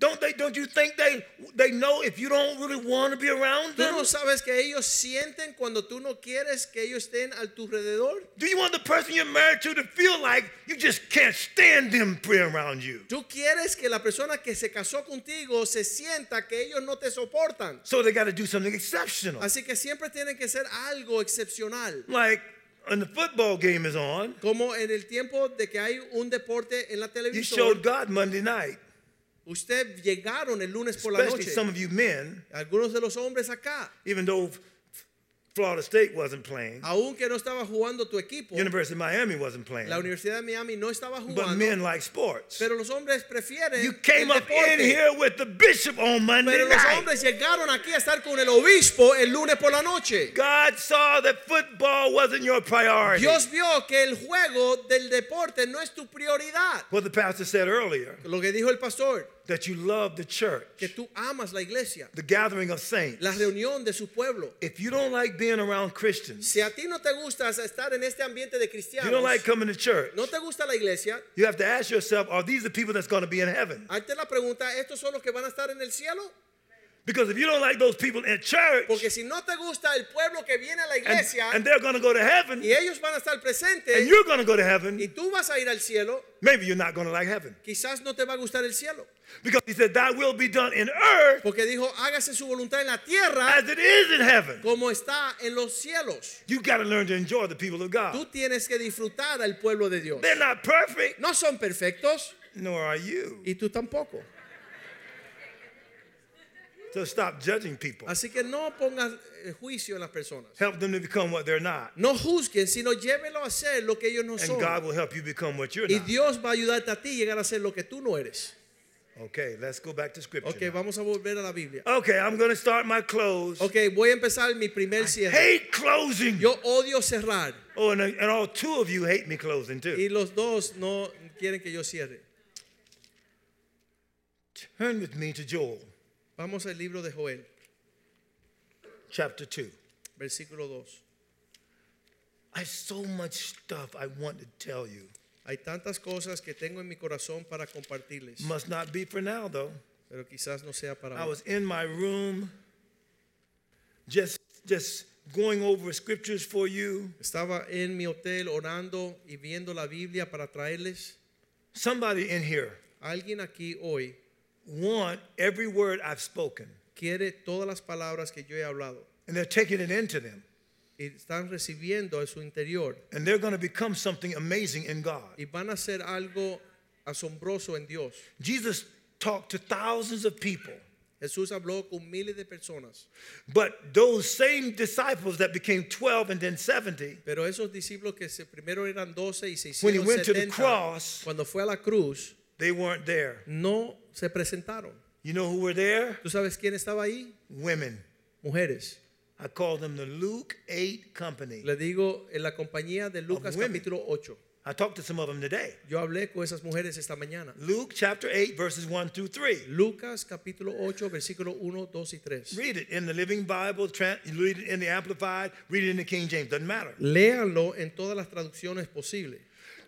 Speaker 1: Don't they? Don't you think they they know if you don't really want to be around
Speaker 2: ¿Tú
Speaker 1: them?
Speaker 2: no sabes que ellos sienten cuando tú no quieres que ellos estén a tu alrededor?
Speaker 1: Do you want the person you're married to to feel like you just can't stand them being around you?
Speaker 2: ¿Tú quieres que la persona que se casó contigo se sienta que ellos no te soportan?
Speaker 1: So they got to do something exceptional.
Speaker 2: Así que siempre tienen que ser algo excepcional.
Speaker 1: Like when the football game is on,
Speaker 2: Como en el tiempo de que hay un deporte en la
Speaker 1: you
Speaker 2: televisión,
Speaker 1: showed God Monday night,
Speaker 2: usted llegaron el lunes por la
Speaker 1: especially
Speaker 2: noche.
Speaker 1: some of you men,
Speaker 2: Algunos de los hombres acá,
Speaker 1: even though Florida State wasn't playing,
Speaker 2: aunque no estaba jugando tu equipo,
Speaker 1: University of Miami wasn't playing,
Speaker 2: la Universidad de Miami no estaba
Speaker 1: but
Speaker 2: jugando,
Speaker 1: men like sports.
Speaker 2: pero los hombres prefieren
Speaker 1: You came
Speaker 2: el
Speaker 1: up in
Speaker 2: deporte.
Speaker 1: here with the bishop on Monday
Speaker 2: Pero los
Speaker 1: night.
Speaker 2: hombres llegaron aquí a estar con el obispo el lunes por la noche.
Speaker 1: God saw that football wasn't your priority.
Speaker 2: Dios vio que el juego del deporte no es tu prioridad.
Speaker 1: What the pastor said earlier,
Speaker 2: Lo que dijo el pastor,
Speaker 1: that you love the church,
Speaker 2: que tú amas la iglesia,
Speaker 1: the gathering of saints.
Speaker 2: la reunión de su pueblo.
Speaker 1: If you don't like being around Christians,
Speaker 2: Si a ti no te gusta estar en este ambiente de
Speaker 1: you
Speaker 2: cristianos,
Speaker 1: don't like coming to church,
Speaker 2: no te gusta la iglesia,
Speaker 1: you have to ask yourself, are these the people that's going to be in heaven?
Speaker 2: hazte la pregunta, ¿estos son los que van a estar en el cielo?
Speaker 1: Because if you don't like those people in church,
Speaker 2: Porque ah. si no te gusta el pueblo que viene a la
Speaker 1: and,
Speaker 2: iglesia
Speaker 1: and they're going to go to heaven,
Speaker 2: y ellos van a estar
Speaker 1: and
Speaker 2: presentes
Speaker 1: you're going to go to
Speaker 2: y
Speaker 1: heaven,
Speaker 2: tú vas a ir al cielo,
Speaker 1: maybe you're not going to like heaven.
Speaker 2: quizás no te va a gustar el cielo.
Speaker 1: Because he said, Thy will be done in earth
Speaker 2: Porque dijo, hágase su voluntad en la tierra
Speaker 1: as it is in heaven.
Speaker 2: como está en los cielos.
Speaker 1: You got to learn to enjoy the people of
Speaker 2: Tú
Speaker 1: God.
Speaker 2: tienes que disfrutar al pueblo de Dios.
Speaker 1: They're not perfect,
Speaker 2: No son perfectos
Speaker 1: nor are you.
Speaker 2: y tú tampoco.
Speaker 1: So stop judging people.
Speaker 2: Así que no pongas eh, juicio en las personas.
Speaker 1: Help them to become what they're not.
Speaker 2: No juzguen, sino llévelo a ser lo que ellos no
Speaker 1: And God
Speaker 2: son.
Speaker 1: will help you become what you're
Speaker 2: Y
Speaker 1: not.
Speaker 2: Dios va a ayudarte a ti llegar a ser lo que tú no eres.
Speaker 1: Okay, let's go back to scripture.
Speaker 2: Ok,
Speaker 1: now.
Speaker 2: vamos a volver a la Biblia.
Speaker 1: Okay, I'm going to start my close.
Speaker 2: Ok, voy a empezar mi primer cierre.
Speaker 1: Hate closing.
Speaker 2: Yo odio cerrar
Speaker 1: Oh, and, and all two of you hate me closing
Speaker 2: y
Speaker 1: too.
Speaker 2: los dos no quieren que yo cierre.
Speaker 1: Turn with me to Joel
Speaker 2: Vamos al libro de Joel,
Speaker 1: chapter 2.
Speaker 2: versículo 2.
Speaker 1: I have so much stuff I want to tell you.
Speaker 2: Hay tantas cosas que tengo en mi corazón para compartirles,
Speaker 1: Must not be for now though.
Speaker 2: pero quizás no sea para
Speaker 1: I
Speaker 2: hoy.
Speaker 1: was in my room just just going over scriptures for you.
Speaker 2: Estaba en mi hotel orando y viendo la Biblia para traerles
Speaker 1: Somebody in here
Speaker 2: alguien aquí hoy
Speaker 1: want every word I've spoken
Speaker 2: quiere todas las palabras que yo he hablado
Speaker 1: and they're taking it into them
Speaker 2: y están recibiendo a su interior
Speaker 1: and they're going to become something amazing in God.
Speaker 2: y van a hacer algo asombroso en Dios.
Speaker 1: Jesus talked to thousands of people,
Speaker 2: Jesús habló con miles de personas,
Speaker 1: but those same disciples that became 12 and then 70,
Speaker 2: pero esos discípulos que se- primero eran 12 y se
Speaker 1: When he
Speaker 2: hicieron
Speaker 1: went to the
Speaker 2: 70,
Speaker 1: cross-
Speaker 2: cuando fue a la cruz,
Speaker 1: they weren't there.
Speaker 2: no se presentaron.
Speaker 1: You know who were there?
Speaker 2: ¿Tú sabes quién estaba ahí?
Speaker 1: Women.
Speaker 2: Mujeres.
Speaker 1: I call them the Luke 8 company.
Speaker 2: Le digo en la compañía de Lucas
Speaker 1: women.
Speaker 2: capítulo 8.
Speaker 1: I talked to some of them today.
Speaker 2: Yo hablé con esas mujeres esta mañana.
Speaker 1: Luke chapter 8, verses 1 through 3.
Speaker 2: Lucas capítulo 8 versículo 1, 2 y 3.
Speaker 1: Read it in the Living Bible, tran- read it in the Amplified, read it in the King James, doesn't matter.
Speaker 2: Léanlo en todas las traducciones posibles.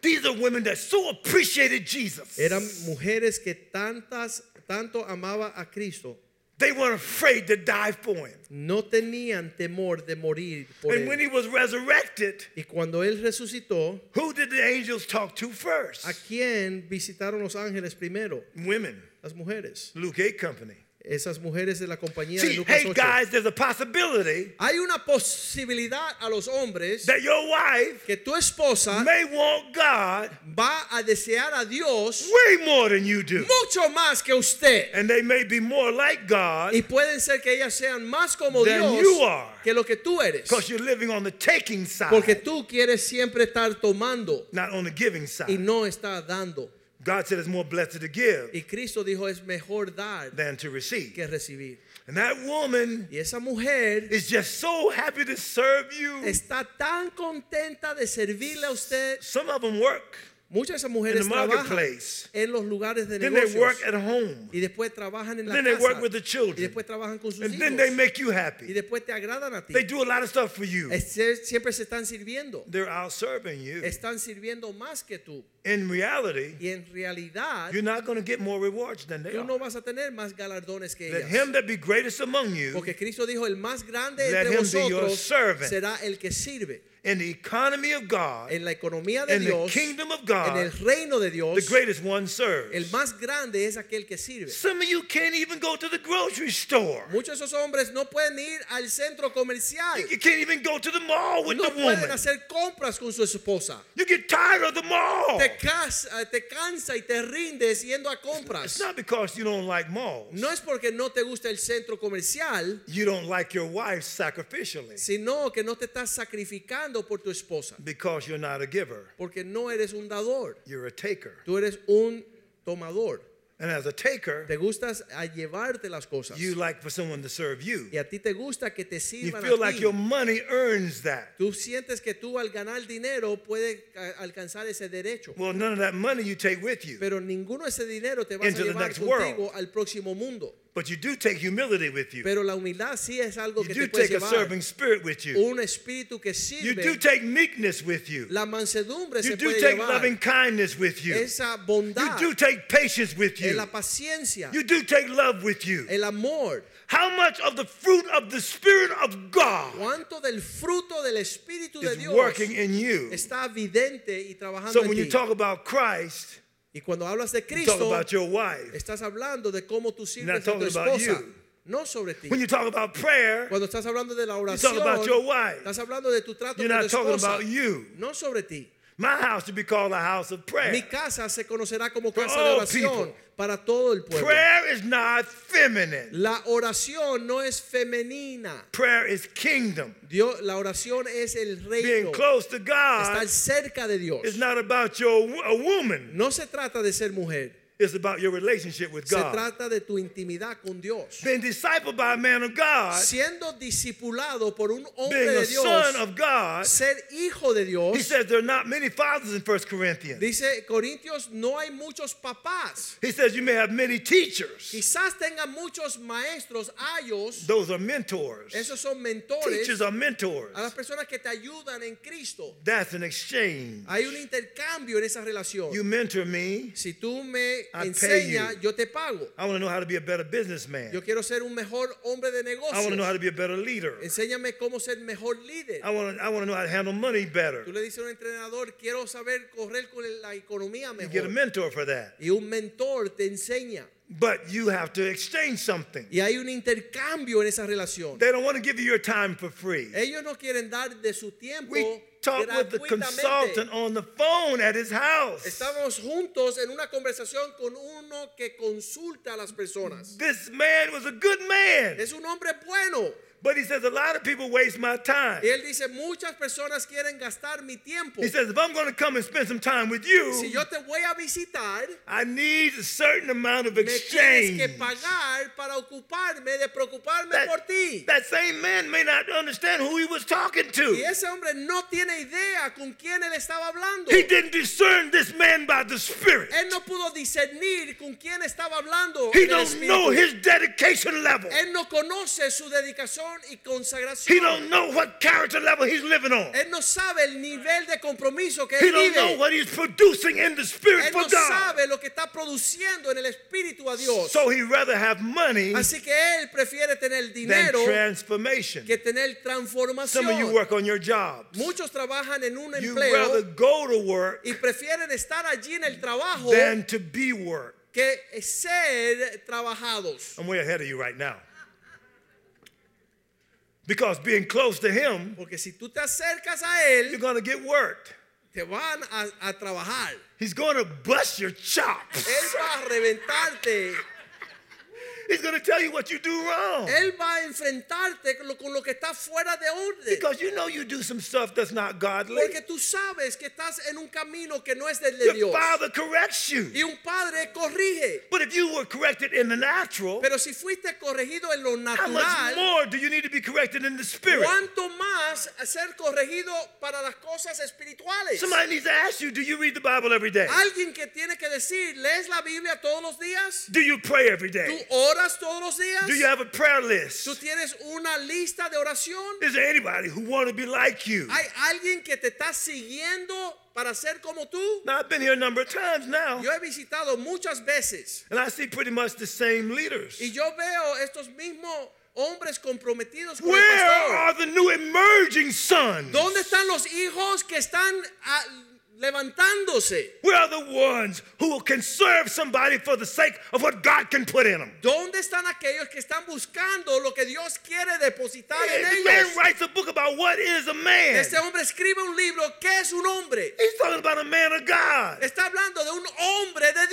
Speaker 1: These are women that so appreciated Jesus.
Speaker 2: Eran mujeres que tantas tanto amaba a Cristo.
Speaker 1: They weren't afraid to die for him.
Speaker 2: No tenían temor de morir por
Speaker 1: And when
Speaker 2: él.
Speaker 1: he was resurrected,
Speaker 2: Y cuando él resucitó,
Speaker 1: Who did the angels talk to first?
Speaker 2: ¿a quién visitaron los ángeles primero?
Speaker 1: Women.
Speaker 2: Las mujeres.
Speaker 1: Luke 8 company.
Speaker 2: Esas mujeres de la compañía de
Speaker 1: See,
Speaker 2: Lucas
Speaker 1: hey
Speaker 2: 8.
Speaker 1: guys, there's a possibility
Speaker 2: Hay una posibilidad a los hombres
Speaker 1: that your wife
Speaker 2: que tu esposa
Speaker 1: may want God
Speaker 2: va a desear a Dios
Speaker 1: way more than you do.
Speaker 2: mucho más que usted.
Speaker 1: And they may be more like God
Speaker 2: Y pueden ser que ellas sean más como
Speaker 1: Then
Speaker 2: Dios
Speaker 1: you are.
Speaker 2: que lo que tú eres.
Speaker 1: because you're living on the taking
Speaker 2: Porque
Speaker 1: side,
Speaker 2: tú quieres siempre estar tomando
Speaker 1: not on the giving
Speaker 2: y
Speaker 1: side.
Speaker 2: no estar dando.
Speaker 1: God said it's more blessed to give
Speaker 2: Y Cristo dijo, es mejor dar
Speaker 1: than to receive.
Speaker 2: que recibir.
Speaker 1: And that woman
Speaker 2: Y esa mujer
Speaker 1: is just so happy to serve you.
Speaker 2: está tan contenta de servirle a usted.
Speaker 1: Some of them work
Speaker 2: Muchas de esas
Speaker 1: in the
Speaker 2: mujeres trabajan
Speaker 1: marketplace.
Speaker 2: en los lugares de
Speaker 1: Then they work
Speaker 2: negocios.
Speaker 1: at home.
Speaker 2: Y después trabajan en la
Speaker 1: Then they
Speaker 2: casa.
Speaker 1: work with the
Speaker 2: Y
Speaker 1: children.
Speaker 2: después trabajan con sus
Speaker 1: And
Speaker 2: hijos.
Speaker 1: then they make you
Speaker 2: y
Speaker 1: happy.
Speaker 2: después te agradan a ti.
Speaker 1: They do a lot of stuff for you.
Speaker 2: Es- se- Siempre se están sirviendo.
Speaker 1: They're out serving you.
Speaker 2: Están sirviendo más que tú.
Speaker 1: In reality,
Speaker 2: Y en realidad,
Speaker 1: you're not going to get more rewards than they
Speaker 2: tú
Speaker 1: are.
Speaker 2: no vas a tener más galardones que
Speaker 1: Let
Speaker 2: ellas.
Speaker 1: him that be greatest among you
Speaker 2: Porque Cristo dijo, el más grande
Speaker 1: Let
Speaker 2: entre
Speaker 1: him be your
Speaker 2: vosotros
Speaker 1: servant.
Speaker 2: será el que sirve.
Speaker 1: in the economy of God,
Speaker 2: En la economía de
Speaker 1: in the
Speaker 2: Dios,
Speaker 1: kingdom of
Speaker 2: en el
Speaker 1: God,
Speaker 2: reino de
Speaker 1: the
Speaker 2: Dios,
Speaker 1: greatest one
Speaker 2: el
Speaker 1: serves.
Speaker 2: más grande es aquel que sirve.
Speaker 1: Some of you can't even go to the grocery store.
Speaker 2: Muchos de esos hombres no pueden ir al centro comercial.
Speaker 1: You can't even go to the mall with
Speaker 2: No
Speaker 1: the
Speaker 2: pueden
Speaker 1: woman.
Speaker 2: hacer compras con su esposa.
Speaker 1: You get tired of the mall.
Speaker 2: Te, casa, te cansa y te rindes yendo a
Speaker 1: It's
Speaker 2: compras.
Speaker 1: not because you don't like malls.
Speaker 2: No es porque no te gusta el centro comercial,
Speaker 1: You don't like your wife sacrificially
Speaker 2: sino que no te estás sacrificando por tu esposa.
Speaker 1: because you're not a giver.
Speaker 2: Porque no eres un dador,
Speaker 1: You're a taker.
Speaker 2: tú eres un tomador.
Speaker 1: And as a taker,
Speaker 2: Te gustas a llevarte las cosas.
Speaker 1: you like for someone to serve you.
Speaker 2: Y a ti te gusta que te
Speaker 1: You
Speaker 2: sirvan
Speaker 1: feel
Speaker 2: a
Speaker 1: like
Speaker 2: ti.
Speaker 1: your money earns that.
Speaker 2: Tú sientes que tú al ganar dinero puedes a- alcanzar ese derecho.
Speaker 1: Well, none of that money you take with you.
Speaker 2: Pero ninguno de ese dinero te vas a
Speaker 1: Into the
Speaker 2: llevar
Speaker 1: next world.
Speaker 2: contigo al próximo mundo.
Speaker 1: But you do take humility with you.
Speaker 2: Pero la humildad sí es algo
Speaker 1: You
Speaker 2: que
Speaker 1: do
Speaker 2: te puede
Speaker 1: take a
Speaker 2: llevar.
Speaker 1: serving spirit with you.
Speaker 2: Un espíritu que
Speaker 1: You do
Speaker 2: sirve.
Speaker 1: take meekness with you.
Speaker 2: La mansedumbre
Speaker 1: You
Speaker 2: se
Speaker 1: do
Speaker 2: puede
Speaker 1: take
Speaker 2: llevar.
Speaker 1: loving kindness with you.
Speaker 2: Esa
Speaker 1: You
Speaker 2: bondad.
Speaker 1: do take patience with
Speaker 2: eh,
Speaker 1: you.
Speaker 2: la paciencia.
Speaker 1: You do take love with you.
Speaker 2: el amor.
Speaker 1: How much of the fruit of the Spirit of God
Speaker 2: Cuánto del fruto del espíritu de
Speaker 1: is
Speaker 2: Dios
Speaker 1: working in you?
Speaker 2: está vidente y trabajando
Speaker 1: So
Speaker 2: en
Speaker 1: when you
Speaker 2: ti.
Speaker 1: talk about Christ,
Speaker 2: y cuando hablas de
Speaker 1: you talk
Speaker 2: Cristo,
Speaker 1: about your wife.
Speaker 2: estás hablando de cómo tú sirves a tu
Speaker 1: talking about
Speaker 2: esposa,
Speaker 1: you.
Speaker 2: no sobre ti.
Speaker 1: When you talk about prayer,
Speaker 2: Cuando estás hablando de la oración,
Speaker 1: about your wife.
Speaker 2: estás hablando de tu trato
Speaker 1: You're
Speaker 2: con
Speaker 1: not
Speaker 2: tu
Speaker 1: talking
Speaker 2: esposa,
Speaker 1: about you.
Speaker 2: no sobre ti.
Speaker 1: My house should be called a house of prayer.
Speaker 2: Mi casa se conocerá como
Speaker 1: For
Speaker 2: casa de
Speaker 1: all
Speaker 2: oración
Speaker 1: people.
Speaker 2: para todo el pueblo.
Speaker 1: Prayer is not feminine.
Speaker 2: La oración no es femenina.
Speaker 1: Prayer is kingdom.
Speaker 2: Dios, la oración es el reino.
Speaker 1: Being close to
Speaker 2: Estar
Speaker 1: God
Speaker 2: cerca de Dios.
Speaker 1: is not about your a woman.
Speaker 2: No se trata de ser mujer.
Speaker 1: It's about your relationship with
Speaker 2: Se
Speaker 1: God.
Speaker 2: trata de tu intimidad con Dios.
Speaker 1: Being discipled by a man of God,
Speaker 2: Siendo discipulado por un hombre
Speaker 1: being a
Speaker 2: de
Speaker 1: son
Speaker 2: Dios,
Speaker 1: of God.
Speaker 2: ser hijo de Dios.
Speaker 1: He says there are not many fathers in 1 Corinthians.
Speaker 2: Dice Corintios, no hay muchos papás.
Speaker 1: He says you may have many teachers.
Speaker 2: Quizás tengan muchos maestros, ayos,
Speaker 1: Those are mentors.
Speaker 2: esos son mentores,
Speaker 1: Teachers are
Speaker 2: a las
Speaker 1: mentors.
Speaker 2: personas que te ayudan en Cristo.
Speaker 1: That's an exchange.
Speaker 2: Hay un intercambio en esa relación.
Speaker 1: You mentor me.
Speaker 2: si tú me
Speaker 1: pay
Speaker 2: enseñas,
Speaker 1: you.
Speaker 2: yo te pago.
Speaker 1: I want to know how to be a better businessman.
Speaker 2: Yo quiero ser un mejor hombre de
Speaker 1: I want to know how
Speaker 2: negocios.
Speaker 1: to be a better leader.
Speaker 2: Enséñame cómo ser mejor líder.
Speaker 1: I want to I want to know how to handle money better.
Speaker 2: Tú le dices a un entrenador, quiero saber correr con la economía
Speaker 1: You get a
Speaker 2: mejor.
Speaker 1: mentor for that.
Speaker 2: Y un mentor te enseña.
Speaker 1: But you have to exchange something.
Speaker 2: Y hay un intercambio en esa relación.
Speaker 1: They don't want to give you your time for free.
Speaker 2: Ellos no quieren dar de su tiempo
Speaker 1: We talked with the
Speaker 2: gratuitamente.
Speaker 1: consultant on the phone at his house.
Speaker 2: Estábamos juntos en una conversación con uno que consulta a las personas.
Speaker 1: This man was a good man.
Speaker 2: Es un hombre bueno.
Speaker 1: But he says a lot of people waste my time.
Speaker 2: Y él dice, muchas personas quieren gastar mi tiempo.
Speaker 1: He says if I'm going to come and spend some time with
Speaker 2: Si
Speaker 1: you,
Speaker 2: yo te voy a visitar,
Speaker 1: I need a certain amount of
Speaker 2: me tienes
Speaker 1: exchange.
Speaker 2: que pagar para ocuparme de preocuparme
Speaker 1: That,
Speaker 2: por ti.
Speaker 1: that same man may not understand who he was talking
Speaker 2: Y
Speaker 1: to.
Speaker 2: ese hombre no tiene idea con quién él estaba hablando.
Speaker 1: He didn't discern this man by the spirit.
Speaker 2: Él no pudo discernir con quién estaba hablando.
Speaker 1: He
Speaker 2: en el
Speaker 1: don't
Speaker 2: espíritu.
Speaker 1: know his dedication level.
Speaker 2: Él no conoce su dedicación y consagración.
Speaker 1: He don't know what character level he's living on.
Speaker 2: Él no sabe el nivel de compromiso que
Speaker 1: He
Speaker 2: él
Speaker 1: don't know
Speaker 2: vive.
Speaker 1: what he's producing in the spirit
Speaker 2: Él
Speaker 1: for
Speaker 2: no
Speaker 1: God.
Speaker 2: sabe lo que está produciendo en el espíritu a Dios.
Speaker 1: So he rather have money
Speaker 2: Así que él prefiere tener
Speaker 1: than
Speaker 2: dinero
Speaker 1: transformation.
Speaker 2: que tener
Speaker 1: Some of you
Speaker 2: transformación.
Speaker 1: work on your jobs.
Speaker 2: Muchos trabajan en un
Speaker 1: You rather
Speaker 2: empleo
Speaker 1: go to work
Speaker 2: y prefieren estar allí en el trabajo
Speaker 1: than to be work.
Speaker 2: que ser trabajados.
Speaker 1: I'm way ahead of you right now. Because being close to him,
Speaker 2: Porque si tú te acercas a
Speaker 1: you're
Speaker 2: él,
Speaker 1: going to get worked.
Speaker 2: te van a, a trabajar. Eh.
Speaker 1: He's going to bust your chops.
Speaker 2: Él va a reventarte.
Speaker 1: He's going to tell you what you do wrong.
Speaker 2: Él va a enfrentarte con lo, con lo que está fuera de orden.
Speaker 1: Because you know you do some stuff that's not godly.
Speaker 2: Porque tú sabes que estás en un camino que no es del de
Speaker 1: Your
Speaker 2: Dios.
Speaker 1: father corrects
Speaker 2: Y
Speaker 1: you.
Speaker 2: un padre corrige.
Speaker 1: But if you were corrected in the natural,
Speaker 2: Pero si fuiste corregido en lo
Speaker 1: how much
Speaker 2: natural,
Speaker 1: more do you need to be corrected in the spirit?
Speaker 2: ¿cuánto más ser corregido para las cosas espirituales?
Speaker 1: Somebody needs to ask you, do you read the Bible every day?
Speaker 2: Alguien que tiene que decir, ¿lees la Biblia todos los días?
Speaker 1: Do you pray every
Speaker 2: ¿Tú
Speaker 1: day?
Speaker 2: oras todos los días?
Speaker 1: Do you have a prayer
Speaker 2: ¿Tú
Speaker 1: list?
Speaker 2: tienes una lista de oración?
Speaker 1: Is there anybody who want to be like you?
Speaker 2: ¿Hay alguien que te está siguiendo para ser como tú?
Speaker 1: Now I've been here a number of times now,
Speaker 2: Yo he visitado muchas veces
Speaker 1: and I see pretty much the same leaders.
Speaker 2: y yo veo estos mismos hombres comprometidos con el
Speaker 1: Where
Speaker 2: pastor.
Speaker 1: are the new emerging sons?
Speaker 2: ¿Dónde están los hijos que están ah, levantándose?
Speaker 1: Where are the ones who will can serve somebody for the sake of what God can put in them?
Speaker 2: ¿Dónde están aquellos que están buscando lo que Dios quiere depositar en
Speaker 1: This man
Speaker 2: ellos?
Speaker 1: writes a book about what is a man.
Speaker 2: Este hombre escribe un libro, ¿qué es un hombre?
Speaker 1: He's talking about a man of God,
Speaker 2: Está hablando de un hombre de
Speaker 1: not a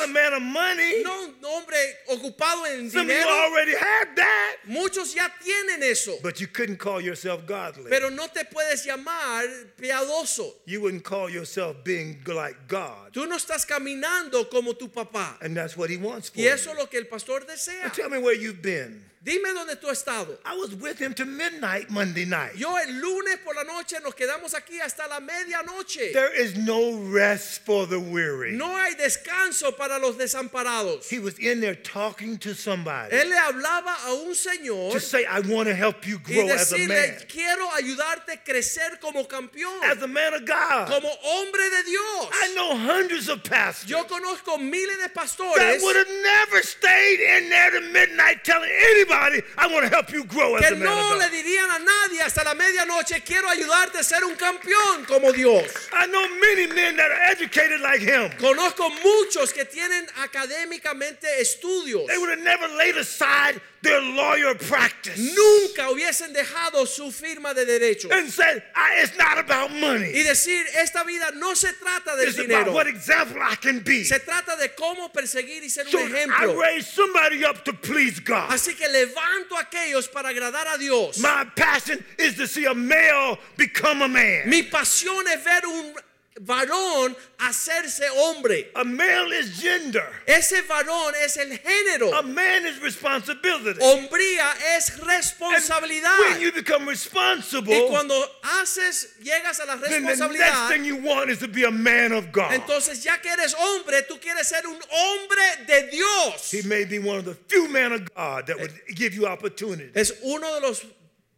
Speaker 2: Dios,
Speaker 1: man of money.
Speaker 2: no un hombre ocupado en
Speaker 1: Some of you
Speaker 2: dinero.
Speaker 1: already have that,
Speaker 2: Muchos ya tienen eso,
Speaker 1: but you couldn't call yourself godly.
Speaker 2: pero no te puedes llamar piadoso.
Speaker 1: You wouldn't call yourself being like God,
Speaker 2: Tú no estás caminando como tu papá.
Speaker 1: and that's what He wants for
Speaker 2: Y eso es
Speaker 1: you.
Speaker 2: lo que el pastor desea.
Speaker 1: Now tell me where you've been.
Speaker 2: Dime dónde tú has estado.
Speaker 1: I was with him to midnight Monday night.
Speaker 2: Yo el lunes por la noche nos quedamos aquí hasta la medianoche.
Speaker 1: There is no rest for the weary.
Speaker 2: No hay descanso para los desamparados.
Speaker 1: He was in there talking to somebody
Speaker 2: Él le hablaba a un señor
Speaker 1: to say, I want to help you
Speaker 2: y
Speaker 1: grow as a man.
Speaker 2: decirle, quiero ayudarte a crecer como campeón,
Speaker 1: As a man of God.
Speaker 2: como hombre de Dios.
Speaker 1: I know hundreds of pastors
Speaker 2: Yo conozco miles de
Speaker 1: that
Speaker 2: pastores
Speaker 1: would have never stayed in there to midnight telling anybody, I want to help you grow as a
Speaker 2: que
Speaker 1: man
Speaker 2: no
Speaker 1: of
Speaker 2: le
Speaker 1: God.
Speaker 2: dirían a nadie hasta la medianoche, quiero ayudarte a ser un campeón como Dios.
Speaker 1: I know many men that are educated like him.
Speaker 2: Conozco muchos que tienen académicamente estudios.
Speaker 1: They would have never laid aside their lawyer practice
Speaker 2: nunca hubiesen dejado su firma de derecho
Speaker 1: and said, I, It's not about
Speaker 2: y
Speaker 1: money.
Speaker 2: decir esta vida no se trata del
Speaker 1: It's about
Speaker 2: dinero
Speaker 1: what example I can be.
Speaker 2: se trata de cómo perseguir y ser
Speaker 1: So
Speaker 2: un ejemplo
Speaker 1: I raise somebody up to please God.
Speaker 2: así que levanto a aquellos para agradar a Dios
Speaker 1: My passion is to see a male become a man.
Speaker 2: mi pasión es ver un varón hacerse hombre
Speaker 1: A male is gender.
Speaker 2: ese varón es el género
Speaker 1: A man is responsibility.
Speaker 2: hombría es
Speaker 1: And
Speaker 2: responsabilidad
Speaker 1: When you become responsible,
Speaker 2: y cuando haces llegas a la
Speaker 1: then the next
Speaker 2: responsabilidad
Speaker 1: thing you want is to be a man of God.
Speaker 2: entonces ya que eres hombre tú quieres ser un hombre de Dios
Speaker 1: he may be one of the few men of God that would give you opportunity.
Speaker 2: es uno de los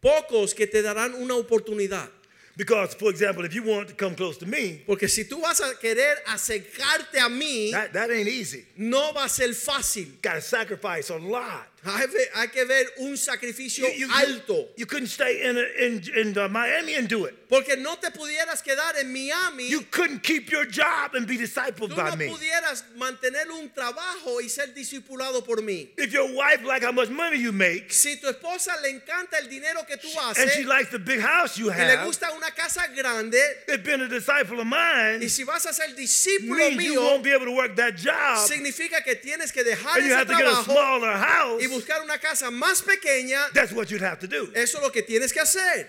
Speaker 2: pocos que te darán una oportunidad.
Speaker 1: Because, for example, if you want to come close to me,
Speaker 2: Porque si tú vas a querer acercarte a mí,
Speaker 1: that, that ain't easy.
Speaker 2: no va a ser fácil.
Speaker 1: Got to sacrifice a lot.
Speaker 2: Hay, ve- hay que ver un sacrificio alto.
Speaker 1: you couldn't stay in, a, in, in uh, Miami and do it.
Speaker 2: Porque no te pudieras quedar en Miami.
Speaker 1: You couldn't keep your job and be discipled
Speaker 2: tú
Speaker 1: by
Speaker 2: no
Speaker 1: me.
Speaker 2: pudieras mantener un trabajo y ser discipulado por mí.
Speaker 1: If your wife like how much money you make
Speaker 2: Si tu esposa le encanta el dinero que tú
Speaker 1: and she
Speaker 2: haces
Speaker 1: likes the big house you
Speaker 2: y le
Speaker 1: have,
Speaker 2: gusta una casa grande,
Speaker 1: if being a disciple of mine
Speaker 2: y si vas a ser discípulo
Speaker 1: means you
Speaker 2: mío,
Speaker 1: won't be able to work that job
Speaker 2: significa que tienes que dejar
Speaker 1: and you
Speaker 2: ese
Speaker 1: have to get a
Speaker 2: trabajo
Speaker 1: smaller house,
Speaker 2: y buscar una casa más pequeña,
Speaker 1: that's what you'd have to do.
Speaker 2: eso es lo que tienes que hacer.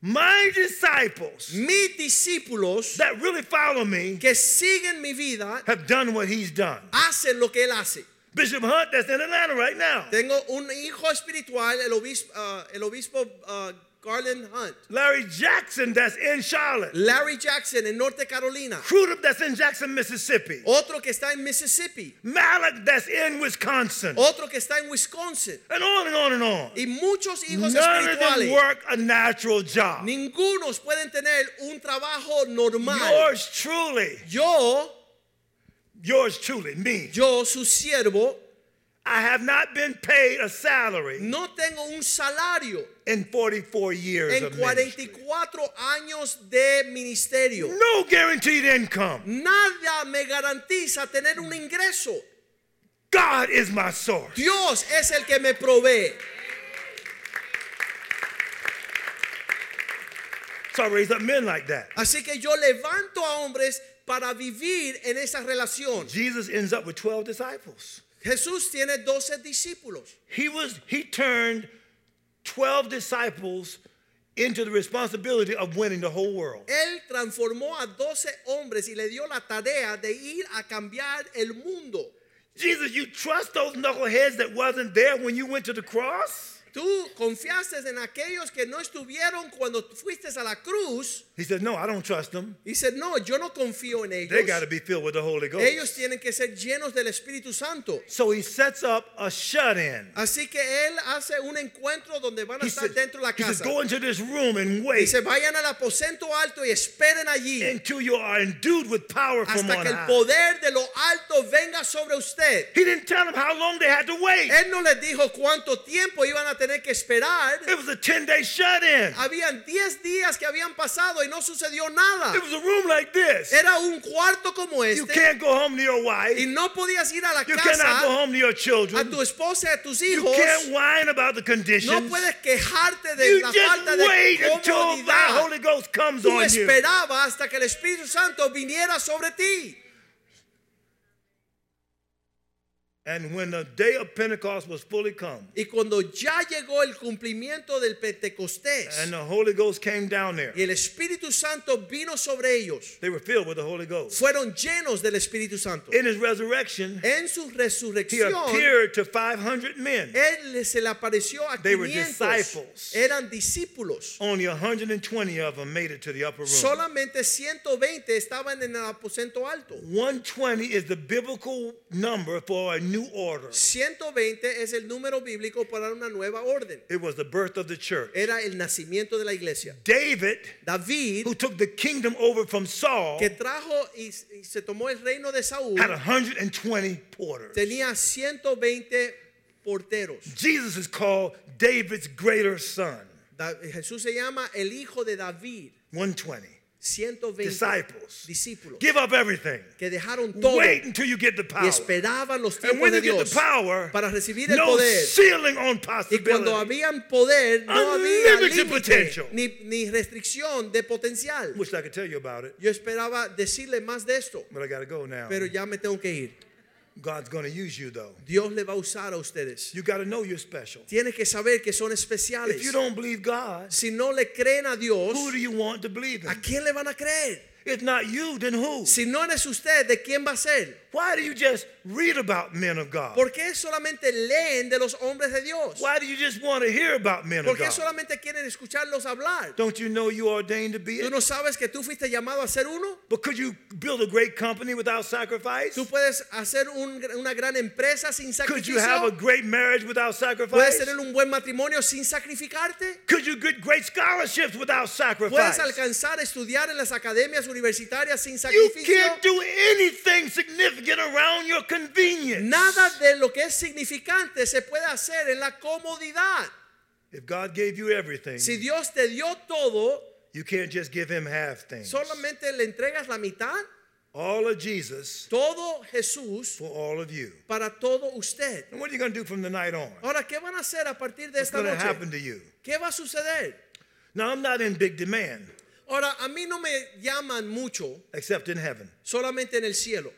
Speaker 1: My disciples
Speaker 2: Mis discípulos
Speaker 1: that really follow me
Speaker 2: que siguen mi vida
Speaker 1: have done what he's done.
Speaker 2: hacen lo que él hace.
Speaker 1: Bishop Hunt, that's in Atlanta right now.
Speaker 2: Tengo un hijo espiritual, el obispo, ah, el obispo ah, Garland Hunt,
Speaker 1: Larry Jackson, that's in Charlotte.
Speaker 2: Larry Jackson en Norte Carolina,
Speaker 1: Crudup, that's in Jackson, Mississippi.
Speaker 2: otro que está en Mississippi,
Speaker 1: Malik, that's in Wisconsin.
Speaker 2: otro que está en Wisconsin
Speaker 1: And on and on and on.
Speaker 2: y muchos hijos
Speaker 1: None of them
Speaker 2: espirituales.
Speaker 1: work a natural job.
Speaker 2: Ningunos pueden tener un trabajo normal.
Speaker 1: Yours truly,
Speaker 2: Yo,
Speaker 1: yours truly, me.
Speaker 2: yo, su siervo,
Speaker 1: I have not been paid a salary
Speaker 2: no tengo un salario.
Speaker 1: in 44 years
Speaker 2: en
Speaker 1: of ministry.
Speaker 2: 44 años de ministerio.
Speaker 1: No guaranteed income.
Speaker 2: Nada me garantiza tener un ingreso.
Speaker 1: God is my source.
Speaker 2: Dios es el que me provee.
Speaker 1: So I raise up men like that.
Speaker 2: Así que yo levanto a hombres para vivir en esa relación.
Speaker 1: Jesus ends up with 12 disciples.
Speaker 2: Jesús tiene 12 discípulos.
Speaker 1: He was he turned 12 disciples into the responsibility of winning the whole world.
Speaker 2: Él transformó a 12 hombres y le dio la tarea de ir a cambiar el mundo.
Speaker 1: Jesus, you trust those knuckleheads that wasn't there when you went to the cross?
Speaker 2: Tú confiaste en aquellos que no estuvieron cuando fuiste a la cruz.
Speaker 1: He said, "No, I don't trust them.
Speaker 2: Dice, no, yo no confío en ellos.
Speaker 1: They got to be filled with the Holy Ghost."
Speaker 2: Ellos tienen que ser llenos del Espíritu Santo.
Speaker 1: So he sets up a shut-in.
Speaker 2: Así que él hace un encuentro donde van a
Speaker 1: He
Speaker 2: estar
Speaker 1: said-
Speaker 2: dentro de la
Speaker 1: he says,
Speaker 2: casa.
Speaker 1: "Go into this room and wait
Speaker 2: Dice, vayan al aposento alto y esperen allí
Speaker 1: until you are endued with power from
Speaker 2: hasta
Speaker 1: on
Speaker 2: que el
Speaker 1: high."
Speaker 2: poder de lo alto venga sobre usted.
Speaker 1: He didn't tell them how long they had to wait.
Speaker 2: Él no les dijo cuánto tiempo iban a tener que esperar.
Speaker 1: It was a 10-day shut-in.
Speaker 2: Habían 10 días que habían pasado y no sucedió nada.
Speaker 1: It was a room like this.
Speaker 2: Era un cuarto como
Speaker 1: You
Speaker 2: este
Speaker 1: can't go home to your wife.
Speaker 2: y no podías ir a la
Speaker 1: You cannot go
Speaker 2: casa
Speaker 1: home to your
Speaker 2: a
Speaker 1: children.
Speaker 2: tu esposa y a tus
Speaker 1: You
Speaker 2: hijos.
Speaker 1: can't whine about the conditions.
Speaker 2: No puedes quejarte de
Speaker 1: you
Speaker 2: la
Speaker 1: just
Speaker 2: falta
Speaker 1: wait
Speaker 2: de
Speaker 1: until the
Speaker 2: comodidad.
Speaker 1: Holy Ghost comes
Speaker 2: Tú
Speaker 1: on you.
Speaker 2: esperabas hasta que el Espíritu Santo viniera sobre ti.
Speaker 1: And when the day of Pentecost was fully come,
Speaker 2: Y cuando ya llegó el cumplimiento del Pentecostés
Speaker 1: and the Holy Ghost came down there,
Speaker 2: y el Espíritu Santo vino sobre ellos,
Speaker 1: they were filled with the Holy Ghost.
Speaker 2: fueron llenos del Espíritu Santo.
Speaker 1: In his resurrection,
Speaker 2: En su
Speaker 1: he
Speaker 2: resurrección,
Speaker 1: appeared to 500 men,
Speaker 2: él le- se le apareció a
Speaker 1: They were
Speaker 2: 500.
Speaker 1: disciples.
Speaker 2: Eran discípulos.
Speaker 1: only 120 of them made it to the upper room.
Speaker 2: Solamente 120 estaban en el aposento alto.
Speaker 1: 120 is the biblical number for a new order.
Speaker 2: 120 es el número bíblico para una nueva orden.
Speaker 1: It was the birth of the church.
Speaker 2: Era el nacimiento de la iglesia.
Speaker 1: David,
Speaker 2: David,
Speaker 1: who took the kingdom over from Saul,
Speaker 2: que trajo y, y se tomó el reino de Saúl,
Speaker 1: had 120 porters.
Speaker 2: tenía 120 porteros.
Speaker 1: Jesus is called David's greater son.
Speaker 2: Da- Jesús se llama el hijo de David.
Speaker 1: 120.
Speaker 2: 120
Speaker 1: Disciples.
Speaker 2: discípulos
Speaker 1: Give up everything.
Speaker 2: que dejaron todo
Speaker 1: Wait until you get the
Speaker 2: y
Speaker 1: power.
Speaker 2: esperaban los
Speaker 1: And
Speaker 2: tiempos
Speaker 1: when
Speaker 2: de
Speaker 1: you get
Speaker 2: Dios
Speaker 1: the power,
Speaker 2: para recibir el
Speaker 1: no
Speaker 2: poder.
Speaker 1: ceiling on
Speaker 2: Y cuando
Speaker 1: possibility.
Speaker 2: habían poder, no había
Speaker 1: Unlimited
Speaker 2: límite
Speaker 1: potential.
Speaker 2: ni, ni restricción de potencial.
Speaker 1: Wish I could tell you about it,
Speaker 2: Yo esperaba decirle más de esto,
Speaker 1: but I got to go now.
Speaker 2: pero ya me tengo que ir.
Speaker 1: God's going to use you, though.
Speaker 2: Dios le va a usar a ustedes.
Speaker 1: You got to know you're special.
Speaker 2: Tienes que saber que son especiales.
Speaker 1: If you don't believe God,
Speaker 2: Si no le creen a Dios,
Speaker 1: who do you want to believe
Speaker 2: ¿a
Speaker 1: in?
Speaker 2: quién le van a creer?
Speaker 1: If not you, then who?
Speaker 2: Si no eres usted, ¿de quién va a ser?
Speaker 1: Why do you just read about men of God?
Speaker 2: ¿Por qué solamente leen de los hombres de Dios?
Speaker 1: Why do you just want to hear about men
Speaker 2: ¿Por
Speaker 1: of
Speaker 2: qué
Speaker 1: God?
Speaker 2: solamente quieren escucharlos hablar?
Speaker 1: Don't you know you ordained to be
Speaker 2: ¿Tú
Speaker 1: it?
Speaker 2: no sabes que tú fuiste llamado a ser uno?
Speaker 1: But could you build a great company without sacrifice?
Speaker 2: ¿Tú puedes hacer un- una gran empresa sin
Speaker 1: Could you have a
Speaker 2: sacrificio?
Speaker 1: great marriage without
Speaker 2: ¿Puedes
Speaker 1: sacrifice?
Speaker 2: tener un buen matrimonio sin sacrificarte?
Speaker 1: Could you get great scholarships without
Speaker 2: ¿Puedes
Speaker 1: sacrifice?
Speaker 2: alcanzar estudiar en las academias universitarias sin
Speaker 1: You
Speaker 2: sacrificio?
Speaker 1: can't do anything significant around your convenience.
Speaker 2: Nada de lo que es significante se puede hacer en la comodidad.
Speaker 1: If God gave you everything,
Speaker 2: Si Dios te dio todo,
Speaker 1: you can't just give him half things.
Speaker 2: solamente le entregas la mitad,
Speaker 1: All of Jesus
Speaker 2: todo Jesús
Speaker 1: for all of you.
Speaker 2: para todo usted.
Speaker 1: And what are you going to do from the night on?
Speaker 2: Ahora, ¿qué van a hacer a partir de
Speaker 1: What's
Speaker 2: esta
Speaker 1: going to happen
Speaker 2: noche?
Speaker 1: to you?
Speaker 2: ¿Qué va a suceder?
Speaker 1: Now, I'm not in big demand,
Speaker 2: Ahora, a mí no me llaman mucho,
Speaker 1: except in heaven.
Speaker 2: solamente en el cielo.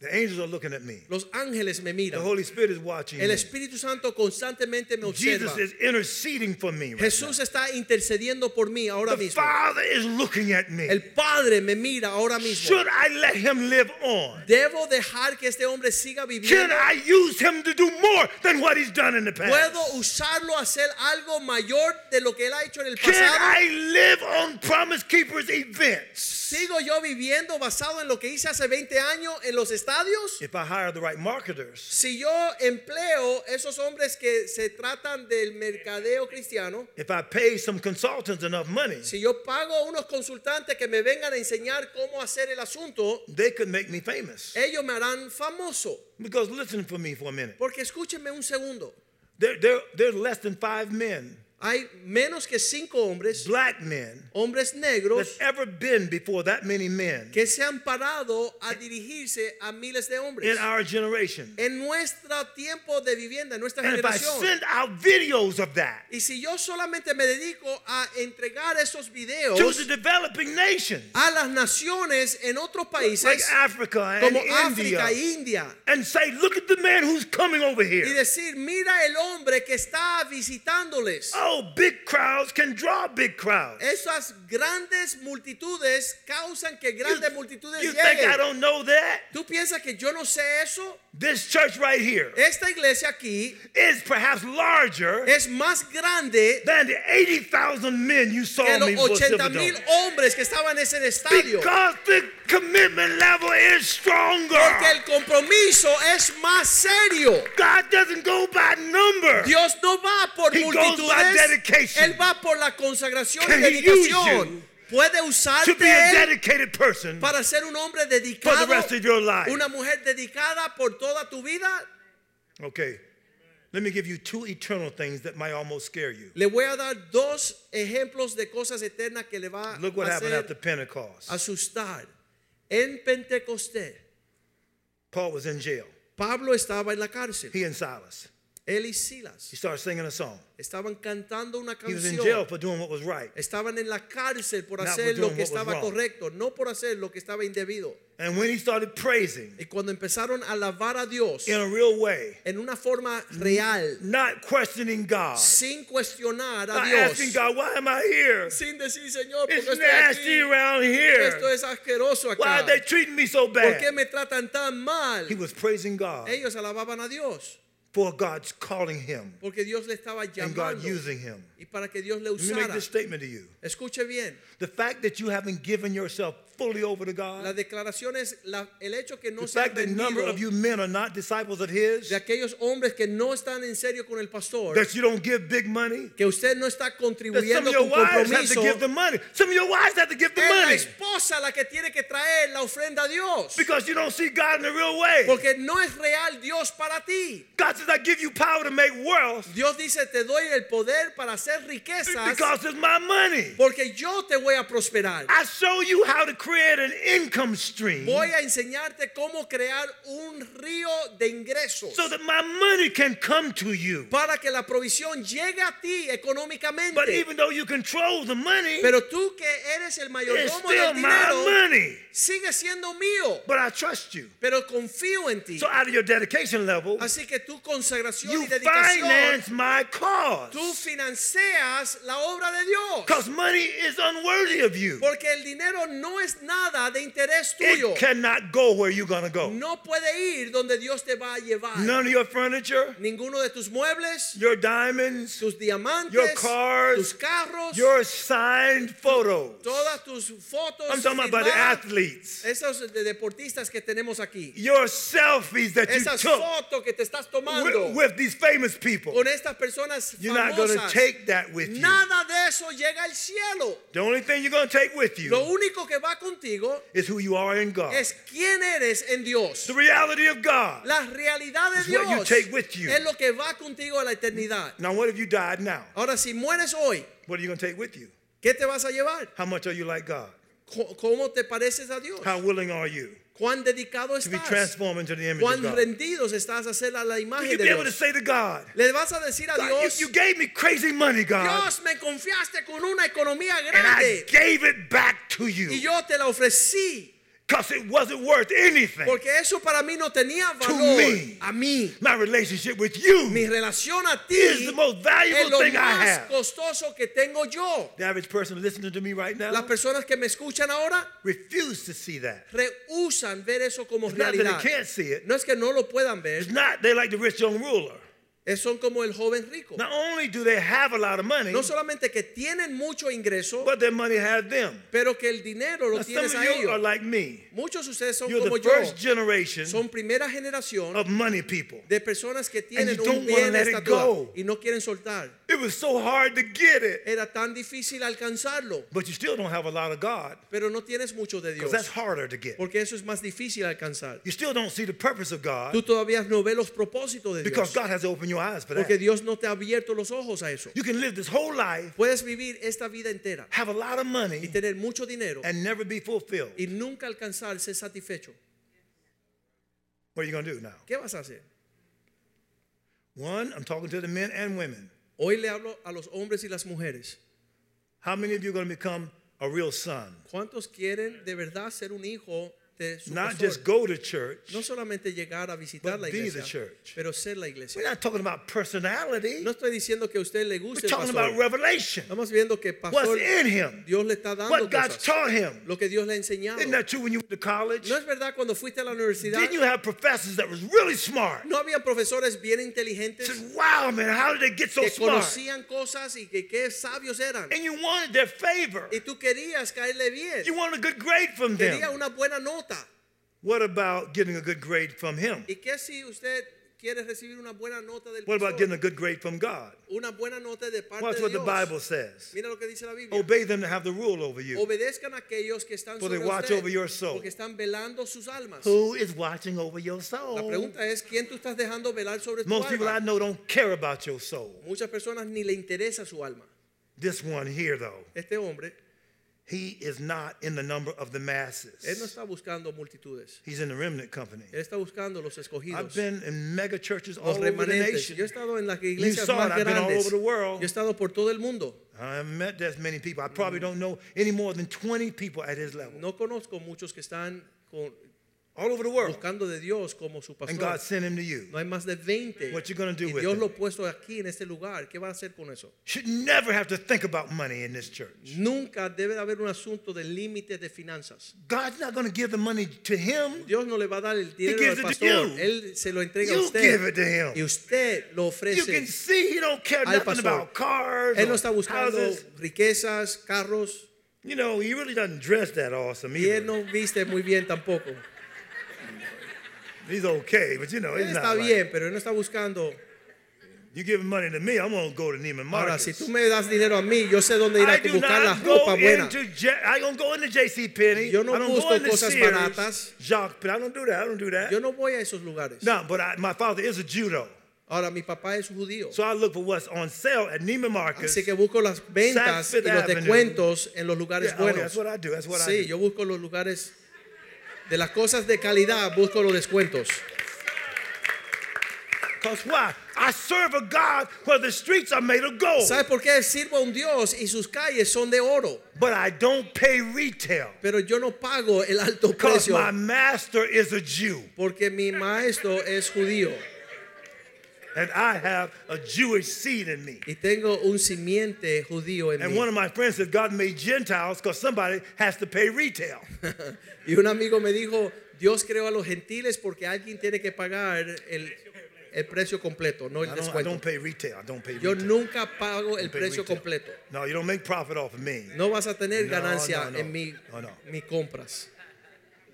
Speaker 1: The angels are looking at me.
Speaker 2: Los ángeles me
Speaker 1: The
Speaker 2: miran.
Speaker 1: Holy Spirit is watching
Speaker 2: El
Speaker 1: me.
Speaker 2: Espíritu Santo constantemente me observa.
Speaker 1: Jesus is interceding for me. Right
Speaker 2: Jesús está intercediendo por mí
Speaker 1: now.
Speaker 2: ahora
Speaker 1: The
Speaker 2: mismo.
Speaker 1: Father is looking at me.
Speaker 2: El Padre me mira ahora mismo.
Speaker 1: Should I let him live on?
Speaker 2: ¿Debo dejar que este hombre siga
Speaker 1: Can
Speaker 2: viviendo?
Speaker 1: I use him to do more than what he's done in the past?
Speaker 2: ¿Puedo usarlo a hacer algo mayor de lo que él ha hecho en el
Speaker 1: Can
Speaker 2: pasado?
Speaker 1: I live on Promise Keepers events?
Speaker 2: ¿Sigo yo viviendo basado en lo que hice hace 20 años en los estadios?
Speaker 1: If I hire the right marketers,
Speaker 2: Si yo empleo esos hombres que se tratan del mercadeo cristiano,
Speaker 1: if I pay some consultants enough money,
Speaker 2: si yo pago a unos consultantes que me vengan a enseñar cómo hacer el asunto,
Speaker 1: they could make me famous.
Speaker 2: ellos me harán famoso.
Speaker 1: Because listen for me for a minute.
Speaker 2: Porque escúchenme un segundo.
Speaker 1: There, there, there's less than five men
Speaker 2: hay menos que cinco hombres,
Speaker 1: black men,
Speaker 2: hombres
Speaker 1: that's
Speaker 2: negros,
Speaker 1: ever been before that many men
Speaker 2: que se han parado a dirigirse a miles de hombres.
Speaker 1: in our generation.
Speaker 2: En nuestro tiempo de vivienda, en nuestra
Speaker 1: And if I
Speaker 2: generación.
Speaker 1: send out videos of that
Speaker 2: Y si yo solamente me dedico a entregar esos
Speaker 1: to
Speaker 2: videos
Speaker 1: the developing nations
Speaker 2: a las naciones en otros
Speaker 1: like
Speaker 2: países
Speaker 1: Africa and
Speaker 2: como África e
Speaker 1: India
Speaker 2: India
Speaker 1: and say, look at the man who's coming over
Speaker 2: y
Speaker 1: here.
Speaker 2: decir, mira el hombre que está visitándoles.
Speaker 1: Oh, big crowds can draw big crowds.
Speaker 2: Esas grandes multitudes causan que
Speaker 1: You,
Speaker 2: grandes multitudes
Speaker 1: you think I
Speaker 2: lleguen.
Speaker 1: don't know that?
Speaker 2: ¿Tú piensas que yo no sé eso?
Speaker 1: This church right here
Speaker 2: Esta iglesia aquí
Speaker 1: is perhaps larger
Speaker 2: es más grande
Speaker 1: than the 80,000 men you saw
Speaker 2: que los
Speaker 1: me before
Speaker 2: 80 mil
Speaker 1: Silverdome.
Speaker 2: hombres que estaban en ese estadio.
Speaker 1: Because the commitment level is stronger.
Speaker 2: Porque el compromiso es más serio.
Speaker 1: God doesn't go by number.
Speaker 2: Dios no va por
Speaker 1: He goes by
Speaker 2: multitudes.
Speaker 1: dedication.
Speaker 2: Él va por la consagración y
Speaker 1: Can he use
Speaker 2: dedicación. Puede
Speaker 1: to be a
Speaker 2: usarte él
Speaker 1: dedicated person
Speaker 2: para ser un hombre
Speaker 1: for
Speaker 2: dedicado,
Speaker 1: the rest of your life.
Speaker 2: una mujer dedicada por toda tu vida.
Speaker 1: Okay. Let me give you two eternal things that might almost scare you.
Speaker 2: Le voy a dar dos ejemplos de cosas eternas que le va
Speaker 1: Look what
Speaker 2: a
Speaker 1: happened after
Speaker 2: hacer
Speaker 1: Pentecost.
Speaker 2: asustar. En Pentecostés,
Speaker 1: Paul was in jail.
Speaker 2: Pablo estaba en la cárcel.
Speaker 1: He and Silas.
Speaker 2: Él y
Speaker 1: He
Speaker 2: Silas
Speaker 1: started singing a song.
Speaker 2: estaban cantando una
Speaker 1: He was in jail
Speaker 2: canción.
Speaker 1: for doing what was right.
Speaker 2: Estaban en la cárcel por
Speaker 1: Not
Speaker 2: hacer
Speaker 1: for
Speaker 2: lo
Speaker 1: doing
Speaker 2: que
Speaker 1: what was
Speaker 2: estaba
Speaker 1: wrong.
Speaker 2: correcto, no por hacer lo que estaba indebido.
Speaker 1: And when he started praising
Speaker 2: Y cuando empezaron a alabar a Dios
Speaker 1: in a real way,
Speaker 2: en una forma real,
Speaker 1: not questioning God,
Speaker 2: sin cuestionar a
Speaker 1: not
Speaker 2: Dios,
Speaker 1: asking God, why am I here?
Speaker 2: sin decir, Señor, porque
Speaker 1: It's
Speaker 2: estoy
Speaker 1: nasty
Speaker 2: aquí,
Speaker 1: around
Speaker 2: esto
Speaker 1: here.
Speaker 2: es asqueroso
Speaker 1: Why
Speaker 2: acá,
Speaker 1: are they treating me so
Speaker 2: ¿por qué
Speaker 1: bad?
Speaker 2: me tratan tan mal?
Speaker 1: He was praising God
Speaker 2: Ellos alababan a Dios
Speaker 1: for God's calling him
Speaker 2: porque Dios le estaba
Speaker 1: and God
Speaker 2: llamando
Speaker 1: using him.
Speaker 2: y para que Dios le
Speaker 1: Let me make
Speaker 2: usara.
Speaker 1: this statement to you.
Speaker 2: Escuche bien,
Speaker 1: The fact that you haven't given yourself fully over to
Speaker 2: la
Speaker 1: God,
Speaker 2: declaración es la- el hecho que no
Speaker 1: the
Speaker 2: se ha
Speaker 1: fact that a number
Speaker 2: rendido
Speaker 1: of you men are not disciples of His,
Speaker 2: de aquellos hombres que no están en serio con el pastor,
Speaker 1: that you don't give big money,
Speaker 2: que usted no está
Speaker 1: that some
Speaker 2: contribuyendo
Speaker 1: of your
Speaker 2: con
Speaker 1: wives have to
Speaker 2: compromiso.
Speaker 1: give the money. Some of your wives have to give the
Speaker 2: Es la
Speaker 1: money
Speaker 2: esposa la que tiene que traer la ofrenda a Dios.
Speaker 1: because you don't see God in the real way.
Speaker 2: Porque no es real Dios para ti.
Speaker 1: God says, I give you power to make wealth
Speaker 2: Dios dice, te doy el poder para hacer riquezas
Speaker 1: because it's my money.
Speaker 2: porque yo te voy a prosperar.
Speaker 1: I show you how to create an income stream
Speaker 2: Voy a enseñarte cómo crear un río de ingresos
Speaker 1: so that my money can come to you.
Speaker 2: para que la provisión llegue a ti
Speaker 1: But
Speaker 2: económicamente.
Speaker 1: even though you control the money,
Speaker 2: Pero tú que eres el
Speaker 1: it's
Speaker 2: mayordomo
Speaker 1: still
Speaker 2: del
Speaker 1: my
Speaker 2: dinero,
Speaker 1: money.
Speaker 2: sigue siendo mío.
Speaker 1: But I trust you.
Speaker 2: Pero confío en ti.
Speaker 1: So out of your dedication level,
Speaker 2: Así que tu consagración
Speaker 1: you
Speaker 2: y dedicación
Speaker 1: finance my
Speaker 2: Tú
Speaker 1: cause.
Speaker 2: financias la obra de Dios.
Speaker 1: Because money is unworthy of you.
Speaker 2: Porque el dinero no es nada de interés tuyo.
Speaker 1: It cannot go where you're going to go.
Speaker 2: No puede ir donde Dios te va a llevar.
Speaker 1: None of your furniture,
Speaker 2: Ninguno de tus muebles,
Speaker 1: your diamonds,
Speaker 2: tus diamantes,
Speaker 1: Your cars,
Speaker 2: tus carros,
Speaker 1: your signed photos.
Speaker 2: todas tus fotos.
Speaker 1: I'm talking about the
Speaker 2: firmadas,
Speaker 1: athletes.
Speaker 2: Esos de deportistas que tenemos aquí.
Speaker 1: Your selfies that you
Speaker 2: Esas
Speaker 1: took
Speaker 2: fotos que te estás tomando
Speaker 1: with, with these famous people.
Speaker 2: con estas personas
Speaker 1: You're not going to
Speaker 2: famosas.
Speaker 1: take that with you.
Speaker 2: Nada de eso llega al cielo.
Speaker 1: The only thing you're going to take with
Speaker 2: Lo
Speaker 1: you
Speaker 2: único que va contigo
Speaker 1: is who you are in God.
Speaker 2: es quién eres en Dios.
Speaker 1: The reality of God.
Speaker 2: La realidad de
Speaker 1: It's what you
Speaker 2: Dios
Speaker 1: take with you.
Speaker 2: es lo que va contigo a la eternidad.
Speaker 1: Now, what if you died now?
Speaker 2: Ahora, si mueres hoy,
Speaker 1: What are you going to take with you?
Speaker 2: ¿qué te vas a llevar?
Speaker 1: How much are you like God?
Speaker 2: Co- ¿Cómo te pareces a Dios?
Speaker 1: How willing are you
Speaker 2: ¿Cuán dedicado
Speaker 1: to be
Speaker 2: estás?
Speaker 1: transformed into the image of
Speaker 2: ¿Cuán
Speaker 1: God?
Speaker 2: rendidos estás a hacer a la
Speaker 1: Will
Speaker 2: imagen
Speaker 1: you
Speaker 2: de
Speaker 1: be able to
Speaker 2: Dios?
Speaker 1: say to God,
Speaker 2: Le vas a decir a
Speaker 1: God,
Speaker 2: Dios,
Speaker 1: you, you gave me crazy money, God,
Speaker 2: Dios, me confiaste con una economía
Speaker 1: and I
Speaker 2: grande
Speaker 1: gave it back to
Speaker 2: y
Speaker 1: you
Speaker 2: yo te la ofrecí
Speaker 1: because it wasn't worth anything.
Speaker 2: porque eso para mí no tenía
Speaker 1: To
Speaker 2: valor
Speaker 1: me.
Speaker 2: a mí.
Speaker 1: My relationship with
Speaker 2: Mi
Speaker 1: you
Speaker 2: relación a ti
Speaker 1: is the most
Speaker 2: es
Speaker 1: valuable
Speaker 2: lo
Speaker 1: thing I
Speaker 2: más
Speaker 1: have.
Speaker 2: costoso que tengo yo.
Speaker 1: The average person listening to me right
Speaker 2: Las
Speaker 1: now
Speaker 2: personas que me escuchan ahora
Speaker 1: refuse to see that.
Speaker 2: rehusan ver eso como
Speaker 1: It's not
Speaker 2: realidad.
Speaker 1: that they can't see it.
Speaker 2: No es que no lo puedan
Speaker 1: It's
Speaker 2: ver,
Speaker 1: not they like the rich young ruler.
Speaker 2: es- son como el joven rico.
Speaker 1: Not only do they have a lot of money,
Speaker 2: No solamente que tienen mucho ingreso,
Speaker 1: but their money has them.
Speaker 2: pero que el dinero
Speaker 1: Now,
Speaker 2: lo
Speaker 1: some
Speaker 2: tienes
Speaker 1: of
Speaker 2: a
Speaker 1: you are
Speaker 2: ellos.
Speaker 1: like me.
Speaker 2: Muchos de ustedes son
Speaker 1: You're
Speaker 2: como
Speaker 1: the
Speaker 2: yo,
Speaker 1: first generation
Speaker 2: son primera generación
Speaker 1: of money people.
Speaker 2: de personas que
Speaker 1: you
Speaker 2: tienen
Speaker 1: don't
Speaker 2: un
Speaker 1: wanna
Speaker 2: bien
Speaker 1: let it
Speaker 2: estatal
Speaker 1: go.
Speaker 2: y no quieren soltar.
Speaker 1: It was so hard to get it.
Speaker 2: Era tan difícil alcanzarlo,
Speaker 1: But you still don't have a lot of God
Speaker 2: pero no tienes mucho de Dios,
Speaker 1: because that's harder to get.
Speaker 2: porque eso es más difícil alcanzar.
Speaker 1: You still don't see the purpose of
Speaker 2: Tú
Speaker 1: God
Speaker 2: todavía no ves los propósitos de
Speaker 1: because
Speaker 2: Dios,
Speaker 1: God has to open your eyes for
Speaker 2: porque
Speaker 1: that.
Speaker 2: Dios no te ha abierto los ojos a eso.
Speaker 1: You can live this whole life,
Speaker 2: Puedes vivir esta vida entera
Speaker 1: have a lot of
Speaker 2: y
Speaker 1: money,
Speaker 2: tener mucho dinero
Speaker 1: and never be fulfilled.
Speaker 2: y nunca alcanzarse satisfecho.
Speaker 1: What are you going to do now?
Speaker 2: ¿Qué vas a hacer?
Speaker 1: One, I'm talking to the men and women.
Speaker 2: Hoy le hablo a los hombres y las mujeres.
Speaker 1: How many of you are going to become a real son?
Speaker 2: ¿Cuántos quieren de verdad ser un hijo de su
Speaker 1: Not
Speaker 2: pastor?
Speaker 1: just go to church.
Speaker 2: No solamente llegar a visitar
Speaker 1: But
Speaker 2: la
Speaker 1: be
Speaker 2: iglesia,
Speaker 1: the church.
Speaker 2: pero ser la
Speaker 1: We're
Speaker 2: iglesia.
Speaker 1: not talking about personality.
Speaker 2: No estoy diciendo que a usted le
Speaker 1: We're
Speaker 2: guste el
Speaker 1: talking about
Speaker 2: pastor.
Speaker 1: revelation.
Speaker 2: Estamos viendo que
Speaker 1: What's
Speaker 2: pastor
Speaker 1: in him?
Speaker 2: Dios le está dando
Speaker 1: What God's
Speaker 2: cosas,
Speaker 1: taught him.
Speaker 2: lo que Dios le ha enseñado.
Speaker 1: Isn't that true when you went to college?
Speaker 2: No es verdad cuando fuiste a la universidad
Speaker 1: Didn't you have professors that was really smart?
Speaker 2: no había profesores bien inteligentes
Speaker 1: Said, wow, man, how did they get so
Speaker 2: que
Speaker 1: smart?
Speaker 2: conocían cosas y que qué sabios eran.
Speaker 1: And you wanted their favor.
Speaker 2: Y tú querías caerle bien.
Speaker 1: You wanted a good grade from
Speaker 2: Quería
Speaker 1: them.
Speaker 2: una buena nota.
Speaker 1: What about getting a good grade from him?
Speaker 2: ¿Y qué si usted quiere recibir una buena nota del
Speaker 1: What about
Speaker 2: pastor?
Speaker 1: getting a good grade from God?
Speaker 2: una buena nota de parte
Speaker 1: Watch
Speaker 2: de
Speaker 1: what the
Speaker 2: Dios.
Speaker 1: Bible says.
Speaker 2: Mira lo que dice la Biblia.
Speaker 1: Obey them to have the rule over you.
Speaker 2: Obedezcan a aquellos que están
Speaker 1: For they
Speaker 2: sobre
Speaker 1: watch
Speaker 2: usted,
Speaker 1: over your soul.
Speaker 2: porque están velando sus almas.
Speaker 1: Who is watching over your
Speaker 2: La
Speaker 1: soul?
Speaker 2: pregunta es quién tú estás dejando velar sobre tu
Speaker 1: Most people I
Speaker 2: alma.
Speaker 1: know don't care about your soul.
Speaker 2: Muchas personas ni le interesa su alma.
Speaker 1: This one here, though,
Speaker 2: Este hombre,
Speaker 1: he is not in the number of the
Speaker 2: él no
Speaker 1: masses.
Speaker 2: está buscando multitudes.
Speaker 1: He's in the remnant company.
Speaker 2: Él está buscando los
Speaker 1: I've
Speaker 2: escogidos,
Speaker 1: been in mega churches all
Speaker 2: los
Speaker 1: over the
Speaker 2: remanentes. Yo he
Speaker 1: nation.
Speaker 2: estado en las iglesias
Speaker 1: saw it,
Speaker 2: más
Speaker 1: I've been all
Speaker 2: grandes.
Speaker 1: over the world.
Speaker 2: Yo he estado por todo el mundo.
Speaker 1: I haven't met that many people. I probably don't know any more than 20 people at his level.
Speaker 2: Mm-hmm. No conozco muchos que están con-
Speaker 1: All over the world.
Speaker 2: buscando de Dios como su
Speaker 1: And God
Speaker 2: pastor.
Speaker 1: sent him to you.
Speaker 2: No hay más de 20.
Speaker 1: What you gonna do
Speaker 2: y
Speaker 1: with
Speaker 2: Dios
Speaker 1: it?
Speaker 2: lo ha puesto aquí en este lugar. ¿Qué va a hacer con eso?
Speaker 1: Should never have to think about money in this church.
Speaker 2: Nunca debe de haber un asunto de límites de finanzas.
Speaker 1: God's not going to give the money to him.
Speaker 2: Dios no le va a dar el dinero
Speaker 1: gives
Speaker 2: al
Speaker 1: it to
Speaker 2: pastor.
Speaker 1: you.
Speaker 2: Él se lo entrega a
Speaker 1: You give it to
Speaker 2: usted.
Speaker 1: him.
Speaker 2: Y usted lo
Speaker 1: You can
Speaker 2: ofrece
Speaker 1: see he don't care
Speaker 2: al
Speaker 1: nothing
Speaker 2: pastor.
Speaker 1: about cars,
Speaker 2: Él no
Speaker 1: or
Speaker 2: está buscando
Speaker 1: houses.
Speaker 2: riquezas, carros.
Speaker 1: You know, he really doesn't dress that awesome
Speaker 2: Y él
Speaker 1: either.
Speaker 2: no viste muy bien tampoco.
Speaker 1: He's okay, but you know,
Speaker 2: Él
Speaker 1: it's
Speaker 2: está
Speaker 1: not like-
Speaker 2: bien, pero él no está buscando.
Speaker 1: You giving money to me, I'm gonna go to Neiman
Speaker 2: Ahora,
Speaker 1: Marcus.
Speaker 2: si tú me das dinero a mí, yo sé dónde ir
Speaker 1: I
Speaker 2: a
Speaker 1: do
Speaker 2: buscar la
Speaker 1: not go
Speaker 2: ropa buena.
Speaker 1: into J- I don't go into J.C. Penney.
Speaker 2: Yo no
Speaker 1: I don't go
Speaker 2: busco
Speaker 1: into
Speaker 2: cosas
Speaker 1: Sears,
Speaker 2: baratas.
Speaker 1: Jacques, Penney. I don't do that. I don't do that.
Speaker 2: Yo no voy a esos lugares.
Speaker 1: No, but I, my father is a judo,
Speaker 2: Ahora, mi papá es judío.
Speaker 1: so I look for what's on sale at Neiman Marcus.
Speaker 2: Así que busco las ventas y
Speaker 1: Saks Fifth
Speaker 2: los
Speaker 1: Avenue.
Speaker 2: descuentos en los lugares
Speaker 1: Yeah, oh,
Speaker 2: buenos.
Speaker 1: that's what I do. That's what I
Speaker 2: Sí,
Speaker 1: do.
Speaker 2: yo busco los lugares de las cosas de calidad, busco los descuentos.
Speaker 1: Cause why? I serve a God where the streets are made of gold,
Speaker 2: ¿Sabes por qué? Sirvo a un Dios y sus calles son de oro,
Speaker 1: but I don't pay retail.
Speaker 2: pero yo no pago el alto
Speaker 1: Because
Speaker 2: precio
Speaker 1: my master is a Jew,
Speaker 2: porque mi maestro es judío
Speaker 1: and I have a Jewish seed in me.
Speaker 2: y tengo un simiente judío en
Speaker 1: And
Speaker 2: mí.
Speaker 1: one of my friends said God made Gentiles because somebody has to pay retail.
Speaker 2: Y un amigo me dijo, Dios creó a los gentiles porque alguien tiene que pagar el, el precio completo, no el
Speaker 1: I don't, I
Speaker 2: descuento.
Speaker 1: don't pay retail. I don't pay
Speaker 2: Yo
Speaker 1: retail.
Speaker 2: nunca pago el
Speaker 1: Pay
Speaker 2: precio
Speaker 1: retail.
Speaker 2: completo.
Speaker 1: No, you don't make profit off of me.
Speaker 2: No vas a tener
Speaker 1: No,
Speaker 2: ganancia
Speaker 1: no, no.
Speaker 2: en mi,
Speaker 1: No, no.
Speaker 2: mis compras.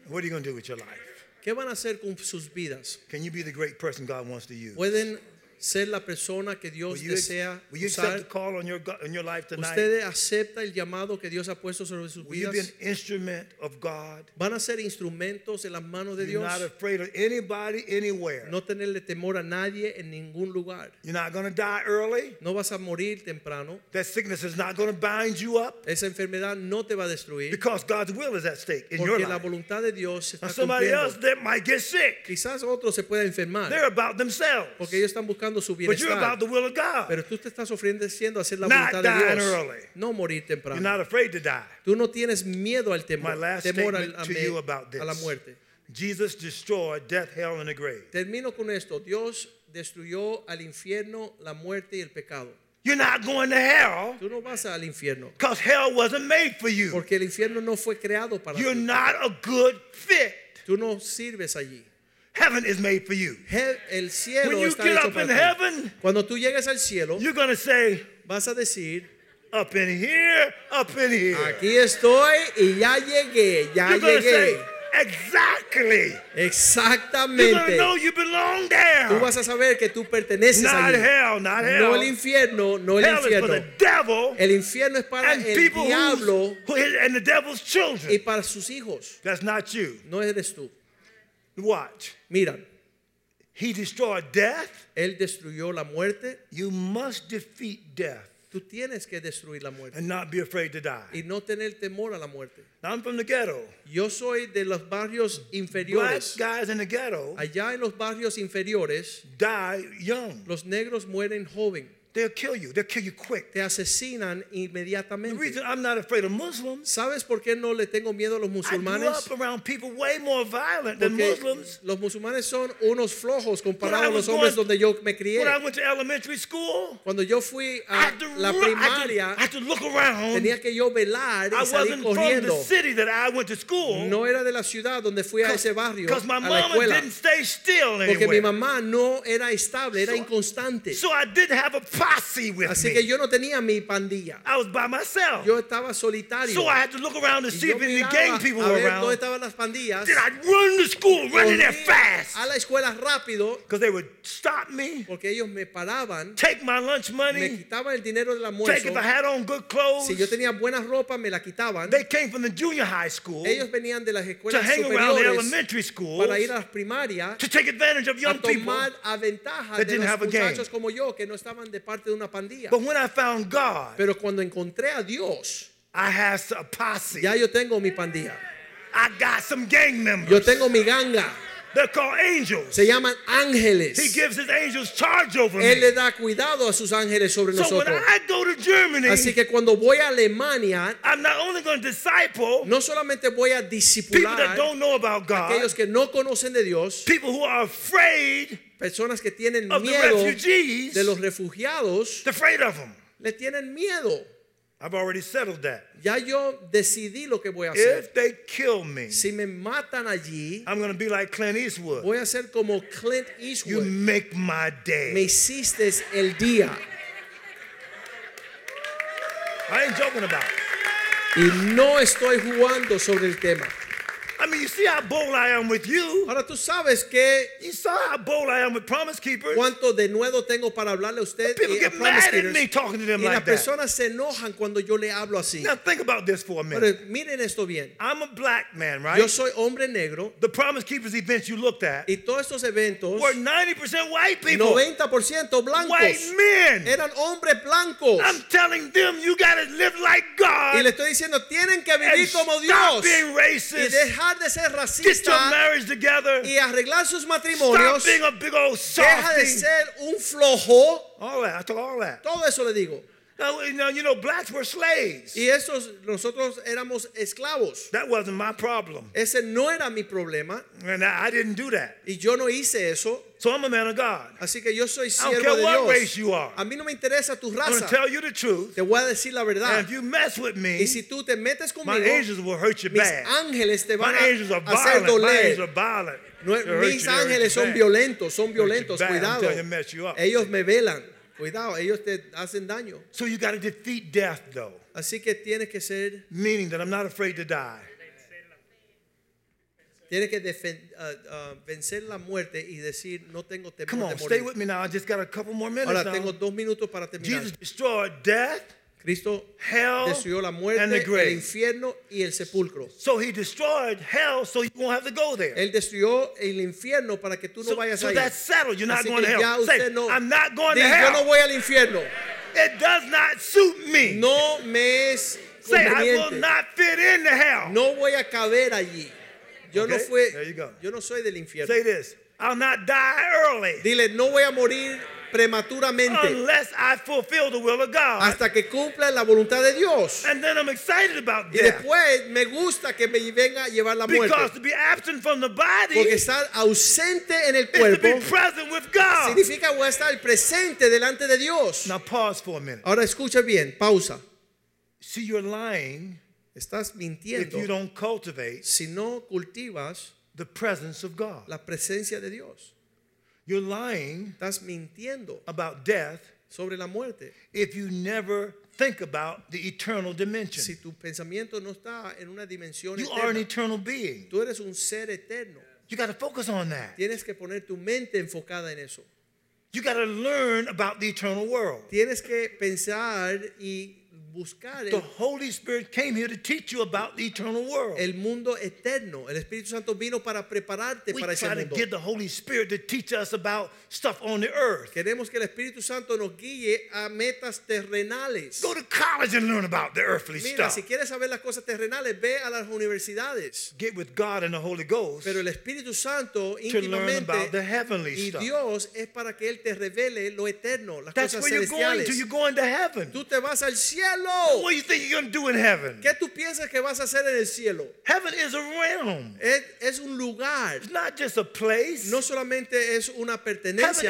Speaker 1: What are you going to do with your life?
Speaker 2: ¿Qué van a hacer con sus vidas?
Speaker 1: Can you be the great person God wants to use?
Speaker 2: Pueden ser la persona que
Speaker 1: Will
Speaker 2: Dios
Speaker 1: you,
Speaker 2: desea
Speaker 1: will you accept the
Speaker 2: usar.
Speaker 1: call on your, go- on your life tonight?
Speaker 2: Ustedes aceptan el llamado que Dios ha puesto sobre sus
Speaker 1: will you be an
Speaker 2: vidas.
Speaker 1: instrument of God?
Speaker 2: Van a ser instrumentos en las manos de
Speaker 1: You're
Speaker 2: Dios.
Speaker 1: not afraid of anybody, anywhere.
Speaker 2: No tenerle temor a nadie en ningún lugar.
Speaker 1: You're not going to die early.
Speaker 2: No vas a morir temprano.
Speaker 1: That sickness is not going to bind you up
Speaker 2: Esa enfermedad no te va a destruir
Speaker 1: because God's will is at stake in your
Speaker 2: porque la
Speaker 1: life.
Speaker 2: voluntad de Dios se
Speaker 1: Now,
Speaker 2: está
Speaker 1: somebody else
Speaker 2: cumpliendo.
Speaker 1: that might get sick.
Speaker 2: Quizás otro se pueda
Speaker 1: They're
Speaker 2: enfermar
Speaker 1: about themselves.
Speaker 2: porque ellos están buscando su
Speaker 1: But you're
Speaker 2: bienestar.
Speaker 1: about the will of God.
Speaker 2: Pero tú te estás ofreciendo a hacer la
Speaker 1: Not
Speaker 2: voluntad de
Speaker 1: dying
Speaker 2: Dios.
Speaker 1: early.
Speaker 2: No morir
Speaker 1: You're not
Speaker 2: temprano.
Speaker 1: afraid to die.
Speaker 2: Tú no tienes miedo al
Speaker 1: My
Speaker 2: temor,
Speaker 1: last
Speaker 2: temor al,
Speaker 1: statement
Speaker 2: a,
Speaker 1: to
Speaker 2: me-
Speaker 1: you about
Speaker 2: a la
Speaker 1: this.
Speaker 2: muerte.
Speaker 1: Jesus destroyed death, hell, and the grave.
Speaker 2: Termino con esto. Dios destruyó al infierno, la muerte y el pecado.
Speaker 1: You're not going to hell
Speaker 2: Tú no vas al infierno
Speaker 1: because hell wasn't made for you.
Speaker 2: porque el infierno no fue creado para
Speaker 1: You're
Speaker 2: ti.
Speaker 1: not a good fit.
Speaker 2: Tú no sirves allí.
Speaker 1: Heaven is made for you.
Speaker 2: He- el cielo
Speaker 1: When you
Speaker 2: está
Speaker 1: get
Speaker 2: hecho
Speaker 1: up
Speaker 2: para
Speaker 1: in
Speaker 2: ti.
Speaker 1: heaven,
Speaker 2: Cuando tú llegues al cielo,
Speaker 1: You're going to say,
Speaker 2: vas a decir,
Speaker 1: up in here, up in here.
Speaker 2: Ah, aquí estoy y ya llegué, ya ah,
Speaker 1: You're going to say,
Speaker 2: llegué.
Speaker 1: exactly. You're going to
Speaker 2: Exactamente.
Speaker 1: know you belong
Speaker 2: Tú
Speaker 1: there.
Speaker 2: vas a saber que tú perteneces
Speaker 1: Not
Speaker 2: allí.
Speaker 1: hell, not
Speaker 2: No el
Speaker 1: hell.
Speaker 2: infierno, no el
Speaker 1: Hell is for
Speaker 2: infierno.
Speaker 1: the devil
Speaker 2: El infierno es para
Speaker 1: and
Speaker 2: el
Speaker 1: people who,
Speaker 2: diablo
Speaker 1: who and the devil's
Speaker 2: y
Speaker 1: children.
Speaker 2: para sus hijos.
Speaker 1: That's not you.
Speaker 2: No eres tú.
Speaker 1: Watch.
Speaker 2: Mira,
Speaker 1: He destroyed death.
Speaker 2: él destruyó la muerte.
Speaker 1: You must defeat death
Speaker 2: Tú tienes que destruir la muerte
Speaker 1: and not be afraid to die.
Speaker 2: y no tener temor a la muerte.
Speaker 1: I'm from the ghetto.
Speaker 2: Yo soy de los barrios
Speaker 1: Black
Speaker 2: inferiores.
Speaker 1: guys in the ghetto
Speaker 2: Allá en los barrios inferiores,
Speaker 1: die young.
Speaker 2: los negros mueren joven.
Speaker 1: They'll kill you. They'll kill you quick.
Speaker 2: Te asesinan
Speaker 1: The
Speaker 2: inmediatamente.
Speaker 1: reason I'm not afraid of Muslims,
Speaker 2: ¿Sabes por qué no le tengo miedo a
Speaker 1: I
Speaker 2: los
Speaker 1: grew
Speaker 2: musulmanes?
Speaker 1: up around people way more violent than
Speaker 2: Porque
Speaker 1: Muslims.
Speaker 2: los musulmanes son unos flojos
Speaker 1: When
Speaker 2: comparados
Speaker 1: I
Speaker 2: a los
Speaker 1: was
Speaker 2: hombres
Speaker 1: going-
Speaker 2: donde yo me crié.
Speaker 1: When I went to elementary school,
Speaker 2: Cuando yo fui
Speaker 1: I
Speaker 2: a
Speaker 1: had to,
Speaker 2: Ah, la
Speaker 1: ru- I had to-
Speaker 2: primaria,
Speaker 1: I had to look around.
Speaker 2: tenía que yo velar
Speaker 1: I
Speaker 2: y
Speaker 1: wasn't from
Speaker 2: salir
Speaker 1: the
Speaker 2: corriendo.
Speaker 1: city that I went to school.
Speaker 2: No era de la ciudad donde fui a ese barrio,
Speaker 1: Because my
Speaker 2: a la
Speaker 1: mama
Speaker 2: escuela.
Speaker 1: didn't stay still
Speaker 2: Porque mi
Speaker 1: anywhere.
Speaker 2: mamá no era estable, era inconstante.
Speaker 1: So I didn't have a posse with
Speaker 2: Así
Speaker 1: me.
Speaker 2: que yo no tenía mi pandilla.
Speaker 1: I was by myself.
Speaker 2: Yo estaba solitario.
Speaker 1: so I had to look around and
Speaker 2: Y
Speaker 1: see
Speaker 2: yo
Speaker 1: if any
Speaker 2: miraba
Speaker 1: gang people
Speaker 2: a
Speaker 1: were
Speaker 2: ver dónde
Speaker 1: around.
Speaker 2: estaban las pandillas.
Speaker 1: Then I'd run to school, running there
Speaker 2: Corría
Speaker 1: fast.
Speaker 2: A la escuela rápido
Speaker 1: Because they would stop me,
Speaker 2: porque ellos me paraban,
Speaker 1: take my lunch
Speaker 2: me
Speaker 1: money,
Speaker 2: quitaban el dinero del
Speaker 1: take
Speaker 2: almuerzo.
Speaker 1: if I had on good clothes.
Speaker 2: Si yo tenía buena ropa me la quitaban.
Speaker 1: They came from the junior high school
Speaker 2: Ellos
Speaker 1: to
Speaker 2: venían de las escuelas
Speaker 1: hang around the
Speaker 2: superiores
Speaker 1: elementary schools
Speaker 2: para ir a
Speaker 1: to
Speaker 2: las primarias
Speaker 1: take advantage of
Speaker 2: a
Speaker 1: young people.
Speaker 2: tomar a ventaja
Speaker 1: that
Speaker 2: de
Speaker 1: didn't
Speaker 2: los
Speaker 1: have a gang.
Speaker 2: muchachos como yo que no estaban de parte de una pandilla.
Speaker 1: But when I found God,
Speaker 2: Pero cuando encontré a Dios,
Speaker 1: I had a posse.
Speaker 2: ya yo tengo mi pandilla.
Speaker 1: I got some gang
Speaker 2: Yo
Speaker 1: members.
Speaker 2: tengo mi ganga.
Speaker 1: They're called angels.
Speaker 2: Se llaman
Speaker 1: He
Speaker 2: ángeles.
Speaker 1: gives his angels charge over
Speaker 2: Él le
Speaker 1: me.
Speaker 2: da cuidado a sus ángeles sobre
Speaker 1: So when
Speaker 2: nosotros.
Speaker 1: I go to Germany,
Speaker 2: Así que cuando voy a Alemania,
Speaker 1: I'm not only going to disciple
Speaker 2: no solamente voy a
Speaker 1: people that
Speaker 2: discipular
Speaker 1: don't know about God,
Speaker 2: aquellos que no conocen de Dios,
Speaker 1: people who are afraid
Speaker 2: personas que tienen
Speaker 1: of the
Speaker 2: miedo
Speaker 1: refugees,
Speaker 2: de los refugiados,
Speaker 1: they're afraid of them.
Speaker 2: le tienen miedo.
Speaker 1: I've already settled that.
Speaker 2: Ya yo decidí lo que voy a hacer.
Speaker 1: If they kill me,
Speaker 2: Si me matan allí,
Speaker 1: I'm going to be like Clint Eastwood.
Speaker 2: voy a ser como Clint
Speaker 1: You
Speaker 2: Eastwood.
Speaker 1: make my
Speaker 2: Me
Speaker 1: day.
Speaker 2: hiciste el día.
Speaker 1: I ain't joking about it.
Speaker 2: Y no estoy jugando sobre el tema.
Speaker 1: I mean, you see how bold I am with you.
Speaker 2: Ahora tú sabes que
Speaker 1: You saw how bold I am with Promise Keepers.
Speaker 2: cuánto de nuevo tengo para hablarle a usted.
Speaker 1: People
Speaker 2: y a
Speaker 1: get
Speaker 2: eh, Promise
Speaker 1: mad at
Speaker 2: Keepers.
Speaker 1: me talking to them
Speaker 2: y las
Speaker 1: like that.
Speaker 2: personas se enojan cuando yo le hablo así.
Speaker 1: Now think about this for a minute.
Speaker 2: Pero miren esto bien.
Speaker 1: I'm a black man, right?
Speaker 2: Yo soy hombre negro
Speaker 1: The Promise Keepers events you looked at
Speaker 2: y todos estos eventos,
Speaker 1: were 90% white people,
Speaker 2: 90% blancos,
Speaker 1: white men.
Speaker 2: eran hombres blancos.
Speaker 1: I'm telling them you gotta live like
Speaker 2: Y
Speaker 1: God
Speaker 2: le estoy diciendo, tienen que
Speaker 1: and
Speaker 2: vivir como
Speaker 1: stop
Speaker 2: Dios
Speaker 1: being
Speaker 2: y
Speaker 1: racist.
Speaker 2: dejar de ser
Speaker 1: Get your
Speaker 2: racistas
Speaker 1: marriage together.
Speaker 2: y arreglar sus
Speaker 1: Stop
Speaker 2: matrimonios.
Speaker 1: being a big old
Speaker 2: Deja
Speaker 1: softy.
Speaker 2: de ser un flojo.
Speaker 1: All that. I took all that.
Speaker 2: Todo eso le digo.
Speaker 1: Now, now you know blacks were slaves.
Speaker 2: Y esos, nosotros éramos esclavos.
Speaker 1: That wasn't my problem,
Speaker 2: Ese no era mi problema
Speaker 1: and I, I didn't do that.
Speaker 2: y yo no hice eso.
Speaker 1: So I'm a man of God.
Speaker 2: Así que yo soy
Speaker 1: I don't
Speaker 2: siervo
Speaker 1: care
Speaker 2: de
Speaker 1: what race
Speaker 2: Dios.
Speaker 1: you are.
Speaker 2: A mí no me interesa tu
Speaker 1: I'm gonna
Speaker 2: raza.
Speaker 1: tell you the truth.
Speaker 2: Te voy a decir la
Speaker 1: And
Speaker 2: verdad.
Speaker 1: if you mess with me,
Speaker 2: Y si tú te metes
Speaker 1: my
Speaker 2: conmigo,
Speaker 1: angels will hurt you
Speaker 2: mis
Speaker 1: bad.
Speaker 2: ángeles te
Speaker 1: My
Speaker 2: van
Speaker 1: angels are
Speaker 2: a hacer
Speaker 1: violent. My angels are
Speaker 2: doler.
Speaker 1: violent.
Speaker 2: No,
Speaker 1: They'll hurt you,
Speaker 2: mis
Speaker 1: they'll hurt
Speaker 2: ángeles
Speaker 1: you
Speaker 2: son
Speaker 1: bad.
Speaker 2: violentos, son
Speaker 1: They'll hurt you
Speaker 2: violentos.
Speaker 1: bad. I'm
Speaker 2: Cuidado.
Speaker 1: telling you, mess you up.
Speaker 2: Ellos me velan. Cuidado, ellos te hacen daño.
Speaker 1: So you got to defeat death, though,
Speaker 2: Así que tienes que ser,
Speaker 1: meaning that I'm not afraid to die.
Speaker 2: tienes que defen- ah, ah, vencer la muerte y decir no tengo
Speaker 1: Come
Speaker 2: temor
Speaker 1: on,
Speaker 2: de
Speaker 1: stay
Speaker 2: morir.
Speaker 1: with me now. I just got a couple more minutes.
Speaker 2: Ahora
Speaker 1: now.
Speaker 2: tengo dos minutos para terminar.
Speaker 1: Jesus destroyed death,
Speaker 2: Cristo
Speaker 1: hell,
Speaker 2: destruyó la
Speaker 1: and the
Speaker 2: muerte, el
Speaker 1: grave.
Speaker 2: infierno y el sepulcro.
Speaker 1: So he destroyed hell, so you won't have to go there.
Speaker 2: Él destruyó el infierno para que tú no
Speaker 1: So,
Speaker 2: vayas
Speaker 1: so
Speaker 2: ahí.
Speaker 1: that's settled. You're not
Speaker 2: Así
Speaker 1: going to
Speaker 2: que ya
Speaker 1: hell. Say,
Speaker 2: usted no.
Speaker 1: I'm not going to
Speaker 2: Diga,
Speaker 1: hell.
Speaker 2: Yo no voy al infierno.
Speaker 1: It does not suit me.
Speaker 2: No me es
Speaker 1: Say, I will
Speaker 2: conveniente.
Speaker 1: not fit into hell.
Speaker 2: No voy a caber allí. Yo no
Speaker 1: Okay,
Speaker 2: fue.
Speaker 1: there you go.
Speaker 2: Yo no soy del infierno.
Speaker 1: Say this I'll not die early
Speaker 2: Dile, no voy a morir prematuramente
Speaker 1: unless I fulfill the will of God.
Speaker 2: hasta que cumpla la voluntad de Dios.
Speaker 1: And then I'm excited about
Speaker 2: Y
Speaker 1: death.
Speaker 2: después me gusta que me venga a llevar la
Speaker 1: Because
Speaker 2: muerte.
Speaker 1: to be absent from the body
Speaker 2: Porque
Speaker 1: is
Speaker 2: estar ausente en el
Speaker 1: to
Speaker 2: cuerpo
Speaker 1: be present with God.
Speaker 2: significa voy a estar presente delante de Dios.
Speaker 1: Now pause for a minute.
Speaker 2: Ahora escucha bien, pausa.
Speaker 1: See, you're lying
Speaker 2: Estás
Speaker 1: if you
Speaker 2: mintiendo
Speaker 1: don't cultivate
Speaker 2: si no cultivas
Speaker 1: the presence of God.
Speaker 2: la presencia de Dios.
Speaker 1: You're lying
Speaker 2: Estás mintiendo
Speaker 1: about death
Speaker 2: sobre la muerte
Speaker 1: if you never think about the eternal
Speaker 2: Si
Speaker 1: dimension.
Speaker 2: tu pensamiento no está en una dimensión
Speaker 1: You are an
Speaker 2: eterna,
Speaker 1: eternal being.
Speaker 2: tú eres un ser eterno.
Speaker 1: You got to focus on that.
Speaker 2: Tienes que poner tu mente enfocada en eso.
Speaker 1: You got to learn about the eternal world.
Speaker 2: Tienes que pensar y buscar
Speaker 1: The
Speaker 2: el,
Speaker 1: Holy Spirit came here to teach you about the eternal world.
Speaker 2: el mundo eterno. El Espíritu Santo vino para prepararte
Speaker 1: We
Speaker 2: para ese
Speaker 1: try to
Speaker 2: mundo.
Speaker 1: get the Holy Spirit to teach us about stuff on the earth.
Speaker 2: Queremos que el Espíritu Santo nos guíe a metas terrenales.
Speaker 1: Go to college and learn about the earthly
Speaker 2: Mira,
Speaker 1: stuff.
Speaker 2: si quieres saber las cosas terrenales, ve a las universidades.
Speaker 1: Get with God and the Holy Ghost.
Speaker 2: Pero el Espíritu Santo
Speaker 1: learn about the
Speaker 2: íntimamente
Speaker 1: heavenly
Speaker 2: y
Speaker 1: stuff.
Speaker 2: Dios es para que Él te revele lo eterno, las
Speaker 1: That's
Speaker 2: cosas
Speaker 1: where you're going
Speaker 2: celestiales.
Speaker 1: to. You're going to heaven.
Speaker 2: Tú te vas al
Speaker 1: What
Speaker 2: cielo.
Speaker 1: do you think you're going to do in heaven?
Speaker 2: ¿Qué tú piensas que vas a hacer en el cielo?
Speaker 1: Heaven is a realm.
Speaker 2: Es, es un lugar.
Speaker 1: It's not just a place.
Speaker 2: No solamente es
Speaker 1: Heaven is
Speaker 2: una
Speaker 1: a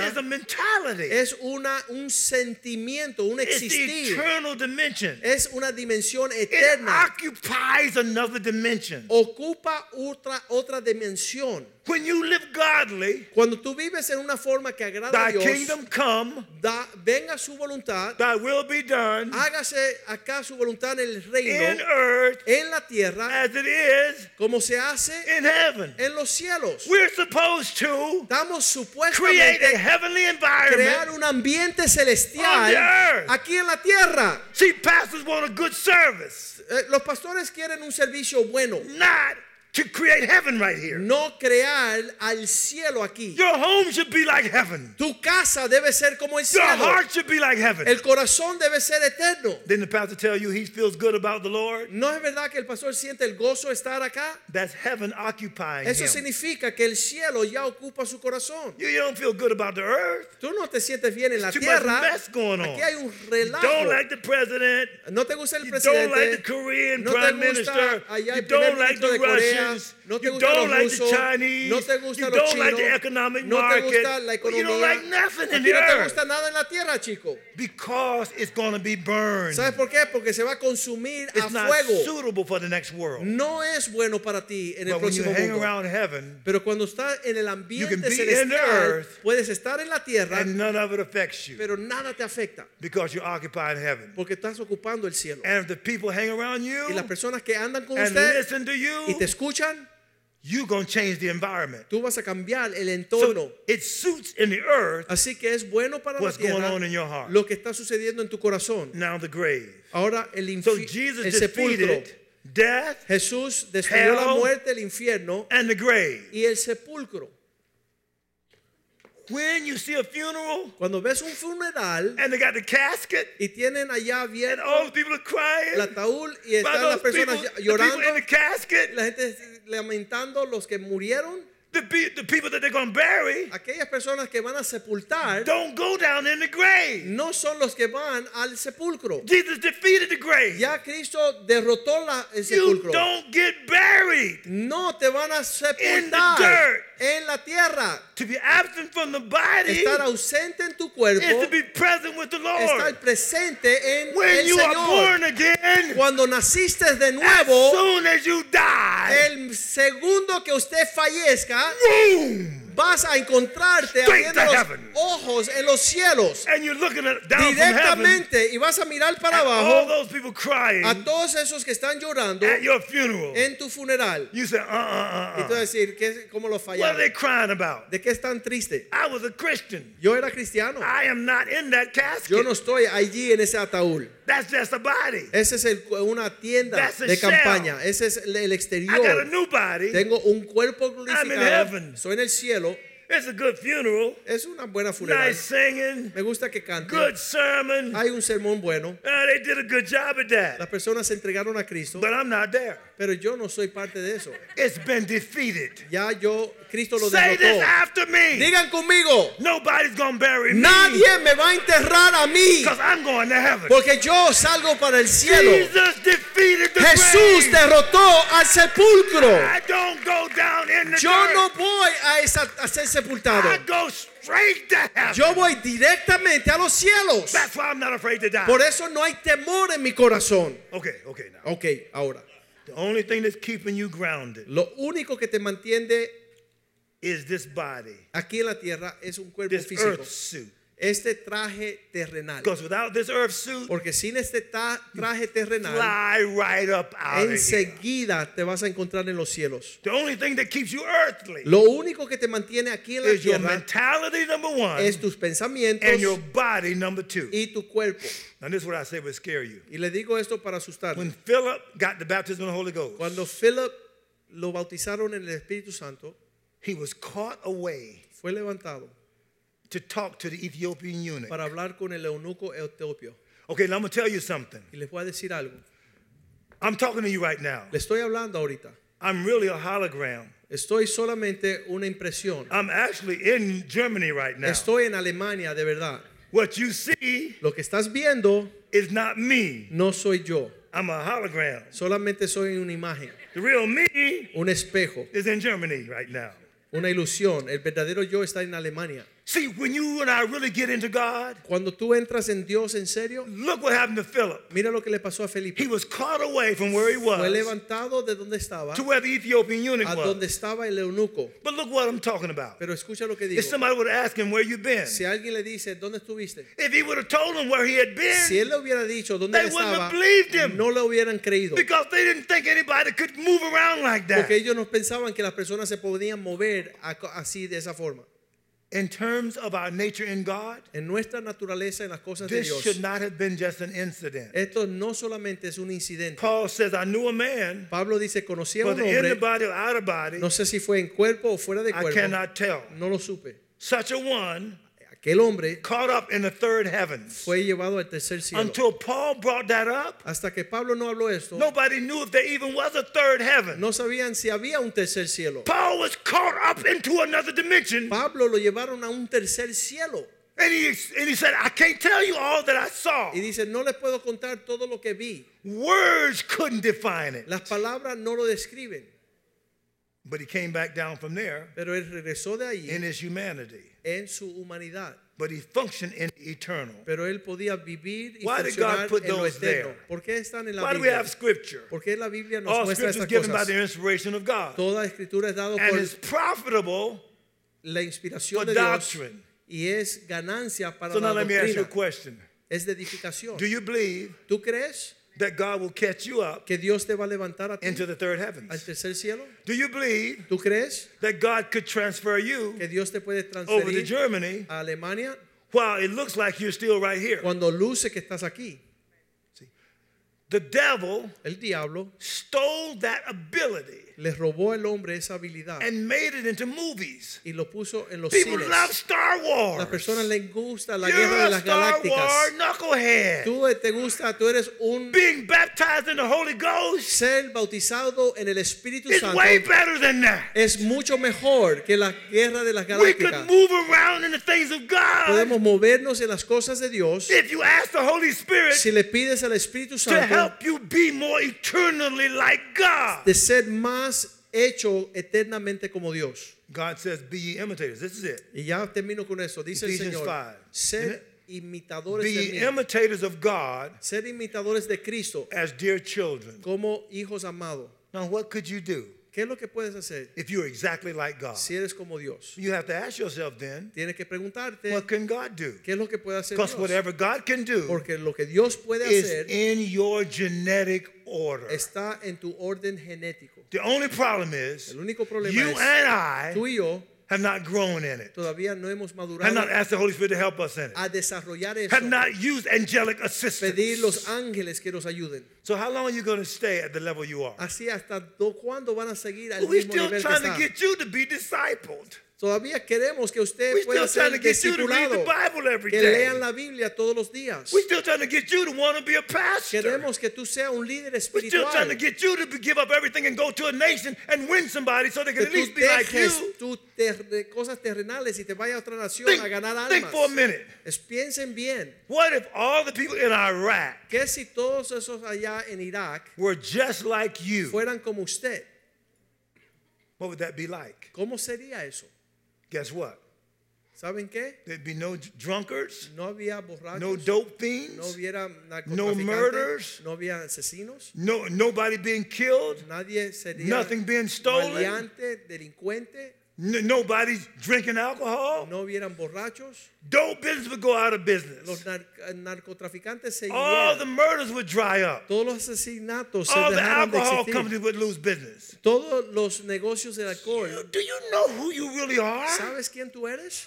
Speaker 2: pertenencia,
Speaker 1: mentality.
Speaker 2: es una, un sentimiento, un
Speaker 1: It's the
Speaker 2: existir.
Speaker 1: eternal dimension.
Speaker 2: Es una dimensión
Speaker 1: It
Speaker 2: eterna.
Speaker 1: occupies another
Speaker 2: Oh.
Speaker 1: dimension.
Speaker 2: Ocupa otra, otra dimensión.
Speaker 1: When you live godly,
Speaker 2: Cuando tú vives en una forma que agrada
Speaker 1: thy
Speaker 2: a Dios,
Speaker 1: kingdom come,
Speaker 2: da- venga su voluntad,
Speaker 1: thy will be done
Speaker 2: hágase acá su voluntad en el
Speaker 1: in
Speaker 2: reino,
Speaker 1: earth
Speaker 2: en la tierra,
Speaker 1: as it is
Speaker 2: como se hace
Speaker 1: in heaven.
Speaker 2: en los cielos.
Speaker 1: We're supposed to
Speaker 2: Estamos
Speaker 1: create a
Speaker 2: supuestamente
Speaker 1: heavenly
Speaker 2: crear
Speaker 1: environment.
Speaker 2: un ambiente
Speaker 1: On the
Speaker 2: celestial
Speaker 1: earth.
Speaker 2: aquí en la tierra.
Speaker 1: See, pastors want a good service,
Speaker 2: Eh, los pastores quieren un servicio bueno,
Speaker 1: not to create heaven right here.
Speaker 2: no crear al cielo aquí.
Speaker 1: Your home should be like heaven.
Speaker 2: Tu casa debe ser como el
Speaker 1: Your
Speaker 2: cielo.
Speaker 1: heart should be like heaven.
Speaker 2: El corazón debe ser eterno.
Speaker 1: Didn't the pastor tell you he feels good about the Lord?
Speaker 2: ¿No es verdad que el pastor siente el gozo de estar acá?
Speaker 1: That's heaven occupying
Speaker 2: Eso
Speaker 1: him.
Speaker 2: significa que el cielo ya ocupa su corazón.
Speaker 1: You you don't feel good about the earth.
Speaker 2: Tú no te sientes bien en la
Speaker 1: Too much
Speaker 2: tierra.
Speaker 1: mess going on.
Speaker 2: Aquí hay un
Speaker 1: You
Speaker 2: relajo.
Speaker 1: don't like the president.
Speaker 2: No te gusta el
Speaker 1: You don't like the
Speaker 2: presidente.
Speaker 1: Korean
Speaker 2: no te
Speaker 1: prime
Speaker 2: gusta
Speaker 1: minister.
Speaker 2: allá
Speaker 1: You
Speaker 2: el primer
Speaker 1: don't like
Speaker 2: ministro
Speaker 1: the
Speaker 2: de Corea.
Speaker 1: Russians.
Speaker 2: No te
Speaker 1: You
Speaker 2: gusta
Speaker 1: don't
Speaker 2: los
Speaker 1: like the
Speaker 2: rusos.
Speaker 1: Chinese.
Speaker 2: No te gusta
Speaker 1: you
Speaker 2: los
Speaker 1: don't like the
Speaker 2: chinos.
Speaker 1: economic
Speaker 2: no te
Speaker 1: market.
Speaker 2: gusta la
Speaker 1: You
Speaker 2: economía.
Speaker 1: don't like nothing in
Speaker 2: Aquí
Speaker 1: the
Speaker 2: no te
Speaker 1: earth
Speaker 2: gusta nada en la tierra, chico.
Speaker 1: because it's going to be burned.
Speaker 2: ¿Sabes por qué? Porque se va a consumir a
Speaker 1: It's not
Speaker 2: fuego.
Speaker 1: suitable for the next world.
Speaker 2: No es bueno para ti en el
Speaker 1: But when you
Speaker 2: próximo
Speaker 1: hang
Speaker 2: mundo.
Speaker 1: around heaven
Speaker 2: Pero cuando estás en el
Speaker 1: can
Speaker 2: ambiente
Speaker 1: be in the
Speaker 2: celestial,
Speaker 1: earth,
Speaker 2: puedes estar en la tierra,
Speaker 1: and none of it affects you
Speaker 2: pero nada te afecta,
Speaker 1: because you're occupying heaven.
Speaker 2: porque estás ocupando el cielo.
Speaker 1: And if the people hang around
Speaker 2: Y las
Speaker 1: you
Speaker 2: personas que andan con
Speaker 1: and
Speaker 2: usted
Speaker 1: listen to
Speaker 2: y
Speaker 1: you,
Speaker 2: te escuchan,
Speaker 1: you're going to change the environment.
Speaker 2: tú vas a cambiar el entorno.
Speaker 1: So it suits in the earth
Speaker 2: Así que es bueno para la
Speaker 1: What's going
Speaker 2: tierra
Speaker 1: on in your heart?
Speaker 2: lo que está sucediendo en tu corazón.
Speaker 1: now the grave.
Speaker 2: Ahora el, infi-
Speaker 1: So
Speaker 2: el
Speaker 1: Jesus
Speaker 2: sepulcro.
Speaker 1: defeated death
Speaker 2: Jesús destruyó la
Speaker 1: hell,
Speaker 2: muerte, el infierno
Speaker 1: and the grave.
Speaker 2: y el sepulcro.
Speaker 1: When you see a funeral
Speaker 2: Cuando ves un funeral
Speaker 1: and they got the casket
Speaker 2: y tienen allá
Speaker 1: and all the
Speaker 2: abierto
Speaker 1: people are
Speaker 2: el
Speaker 1: crying,
Speaker 2: ataúd
Speaker 1: by
Speaker 2: y están las
Speaker 1: those people,
Speaker 2: personas
Speaker 1: the
Speaker 2: ll- llorando,
Speaker 1: people in the
Speaker 2: y
Speaker 1: casket,
Speaker 2: la gente lamentando los que murieron,
Speaker 1: the, pe- the people that they're going to bury,
Speaker 2: aquellas personas que van a sepultar
Speaker 1: don't go down in the grave.
Speaker 2: no son los que van al sepulcro.
Speaker 1: Jesus defeated the grave.
Speaker 2: Ya Cristo derrotó la- el
Speaker 1: You
Speaker 2: sepulcro.
Speaker 1: don't get buried.
Speaker 2: No te van a
Speaker 1: In the
Speaker 2: sepultar
Speaker 1: dirt.
Speaker 2: en la tierra.
Speaker 1: To be absent from the body
Speaker 2: Estar ausente en tu cuerpo,
Speaker 1: is to be present with the Lord.
Speaker 2: estar presente en
Speaker 1: When
Speaker 2: el
Speaker 1: you
Speaker 2: Señor.
Speaker 1: are born again,
Speaker 2: Cuando naciste de
Speaker 1: as
Speaker 2: nuevo,
Speaker 1: soon as you die,
Speaker 2: el segundo que usted fallezca,
Speaker 1: boom!
Speaker 2: vas a encontrarte
Speaker 1: Straight
Speaker 2: abriendo
Speaker 1: to
Speaker 2: los
Speaker 1: heaven.
Speaker 2: ojos en los cielos
Speaker 1: And you're looking at down from heaven,
Speaker 2: directamente y vas a mirar para
Speaker 1: at all
Speaker 2: abajo
Speaker 1: those people crying
Speaker 2: a todos esos que están llorando
Speaker 1: at your funeral.
Speaker 2: en tu funeral
Speaker 1: You say, uh, uh,
Speaker 2: y
Speaker 1: uh,
Speaker 2: tú
Speaker 1: uh.
Speaker 2: decir ¿qué- cómo lo
Speaker 1: What are
Speaker 2: fallaron
Speaker 1: they crying about?
Speaker 2: de qué están tristes
Speaker 1: I was a Christian.
Speaker 2: yo era cristiano
Speaker 1: I am not in that
Speaker 2: yo
Speaker 1: casket.
Speaker 2: no estoy allí en ese ataúd
Speaker 1: That's just a body.
Speaker 2: ese es el- una tienda
Speaker 1: That's a
Speaker 2: de
Speaker 1: shell.
Speaker 2: campaña ese es el, el
Speaker 1: I got a
Speaker 2: exterior
Speaker 1: new body.
Speaker 2: tengo un cuerpo glorificado
Speaker 1: heaven.
Speaker 2: soy en el cielo
Speaker 1: It's a good funeral.
Speaker 2: es una buena funeral
Speaker 1: Nice singing.
Speaker 2: me gusta que cante
Speaker 1: Good sermon.
Speaker 2: hay un sermón bueno
Speaker 1: Uh, they did a good job at that.
Speaker 2: las personas se entregaron a Cristo
Speaker 1: But I'm not there.
Speaker 2: pero yo no soy parte de eso
Speaker 1: It's been defeated.
Speaker 2: ya yo Cristo lo
Speaker 1: Say this
Speaker 2: derrotó
Speaker 1: after me.
Speaker 2: digan conmigo
Speaker 1: Nobody's going to bury me
Speaker 2: nadie me va a enterrar a mí
Speaker 1: because I'm going to heaven.
Speaker 2: porque yo salgo para el cielo
Speaker 1: Jesus defeated the
Speaker 2: Jesús
Speaker 1: grave.
Speaker 2: derrotó al sepulcro
Speaker 1: I don't go down in the
Speaker 2: yo
Speaker 1: dirt.
Speaker 2: no voy a, esa- a ser sepultado
Speaker 1: I go straight to heaven.
Speaker 2: yo voy directamente a los cielos
Speaker 1: That's why I'm not afraid to die.
Speaker 2: por eso no hay temor en mi corazón
Speaker 1: okay, okay now.
Speaker 2: ok ahora
Speaker 1: The only thing that's keeping you grounded
Speaker 2: lo único que te mantiene
Speaker 1: is this body,
Speaker 2: aquí en la tierra es un cuerpo
Speaker 1: this
Speaker 2: físico
Speaker 1: earth suit.
Speaker 2: este traje terrenal.
Speaker 1: Because without this earth suit,
Speaker 2: Porque sin este ta- traje terrenal,
Speaker 1: fly right up out of here.
Speaker 2: enseguida te vas a encontrar en los cielos.
Speaker 1: The only thing that keeps you earthly
Speaker 2: Lo único que te mantiene aquí en la
Speaker 1: is your
Speaker 2: tierra
Speaker 1: mentality, number one,
Speaker 2: es tus pensamientos
Speaker 1: and your body, number two.
Speaker 2: y tu cuerpo.
Speaker 1: Now, this is what I say would scare you.
Speaker 2: Y le digo esto para
Speaker 1: When
Speaker 2: asustarte.
Speaker 1: Philip got the baptism of the Holy Ghost,
Speaker 2: Cuando Philip lo bautizaron en el Espíritu Santo,
Speaker 1: he was caught away
Speaker 2: fue levantado
Speaker 1: to talk to the Ethiopian eunuch.
Speaker 2: para hablar con el eunuco etiopio.
Speaker 1: Okay, now I'm going to tell you something.
Speaker 2: Y les voy a decir algo.
Speaker 1: I'm talking to you right now.
Speaker 2: Le estoy hablando ahorita.
Speaker 1: I'm really a hologram.
Speaker 2: Estoy solamente una impresión.
Speaker 1: I'm actually in Germany right now.
Speaker 2: Estoy en Alemania de verdad.
Speaker 1: What you see
Speaker 2: Lo que estás viendo
Speaker 1: is not me.
Speaker 2: no soy yo.
Speaker 1: I'm a hologram.
Speaker 2: Solamente soy una imagen,
Speaker 1: The real me
Speaker 2: un espejo,
Speaker 1: is in Germany right now.
Speaker 2: una ilusión. El verdadero yo está en Alemania.
Speaker 1: See, when you and I really get into God,
Speaker 2: Cuando tú entras en Dios en serio,
Speaker 1: look what happened to Philip.
Speaker 2: mira lo que le pasó a
Speaker 1: He
Speaker 2: Felipe.
Speaker 1: was caught away from where he
Speaker 2: Fue
Speaker 1: was
Speaker 2: levantado de donde estaba,
Speaker 1: to where the Ethiopian eunuch
Speaker 2: a donde
Speaker 1: was.
Speaker 2: estaba el eunuco.
Speaker 1: But look what I'm talking about.
Speaker 2: Pero escucha lo que
Speaker 1: If
Speaker 2: digo.
Speaker 1: somebody would ask him where you been,
Speaker 2: Si alguien le dice, ¿dónde estuviste?
Speaker 1: if he would have told him where he had
Speaker 2: Si
Speaker 1: been,
Speaker 2: él le hubiera dicho dónde
Speaker 1: They
Speaker 2: él
Speaker 1: wouldn't
Speaker 2: estaba,
Speaker 1: have believed him.
Speaker 2: no le hubieran creído.
Speaker 1: because they didn't think anybody could move around like that.
Speaker 2: Porque ellos no pensaban que las personas se podían mover a- así de esa forma.
Speaker 1: In terms of our nature in God,
Speaker 2: En nuestra naturaleza, en las cosas de
Speaker 1: this
Speaker 2: Dios.
Speaker 1: should not have been just an incident.
Speaker 2: Esto no solamente es un incidente.
Speaker 1: Paul says, I knew a man,
Speaker 2: Pablo dice, conocí a un
Speaker 1: whether in the
Speaker 2: hombre,
Speaker 1: body or out of body,
Speaker 2: no sé si fue en cuerpo o fuera de
Speaker 1: I
Speaker 2: cuerpo,
Speaker 1: cannot tell.
Speaker 2: no lo supe.
Speaker 1: Such a one
Speaker 2: Aquel hombre
Speaker 1: caught up in the third heavens.
Speaker 2: fue llevado al tercer cielo.
Speaker 1: Until Paul brought that up,
Speaker 2: Hasta que Pablo no habló esto,
Speaker 1: nobody knew if there even was a third heaven.
Speaker 2: no sabían si había un tercer cielo.
Speaker 1: Paul was caught up into another dimension,
Speaker 2: Pablo lo llevaron a un tercer cielo.
Speaker 1: and he, and he said, I can't tell you all that I saw.
Speaker 2: Y dice, no les puedo contar todo lo que vi.
Speaker 1: Words couldn't define it.
Speaker 2: Las palabras no lo describen.
Speaker 1: But he came back down from there
Speaker 2: Pero él regresó de
Speaker 1: in
Speaker 2: allí
Speaker 1: his humanity,
Speaker 2: en su humanidad.
Speaker 1: but he functioned in the eternal.
Speaker 2: Pero él podía vivir y
Speaker 1: Why did God
Speaker 2: funcionar
Speaker 1: put
Speaker 2: en lo
Speaker 1: those
Speaker 2: eterno.
Speaker 1: there?
Speaker 2: ¿Por qué están en la
Speaker 1: Why do we
Speaker 2: Biblia?
Speaker 1: have scripture?
Speaker 2: ¿Por qué la Biblia nos
Speaker 1: All
Speaker 2: muestra
Speaker 1: scripture is
Speaker 2: estas
Speaker 1: given by
Speaker 2: cosas?
Speaker 1: the inspiration of God.
Speaker 2: Toda escritura es dado
Speaker 1: and
Speaker 2: por
Speaker 1: is profitable.
Speaker 2: la inspiración
Speaker 1: for
Speaker 2: de Dios
Speaker 1: doctrine.
Speaker 2: y es ganancia para
Speaker 1: So now
Speaker 2: la
Speaker 1: let me ask you a
Speaker 2: doctrina.
Speaker 1: question.
Speaker 2: Es de edificación.
Speaker 1: Do you believe
Speaker 2: ¿Tú crees
Speaker 1: that God will catch you up
Speaker 2: que Dios te va a levantar a ti
Speaker 1: into the third
Speaker 2: al
Speaker 1: heavens?
Speaker 2: tercer cielo?
Speaker 1: Do you believe
Speaker 2: ¿Tú crees
Speaker 1: that God could transfer you
Speaker 2: que Dios te puede
Speaker 1: over to
Speaker 2: transferir
Speaker 1: Germany
Speaker 2: a Alemania
Speaker 1: while it looks like you're still right here?
Speaker 2: cuando luce que estás aquí?
Speaker 1: The devil
Speaker 2: El diablo
Speaker 1: stole that ability
Speaker 2: les robó al hombre esa habilidad
Speaker 1: and made it into movies.
Speaker 2: y lo puso en los
Speaker 1: People
Speaker 2: cines.
Speaker 1: love Star
Speaker 2: Las
Speaker 1: Wars.
Speaker 2: personas les gusta la guerra
Speaker 1: You're
Speaker 2: de
Speaker 1: a
Speaker 2: las
Speaker 1: Star Wars
Speaker 2: galácticas.
Speaker 1: knucklehead.
Speaker 2: Tú te gusta, tú eres un
Speaker 1: Being baptized in the Holy Ghost
Speaker 2: ser bautizado en el Espíritu
Speaker 1: is
Speaker 2: Santo
Speaker 1: way better than that.
Speaker 2: es mucho mejor que la guerra de las
Speaker 1: We could
Speaker 2: galácticas.
Speaker 1: move around in the things of God.
Speaker 2: Podemos movernos en las cosas de Dios
Speaker 1: If you ask the Holy Spirit
Speaker 2: si le pides al Espíritu
Speaker 1: to
Speaker 2: Santo
Speaker 1: help you be more eternally like God.
Speaker 2: de ser más hecho eternamente como Dios.
Speaker 1: God says, Be ye imitators. This is it.
Speaker 2: Y ya termino con esto. Dice el
Speaker 1: Ephesians
Speaker 2: Señor,
Speaker 1: 5.
Speaker 2: ser imitadores
Speaker 1: Be ye
Speaker 2: de mí,
Speaker 1: imitators of God
Speaker 2: ser imitadores de Cristo
Speaker 1: as dear children.
Speaker 2: como hijos amados.
Speaker 1: Now, what could you do
Speaker 2: ¿Qué es lo que puedes hacer
Speaker 1: if you're exactly like God?
Speaker 2: si eres como Dios?
Speaker 1: You have to ask yourself then,
Speaker 2: Tienes que preguntarte
Speaker 1: what can God do?
Speaker 2: qué es lo que puede hacer
Speaker 1: Because
Speaker 2: Dios.
Speaker 1: whatever God can do
Speaker 2: Porque lo que Dios puede
Speaker 1: is
Speaker 2: hacer
Speaker 1: in your genetic order.
Speaker 2: está en tu orden genético.
Speaker 1: The only problem is,
Speaker 2: El único problema
Speaker 1: you
Speaker 2: es
Speaker 1: and I
Speaker 2: tú y yo
Speaker 1: have not grown in it,
Speaker 2: todavía no hemos
Speaker 1: have
Speaker 2: madurado
Speaker 1: not asked the Holy Spirit to help us in it,
Speaker 2: a desarrollar eso.
Speaker 1: have not used angelic assistance.
Speaker 2: Pedir los ángeles que nos ayuden.
Speaker 1: So how long are you going to stay at the level you are?
Speaker 2: Así hasta do- cuándo van a seguir al
Speaker 1: We're
Speaker 2: mismo
Speaker 1: still
Speaker 2: nivel que
Speaker 1: trying to
Speaker 2: está?
Speaker 1: get you to be discipled.
Speaker 2: Todavía queremos que
Speaker 1: We're
Speaker 2: usted pueda
Speaker 1: still trying to
Speaker 2: ser
Speaker 1: get you to read the
Speaker 2: discipulado,
Speaker 1: Bible every
Speaker 2: que
Speaker 1: day.
Speaker 2: lean la Biblia todos los días.
Speaker 1: We're still trying to get you to want to be a pastor.
Speaker 2: Queremos que tú seas un líder
Speaker 1: We're still trying to
Speaker 2: espiritual.
Speaker 1: get you to be- give up everything and go to a nation and win somebody so they can
Speaker 2: Que
Speaker 1: at least
Speaker 2: tú
Speaker 1: be like
Speaker 2: dejes
Speaker 1: you.
Speaker 2: tus ter- cosas terrenales y te vayas a otra nación
Speaker 1: Think,
Speaker 2: a ganar
Speaker 1: think
Speaker 2: almas.
Speaker 1: for a minute.
Speaker 2: Es- piensen bien.
Speaker 1: What if all the people in Iraq
Speaker 2: Que si todos esos allá en Irak
Speaker 1: were just like you?
Speaker 2: fueran como usted,
Speaker 1: What would that be like?
Speaker 2: ¿cómo sería eso?
Speaker 1: Guess what?
Speaker 2: ¿Saben qué?
Speaker 1: There'd be no d- drunkards,
Speaker 2: No había
Speaker 1: no
Speaker 2: borrachos,
Speaker 1: dope
Speaker 2: no
Speaker 1: fiends,
Speaker 2: hubiera narcotraficantes,
Speaker 1: murders.
Speaker 2: no había asesinos,
Speaker 1: no nobody being killed,
Speaker 2: nadie sería
Speaker 1: Nothing being stolen.
Speaker 2: maleante, delincuente,
Speaker 1: N- nobody's drinking alcohol.
Speaker 2: no hubieran borrachos,
Speaker 1: Dope business would go out of
Speaker 2: los
Speaker 1: business.
Speaker 2: nar- narcotraficantes se
Speaker 1: All
Speaker 2: irían.
Speaker 1: the murders would dry up.
Speaker 2: Todos los asesinatos se
Speaker 1: All the
Speaker 2: dejaron de
Speaker 1: alcohol
Speaker 2: existir.
Speaker 1: companies would lose business.
Speaker 2: Todos los negocios del alcohol.
Speaker 1: Do you know who you really are?
Speaker 2: ¿Sabes quién tú eres?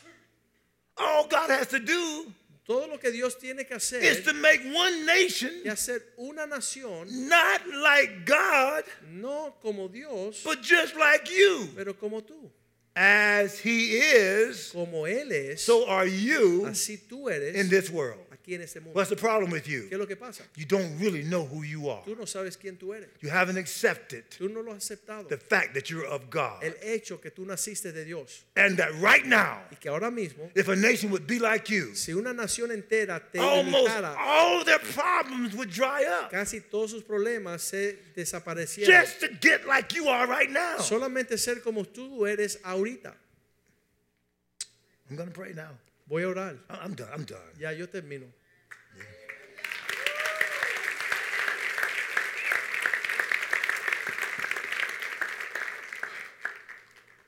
Speaker 1: All God has to do
Speaker 2: Todo lo que Dios tiene que
Speaker 1: is to
Speaker 2: hacer
Speaker 1: make one nation
Speaker 2: y hacer una nación
Speaker 1: not like God,
Speaker 2: no como Dios,
Speaker 1: but just like you.
Speaker 2: pero como tú.
Speaker 1: As He is,
Speaker 2: Como Él es,
Speaker 1: so are you
Speaker 2: así tú
Speaker 1: in
Speaker 2: eres
Speaker 1: this world.
Speaker 2: aquí en este mundo.
Speaker 1: What's the problem with
Speaker 2: ¿Qué es
Speaker 1: you?
Speaker 2: lo que pasa?
Speaker 1: You don't really know who you are.
Speaker 2: Tú no sabes quién tú eres.
Speaker 1: You haven't accepted
Speaker 2: Tú no lo has aceptado.
Speaker 1: the fact that you're of God.
Speaker 2: El hecho que tú naciste de Dios
Speaker 1: And that right now,
Speaker 2: y que ahora mismo,
Speaker 1: if a nation would be like you,
Speaker 2: si una nación entera te
Speaker 1: almost
Speaker 2: imitara,
Speaker 1: all their problems would dry up
Speaker 2: casi todos sus problemas se desaparecieran.
Speaker 1: just to get like you are right now.
Speaker 2: Solamente ser como tú eres ahorita.
Speaker 1: I'm going to pray now.
Speaker 2: Voy a orar.
Speaker 1: I- I'm done. I'm done.
Speaker 2: Ya yo termino.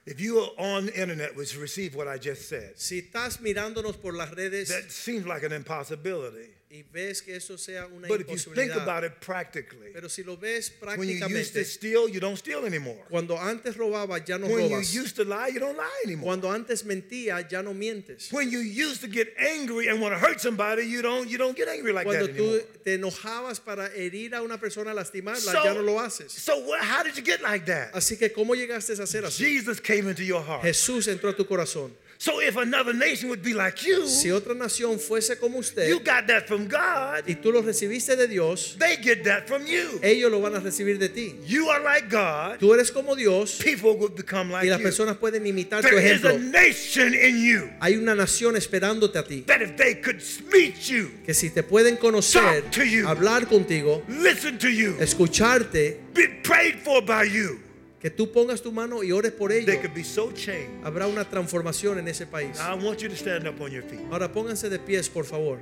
Speaker 1: If you are on the internet, which receive what I just said,
Speaker 2: Si estás mirándonos por las redes
Speaker 1: that seems like an impossibility.
Speaker 2: y ves que eso sea una
Speaker 1: But if you think about
Speaker 2: imposibilidad,
Speaker 1: it practically,
Speaker 2: pero si lo ves
Speaker 1: when you used
Speaker 2: prácticamente,
Speaker 1: to steal, you don't steal anymore.
Speaker 2: cuando antes robaba ya no
Speaker 1: When you
Speaker 2: robas.
Speaker 1: used to lie, you don't lie anymore.
Speaker 2: Cuando antes mentía ya no mientes.
Speaker 1: When you used to get angry and want to hurt somebody, you don't you don't get angry like that
Speaker 2: Cuando
Speaker 1: anymore.
Speaker 2: tú te enojabas para herir a una persona, lastimarla,
Speaker 1: So-
Speaker 2: ya no lo haces.
Speaker 1: So what, how did you get like that?
Speaker 2: Así que ¿cómo llegaste a ser así?
Speaker 1: Jesus came into your heart.
Speaker 2: Jesús entró a tu corazón.
Speaker 1: So if another nation would be like you,
Speaker 2: Si otra nación fuese como usted
Speaker 1: you got that from God.
Speaker 2: y tú lo recibiste de Dios,
Speaker 1: They get that from you.
Speaker 2: ellos lo van a recibir de ti.
Speaker 1: You are like God.
Speaker 2: Tú eres como Dios
Speaker 1: People would become like
Speaker 2: y las
Speaker 1: you.
Speaker 2: personas pueden imitar tu
Speaker 1: There is
Speaker 2: ejemplo.
Speaker 1: a nation in you
Speaker 2: Hay una nación esperándote a ti.
Speaker 1: that if they could meet you,
Speaker 2: Que si te pueden conocer,
Speaker 1: Talk to you.
Speaker 2: hablar contigo,
Speaker 1: listen to you,
Speaker 2: escucharte,
Speaker 1: be prayed for by you,
Speaker 2: que tú pongas tu mano y ores por
Speaker 1: they
Speaker 2: ellos,
Speaker 1: could be so changed.
Speaker 2: habrá una transformación en ese país.
Speaker 1: Now, I want you to stand up on your feet.
Speaker 2: Ahora pónganse de pies, por favor,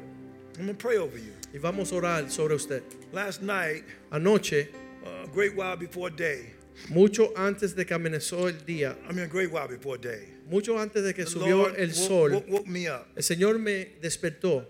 Speaker 1: I'm gonna pray over you.
Speaker 2: y vamos a orar sobre usted.
Speaker 1: Last night,
Speaker 2: Anoche,
Speaker 1: a great while before day,
Speaker 2: mucho antes de que amenazó el día,
Speaker 1: I mean a great while before day,
Speaker 2: mucho antes de que
Speaker 1: the
Speaker 2: subió
Speaker 1: Lord
Speaker 2: el
Speaker 1: wo-
Speaker 2: sol,
Speaker 1: wo- woke me up.
Speaker 2: el Señor me despertó.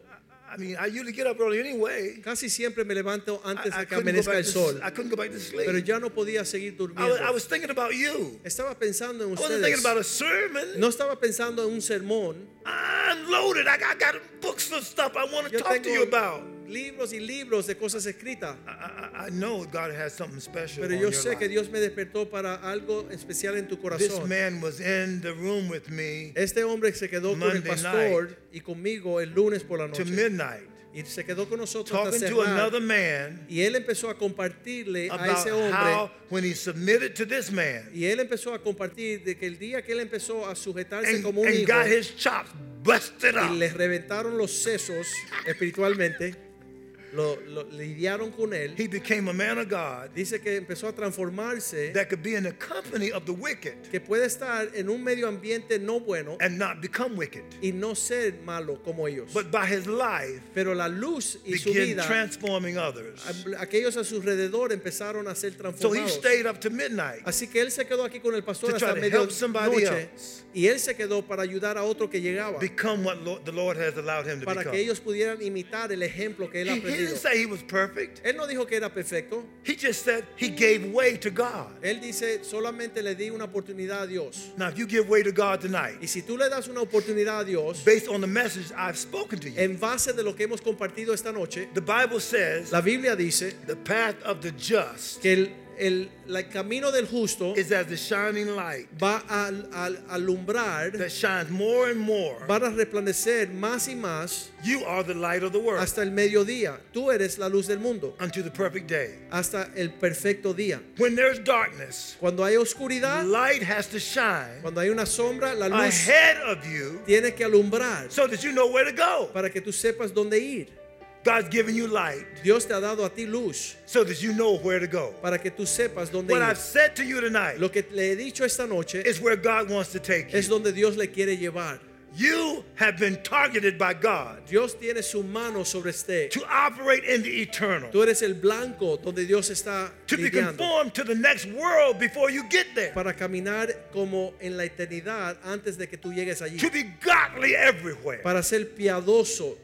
Speaker 1: I mean, I usually get up early anyway.
Speaker 2: Casi siempre me levanto
Speaker 1: I,
Speaker 2: antes
Speaker 1: I
Speaker 2: de que
Speaker 1: couldn't go
Speaker 2: amanezca
Speaker 1: back
Speaker 2: el
Speaker 1: to, s-
Speaker 2: sol,
Speaker 1: I couldn't go back to sleep.
Speaker 2: pero ya no podía seguir
Speaker 1: I was, I
Speaker 2: durmiendo.
Speaker 1: was thinking about you.
Speaker 2: Estaba pensando en
Speaker 1: I wasn't thinking
Speaker 2: ustedes.
Speaker 1: about a sermon.
Speaker 2: No estaba pensando en un sermón.
Speaker 1: I'm loaded. I got, I got books of stuff I want to
Speaker 2: Yo
Speaker 1: talk to you about.
Speaker 2: tengo libros y libros de cosas escritas.
Speaker 1: I, I, I know God has something special.
Speaker 2: Pero
Speaker 1: on
Speaker 2: yo
Speaker 1: your
Speaker 2: sé que
Speaker 1: life.
Speaker 2: Dios me despertó para algo especial en tu
Speaker 1: This
Speaker 2: corazón.
Speaker 1: man was in the room with me
Speaker 2: Este hombre se quedó con el
Speaker 1: Monday
Speaker 2: pastor y conmigo el lunes por la
Speaker 1: to
Speaker 2: noche.
Speaker 1: midnight,
Speaker 2: Y se quedó con nosotros hasta
Speaker 1: talking to
Speaker 2: cerrar.
Speaker 1: another man
Speaker 2: Y él empezó a compartirle a
Speaker 1: about
Speaker 2: ese
Speaker 1: how,
Speaker 2: hombre.
Speaker 1: when he submitted to this man
Speaker 2: Y él empezó a compartir de que el día que él empezó a sujetarse
Speaker 1: and,
Speaker 2: como un
Speaker 1: and
Speaker 2: hijo
Speaker 1: got his chops busted up,
Speaker 2: y le reventaron los sesos espiritualmente, lo, lo lidiaron con él.
Speaker 1: he became a man of God
Speaker 2: Dice que empezó a transformarse,
Speaker 1: that could be in the company of the wicked
Speaker 2: que puede estar en un medio ambiente no bueno
Speaker 1: and not become wicked,
Speaker 2: y no ser malo como ellos.
Speaker 1: but by his life
Speaker 2: Pero la luz y su
Speaker 1: begin
Speaker 2: vida
Speaker 1: transforming others.
Speaker 2: A- aquellos a su alrededor empezaron a ser
Speaker 1: So he
Speaker 2: transformados.
Speaker 1: stayed up to midnight.
Speaker 2: Así que él se quedó aquí con el pastor
Speaker 1: To try
Speaker 2: hasta
Speaker 1: to help somebody
Speaker 2: medianoche
Speaker 1: else.
Speaker 2: y él se quedó para ayudar a otro que llegaba
Speaker 1: become what Lord, the Lord has allowed him to
Speaker 2: para
Speaker 1: become.
Speaker 2: que ellos pudieran imitar el ejemplo que él
Speaker 1: he, he
Speaker 2: aprendió.
Speaker 1: didn't say he was perfect.
Speaker 2: Él no dijo que era perfecto.
Speaker 1: He just said he gave way to God.
Speaker 2: Él dice solamente le di una oportunidad a Dios.
Speaker 1: Now, if you give way to God
Speaker 2: Y
Speaker 1: tonight,
Speaker 2: si tú le das una oportunidad a Dios
Speaker 1: based on the message I've spoken to you,
Speaker 2: en base de lo que hemos compartido esta noche,
Speaker 1: the Bible says
Speaker 2: la Biblia dice
Speaker 1: the path of the just
Speaker 2: que el, el- la- el camino del justo
Speaker 1: is as the shining light
Speaker 2: va a, a- alumbrar,
Speaker 1: that shines more and more.
Speaker 2: va a resplandecer más y más
Speaker 1: You are the light of the world
Speaker 2: hasta el mediodía. Tú eres la luz del mundo
Speaker 1: unto the perfect day.
Speaker 2: hasta el perfecto día.
Speaker 1: When there's darkness,
Speaker 2: Cuando hay oscuridad,
Speaker 1: light has to shine
Speaker 2: cuando hay una sombra, la luz
Speaker 1: ahead of you
Speaker 2: tiene que alumbrar
Speaker 1: so that you know where to go.
Speaker 2: para que tú sepas dónde ir.
Speaker 1: God's giving you light
Speaker 2: Dios te ha dado a ti luz
Speaker 1: so that you know where to go.
Speaker 2: para que tú sepas dónde
Speaker 1: What I've
Speaker 2: ir.
Speaker 1: said to you tonight
Speaker 2: Lo que le he dicho esta noche
Speaker 1: is where God wants to take you.
Speaker 2: es donde Dios le quiere llevar.
Speaker 1: You have been targeted by God
Speaker 2: Dios tiene su mano sobre usted.
Speaker 1: to operate in the eternal,
Speaker 2: Tú eres el blanco donde Dios está
Speaker 1: to be
Speaker 2: lidiando
Speaker 1: conformed to the next world before you get there,
Speaker 2: para caminar como en la eternidad antes de que tú llegues allí,
Speaker 1: to be godly everywhere.
Speaker 2: para ser piadoso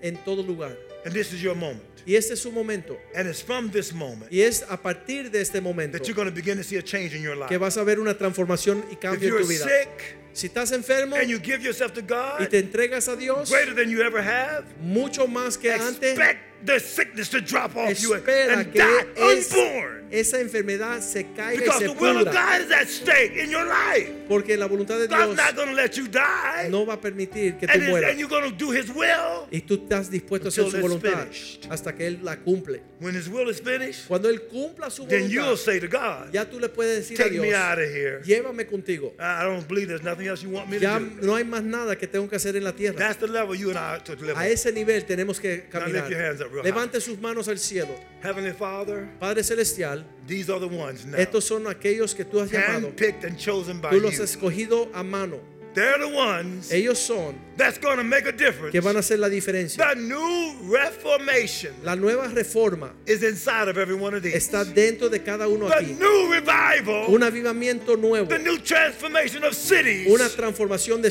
Speaker 2: en todo lugar.
Speaker 1: And this is your moment.
Speaker 2: Y este es su momento.
Speaker 1: And it's from this moment
Speaker 2: Y es a partir de este momento
Speaker 1: that you're going to begin to see a change in your
Speaker 2: que
Speaker 1: life.
Speaker 2: vas a ver una transformación y
Speaker 1: If
Speaker 2: cambio en
Speaker 1: you're
Speaker 2: tu vida.
Speaker 1: sick
Speaker 2: Si estás enfermo
Speaker 1: and you give yourself to
Speaker 2: y te
Speaker 1: God
Speaker 2: entregas a Dios
Speaker 1: greater than you ever have,
Speaker 2: mucho más que antes,
Speaker 1: expect the sickness to drop off you and,
Speaker 2: espera
Speaker 1: and
Speaker 2: que
Speaker 1: die
Speaker 2: es-
Speaker 1: unborn.
Speaker 2: esa enfermedad se caiga y
Speaker 1: Because
Speaker 2: se
Speaker 1: the will of
Speaker 2: pudra,
Speaker 1: God is at stake in your life.
Speaker 2: porque la voluntad de
Speaker 1: God's
Speaker 2: Dios
Speaker 1: not going to let you die.
Speaker 2: no va a permitir que tú
Speaker 1: and, it's-
Speaker 2: mueras.
Speaker 1: and you're going to do His will.
Speaker 2: Y tú estás dispuesto a hacer
Speaker 1: Until
Speaker 2: su
Speaker 1: it's
Speaker 2: voluntad
Speaker 1: finished.
Speaker 2: hasta que Él la cumple.
Speaker 1: When His will is finished,
Speaker 2: Cuando Él cumpla su
Speaker 1: then you'll
Speaker 2: voluntad,
Speaker 1: say to God,
Speaker 2: ya tú le puedes decir a
Speaker 1: Take
Speaker 2: Dios,
Speaker 1: me out of here.
Speaker 2: llévame contigo.
Speaker 1: I don't believe there's nothing else you want me
Speaker 2: Ya
Speaker 1: to do.
Speaker 2: no hay más nada que tengo que hacer en la tierra.
Speaker 1: That's the level you and I took to live
Speaker 2: A
Speaker 1: on.
Speaker 2: ese nivel tenemos que
Speaker 1: lift
Speaker 2: caminar.
Speaker 1: your hands up real high.
Speaker 2: Levante sus manos al cielo.
Speaker 1: Heavenly Father,
Speaker 2: Padre Celestial,
Speaker 1: these are the ones now.
Speaker 2: estos son aquellos que tú has llamado.
Speaker 1: Handpicked and chosen by
Speaker 2: Tú los
Speaker 1: you.
Speaker 2: has escogido a mano.
Speaker 1: They're the ones
Speaker 2: Ellos son
Speaker 1: that's going to make a difference.
Speaker 2: que van a hacer la diferencia.
Speaker 1: The new reformation
Speaker 2: La nueva reforma
Speaker 1: is inside of every one of these.
Speaker 2: está dentro de cada uno
Speaker 1: the
Speaker 2: aquí.
Speaker 1: new revival,
Speaker 2: Un avivamiento nuevo,
Speaker 1: the new transformation of cities
Speaker 2: una transformación de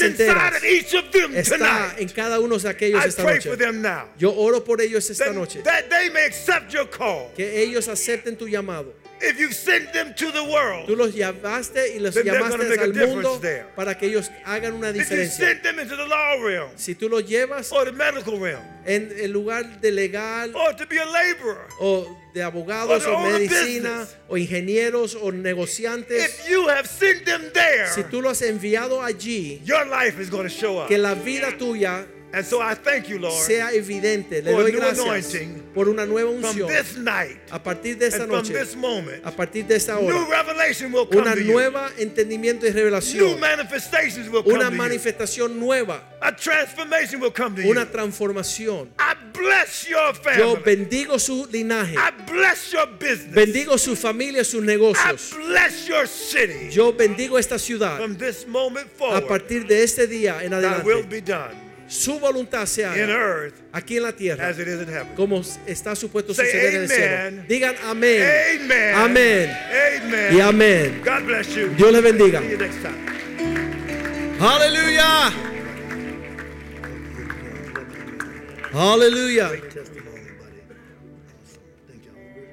Speaker 1: is inside
Speaker 2: enteras.
Speaker 1: of each of them
Speaker 2: está
Speaker 1: tonight.
Speaker 2: en cada uno de aquellos
Speaker 1: I
Speaker 2: esta
Speaker 1: pray
Speaker 2: noche.
Speaker 1: for them now.
Speaker 2: Yo oro por ellos esta
Speaker 1: that,
Speaker 2: noche.
Speaker 1: that they may accept your call.
Speaker 2: Que ellos acepten tu llamado.
Speaker 1: If you send them to the world,
Speaker 2: Tú los llamaste y los
Speaker 1: Then they're gonna
Speaker 2: llamaste
Speaker 1: make a
Speaker 2: al mundo
Speaker 1: difference there.
Speaker 2: para que ellos hagan una
Speaker 1: if you
Speaker 2: diferencia.
Speaker 1: send them into the law realm
Speaker 2: Si tú los llevas
Speaker 1: or the medical realm
Speaker 2: en el lugar de legal
Speaker 1: or to be a laborer,
Speaker 2: o de abogados
Speaker 1: Or the
Speaker 2: o
Speaker 1: owner of
Speaker 2: medicina
Speaker 1: business.
Speaker 2: o ingenieros o negociantes,
Speaker 1: if you have sent them there,
Speaker 2: si tú los has enviado allí,
Speaker 1: your life is going to show up.
Speaker 2: que la vida tuya
Speaker 1: And so I thank you, Lord,
Speaker 2: sea evidente. Le
Speaker 1: For a
Speaker 2: doy
Speaker 1: new
Speaker 2: gracias
Speaker 1: anointing
Speaker 2: por una nueva
Speaker 1: from
Speaker 2: unción.
Speaker 1: this night
Speaker 2: A partir de esta
Speaker 1: and from
Speaker 2: noche,
Speaker 1: this moment.
Speaker 2: a partir de esta hora,
Speaker 1: New revelation will come
Speaker 2: una
Speaker 1: to you.
Speaker 2: nueva entendimiento y
Speaker 1: New
Speaker 2: revelación,
Speaker 1: manifestations will
Speaker 2: una
Speaker 1: come to you.
Speaker 2: manifestación nueva,
Speaker 1: A transformation will come to you.
Speaker 2: una transformación.
Speaker 1: I bless your
Speaker 2: Yo
Speaker 1: family.
Speaker 2: bendigo su linaje,
Speaker 1: I bless your business.
Speaker 2: bendigo su familia, sus
Speaker 1: I
Speaker 2: negocios.
Speaker 1: bless your city.
Speaker 2: Yo bendigo esta ciudad.
Speaker 1: From this moment
Speaker 2: A
Speaker 1: forward,
Speaker 2: partir de este día en
Speaker 1: thy will
Speaker 2: adelante,
Speaker 1: be done
Speaker 2: su voluntad se
Speaker 1: in
Speaker 2: haga
Speaker 1: earth
Speaker 2: aquí en la tierra,
Speaker 1: as it is in heaven.
Speaker 2: como está supuesto
Speaker 1: Say
Speaker 2: suceder en el cielo.
Speaker 1: amen.
Speaker 2: Digan amén,
Speaker 1: Amen.
Speaker 2: amén
Speaker 1: Amen.
Speaker 2: y amén.
Speaker 1: God bless you.
Speaker 2: Dios le bendiga.
Speaker 1: See you next time.
Speaker 2: Aleluya, aleluya.
Speaker 1: Great testimony, buddy. Awesome. Thank y'all.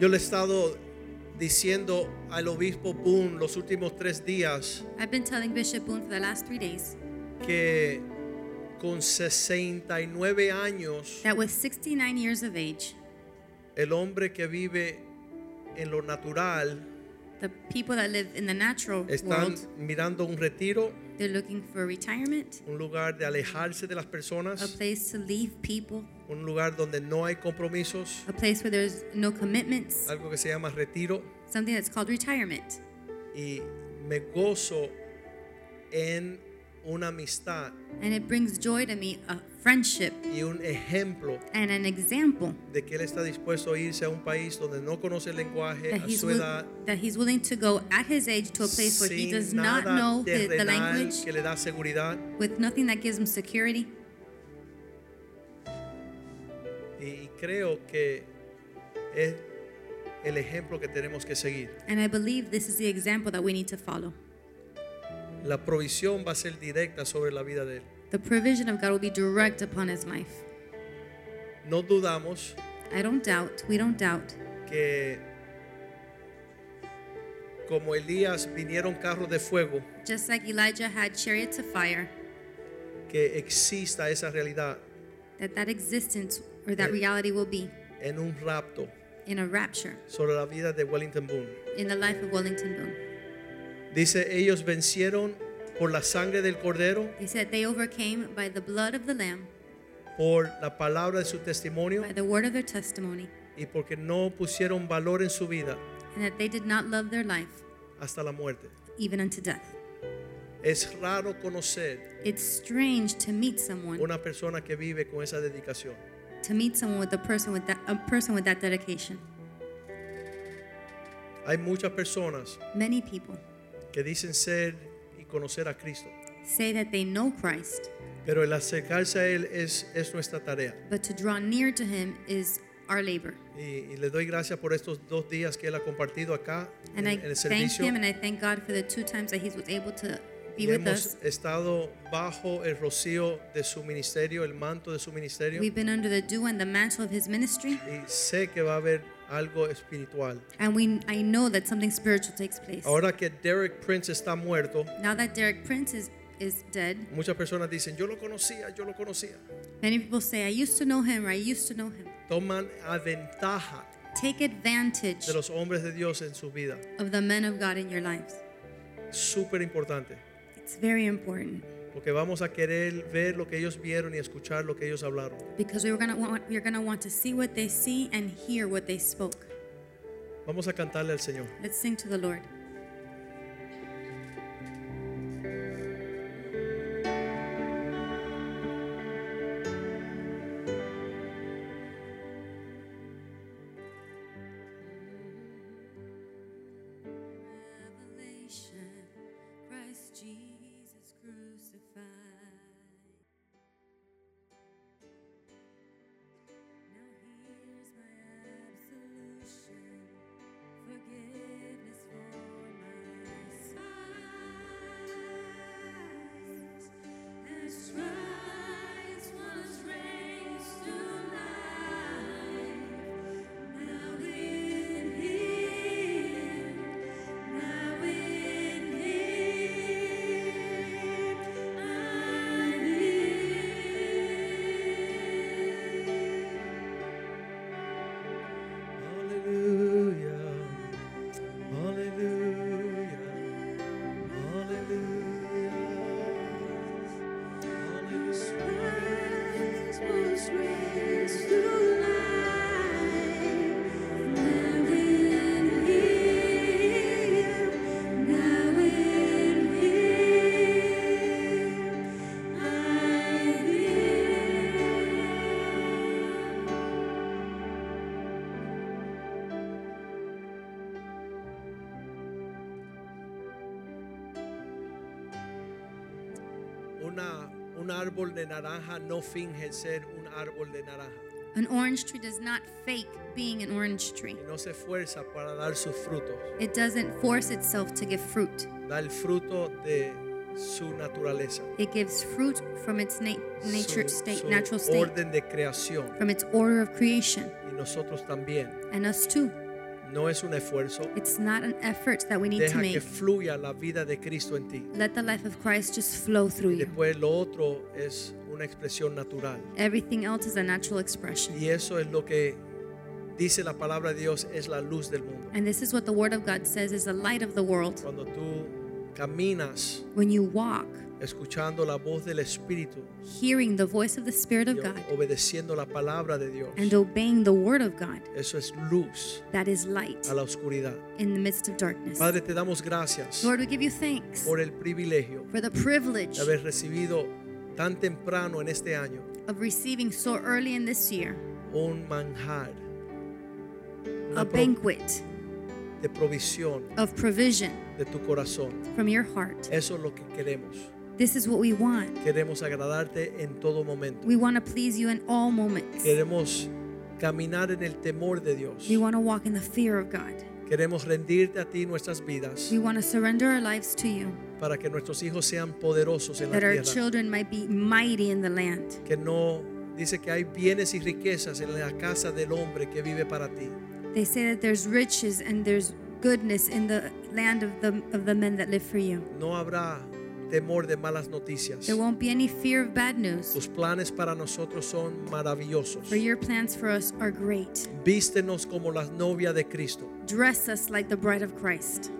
Speaker 2: Yo le he estado diciendo al obispo Boone los últimos tres días
Speaker 3: I've been telling Bishop Boone for the last three days
Speaker 2: que con 69 años
Speaker 3: that with 69 years of age,
Speaker 2: el hombre que vive en lo natural
Speaker 3: the people that live in the natural
Speaker 2: están
Speaker 3: world,
Speaker 2: mirando un retiro,
Speaker 3: they're looking for retirement,
Speaker 2: un lugar de alejarse de las
Speaker 3: a
Speaker 2: personas,
Speaker 3: place to leave people,
Speaker 2: un lugar donde no hay compromisos,
Speaker 3: a place where there's no commitments,
Speaker 2: algo que se llama retiro
Speaker 3: something that's called retirement.
Speaker 2: y me gozo en una amistad
Speaker 3: And it brings joy to me a friendship
Speaker 2: y un ejemplo
Speaker 3: and an example
Speaker 2: de que él está dispuesto a irse a un país donde no conoce el lenguaje
Speaker 3: that
Speaker 2: a
Speaker 3: he's,
Speaker 2: su
Speaker 3: will-
Speaker 2: edad
Speaker 3: that he's willing to go at his age to a place where
Speaker 2: sin
Speaker 3: he does not
Speaker 2: nada
Speaker 3: know the, the
Speaker 2: terrenal
Speaker 3: language,
Speaker 2: que le da seguridad
Speaker 3: with nothing that gives him security.
Speaker 2: y, y creo que es el ejemplo que tenemos que seguir
Speaker 3: And I believe this is the example that we need to follow.
Speaker 2: la provisión va a ser directa sobre la vida de él
Speaker 3: The provision of God will be direct upon his life.
Speaker 2: no dudamos
Speaker 3: I don't doubt, we don't doubt
Speaker 2: que como Elías vinieron carros de fuego
Speaker 3: just like Elijah had chariots of fire,
Speaker 2: que exista esa realidad
Speaker 3: that that existence or that
Speaker 2: Yeah.
Speaker 3: reality will be
Speaker 2: en un rapto
Speaker 3: in a rapture
Speaker 2: sobre la vida de Wellington Boone
Speaker 3: in the life of Wellington Boone.
Speaker 2: dice ellos vencieron por la sangre del cordero
Speaker 3: They said they overcame by the blood of the Lamb,
Speaker 2: por la palabra de su testimonio
Speaker 3: by the word of their testimony,
Speaker 2: y porque no pusieron valor en su vida
Speaker 3: and that they did not love their life
Speaker 2: hasta la muerte.
Speaker 3: even unto death.
Speaker 2: Es raro conocer
Speaker 3: It's strange to meet someone,
Speaker 2: una persona que vive con esa dedicación.
Speaker 3: to meet someone with a person with that a person with that dedication.
Speaker 2: Hay muchas personas
Speaker 3: Many people
Speaker 2: que dicen ser y conocer a Cristo,
Speaker 3: say that they know Christ,
Speaker 2: pero el acercarse a Él es, es nuestra tarea.
Speaker 3: but to draw near to him is our labor.
Speaker 2: Y, y le doy gracias por estos dos días que Él ha compartido acá en,
Speaker 3: And I
Speaker 2: en el
Speaker 3: thank
Speaker 2: servicio.
Speaker 3: him and I thank God for the two times that he was able to be
Speaker 2: Y
Speaker 3: with
Speaker 2: hemos
Speaker 3: us.
Speaker 2: estado bajo el rocío de su ministerio, el manto de su ministerio.
Speaker 3: We've been under the dew and the mantle of his ministry,
Speaker 2: Y sé que va a haber algo espiritual.
Speaker 3: and we I know that something spiritual takes place.
Speaker 2: Ahora que Derek Prince está muerto,
Speaker 3: Now that Derek Prince is, is dead,
Speaker 2: muchas personas dicen, yo lo conocía, yo lo conocía.
Speaker 3: many people say, I used to know him or I used to know him.
Speaker 2: Toman a ventaja
Speaker 3: Take advantage
Speaker 2: de los hombres de Dios en su vida.
Speaker 3: of the men of God in your lives.
Speaker 2: Súper importante.
Speaker 3: It's very important
Speaker 2: Porque vamos a querer ver lo que ellos vieron y escuchar lo que ellos hablaron.
Speaker 3: because we we're gonna want you're gonna want to see what they see and hear what they spoke.
Speaker 2: Vamos a cantarle al Señor.
Speaker 3: Let's sing to the Lord. Revelation, Christ Jesus crucified. Now here's my absolution, forgiveness for my sins. As Christ was raised to life, now in Him, now in Him, I live.
Speaker 2: Aleluya, aleluya, aleluya.
Speaker 3: Christ was raised to life. Now in Him, now in Him, I live.
Speaker 2: Una, un árbol de naranja no finge ser un árbol de naranja.
Speaker 3: An orange tree does not fake being an orange tree.
Speaker 2: Y no se esfuerza para dar sus frutos.
Speaker 3: It doesn't force itself to give fruit.
Speaker 2: Da el fruto de su naturaleza.
Speaker 3: It gives fruit from its na- nature
Speaker 2: su,
Speaker 3: state,
Speaker 2: su
Speaker 3: natural state,
Speaker 2: orden de creación.
Speaker 3: from its order of creation,
Speaker 2: Y nosotros también.
Speaker 3: and us too.
Speaker 2: No es un esfuerzo.
Speaker 3: It's not an effort that we need to
Speaker 2: Deja que
Speaker 3: make.
Speaker 2: fluya la vida de Cristo en ti.
Speaker 3: Let the life of Christ just flow through
Speaker 2: Y
Speaker 3: you.
Speaker 2: después lo otro es una expresión natural.
Speaker 3: Everything else is a natural expression.
Speaker 2: Y eso es lo que dice la palabra de Dios, es la luz del mundo.
Speaker 3: And this is what the Word of God says is the light of the world.
Speaker 2: Cuando tú caminas
Speaker 3: When you walk,
Speaker 2: escuchando la voz del Espíritu
Speaker 3: hearing the voice of the Spirit
Speaker 2: y
Speaker 3: of
Speaker 2: o-
Speaker 3: God
Speaker 2: obedeciendo la palabra de Dios,
Speaker 3: and obeying the Word of God,
Speaker 2: eso es luz
Speaker 3: that is light
Speaker 2: a la oscuridad.
Speaker 3: in the midst of darkness.
Speaker 2: Padre, te damos gracias
Speaker 3: Lord, we give you thanks
Speaker 2: por el privilegio
Speaker 3: for the privilege
Speaker 2: de haber recibido tan temprano en este año
Speaker 3: of receiving so early in this year
Speaker 2: un manjar
Speaker 3: a
Speaker 2: una pro-
Speaker 3: banquet
Speaker 2: de provisión
Speaker 3: of provision
Speaker 2: de tu corazón.
Speaker 3: from your heart.
Speaker 2: Eso es lo que queremos.
Speaker 3: This is what we want.
Speaker 2: Queremos agradarte en todo momento.
Speaker 3: We want to please you in all moments.
Speaker 2: Queremos caminar en el temor de Dios.
Speaker 3: We want to walk in the fear of God.
Speaker 2: Queremos rendirte a ti nuestras vidas
Speaker 3: We want to surrender our lives to you
Speaker 2: para que nuestros hijos sean poderosos en la
Speaker 3: that our
Speaker 2: tierra.
Speaker 3: children might be mighty in the land.
Speaker 2: Que no dice que hay bienes y riquezas en la casa del hombre que vive para ti.
Speaker 3: They say that there's riches and there's goodness in the land of the of the men that live for you.
Speaker 2: No habrá temor de malas noticias.
Speaker 3: There won't be any fear of bad news.
Speaker 2: Tus planes para nosotros son maravillosos.
Speaker 3: For your plans for us are great.
Speaker 2: Vístenos como la novia de Cristo.
Speaker 3: Dress us like the bride of Christ.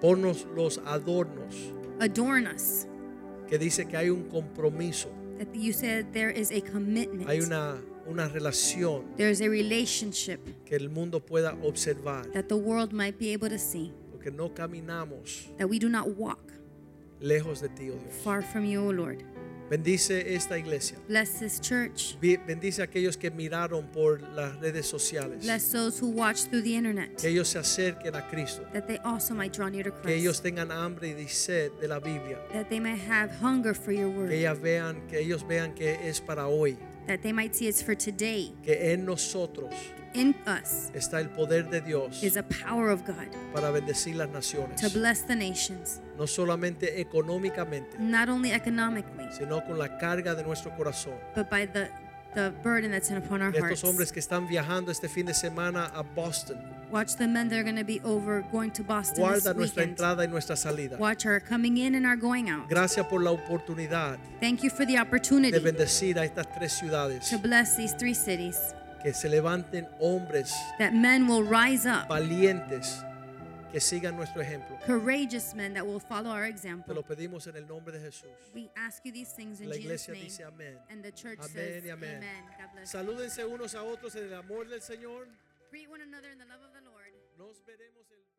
Speaker 2: Ponnos los adornos
Speaker 3: Adorn us.
Speaker 2: que dice que hay un compromiso,
Speaker 3: That you say that there is a commitment.
Speaker 2: hay una una relación
Speaker 3: There's a relationship
Speaker 2: que el mundo pueda observar.
Speaker 3: that the world might be able to see.
Speaker 2: porque no caminamos
Speaker 3: That we do not walk
Speaker 2: lejos de ti, oh Dios.
Speaker 3: far from you, O Lord.
Speaker 2: Bendice esta iglesia.
Speaker 3: Bless this church.
Speaker 2: Bi- Bendice a aquellos que miraron por las redes sociales.
Speaker 3: Bless those who watch through the internet,
Speaker 2: Que ellos se acerquen a Cristo.
Speaker 3: that they also might draw near to
Speaker 2: Que ellos
Speaker 3: Christ,
Speaker 2: tengan hambre y sed de la Biblia.
Speaker 3: that they may have hunger for your
Speaker 2: Que
Speaker 3: word,
Speaker 2: ellas vean, que ellos vean que es para hoy.
Speaker 3: that they might see it's for today.
Speaker 2: Que en nosotros
Speaker 3: In us
Speaker 2: está el poder de Dios
Speaker 3: is a power of God
Speaker 2: para bendecir las
Speaker 3: to
Speaker 2: naciones.
Speaker 3: bless the nations,
Speaker 2: No solamente económicamente,
Speaker 3: not only economically,
Speaker 2: sino con la carga de nuestro corazón.
Speaker 3: but by the, the burden that's in upon our
Speaker 2: De estos
Speaker 3: hearts.
Speaker 2: hombres que están viajando este fin de semana a Boston.
Speaker 3: Watch the men that are going to be over going to Boston this
Speaker 2: Guarda nuestra
Speaker 3: weekend.
Speaker 2: entrada y nuestra salida.
Speaker 3: Watch our coming in and our going out.
Speaker 2: Gracias por la oportunidad
Speaker 3: Thank you for the
Speaker 2: de
Speaker 3: opportunity
Speaker 2: bendecir a estas tres ciudades.
Speaker 3: to bless these three cities,
Speaker 2: Que se levanten hombres
Speaker 3: that men will rise up,
Speaker 2: valientes que sigan nuestro ejemplo.
Speaker 3: courageous men that will follow our
Speaker 2: Te lo
Speaker 3: example.
Speaker 2: pedimos en el nombre de Jesús.
Speaker 3: We ask you these things in
Speaker 2: La
Speaker 3: Jesus'
Speaker 2: iglesia
Speaker 3: name.
Speaker 2: dice amén.
Speaker 3: And the church
Speaker 2: Amén
Speaker 3: says,
Speaker 2: y
Speaker 3: Amen.
Speaker 2: amén.
Speaker 3: God bless. you.
Speaker 2: Salúdense unos a otros en el amor del Señor.
Speaker 3: Greet one another in the love of the Lord.
Speaker 2: Nos veremos el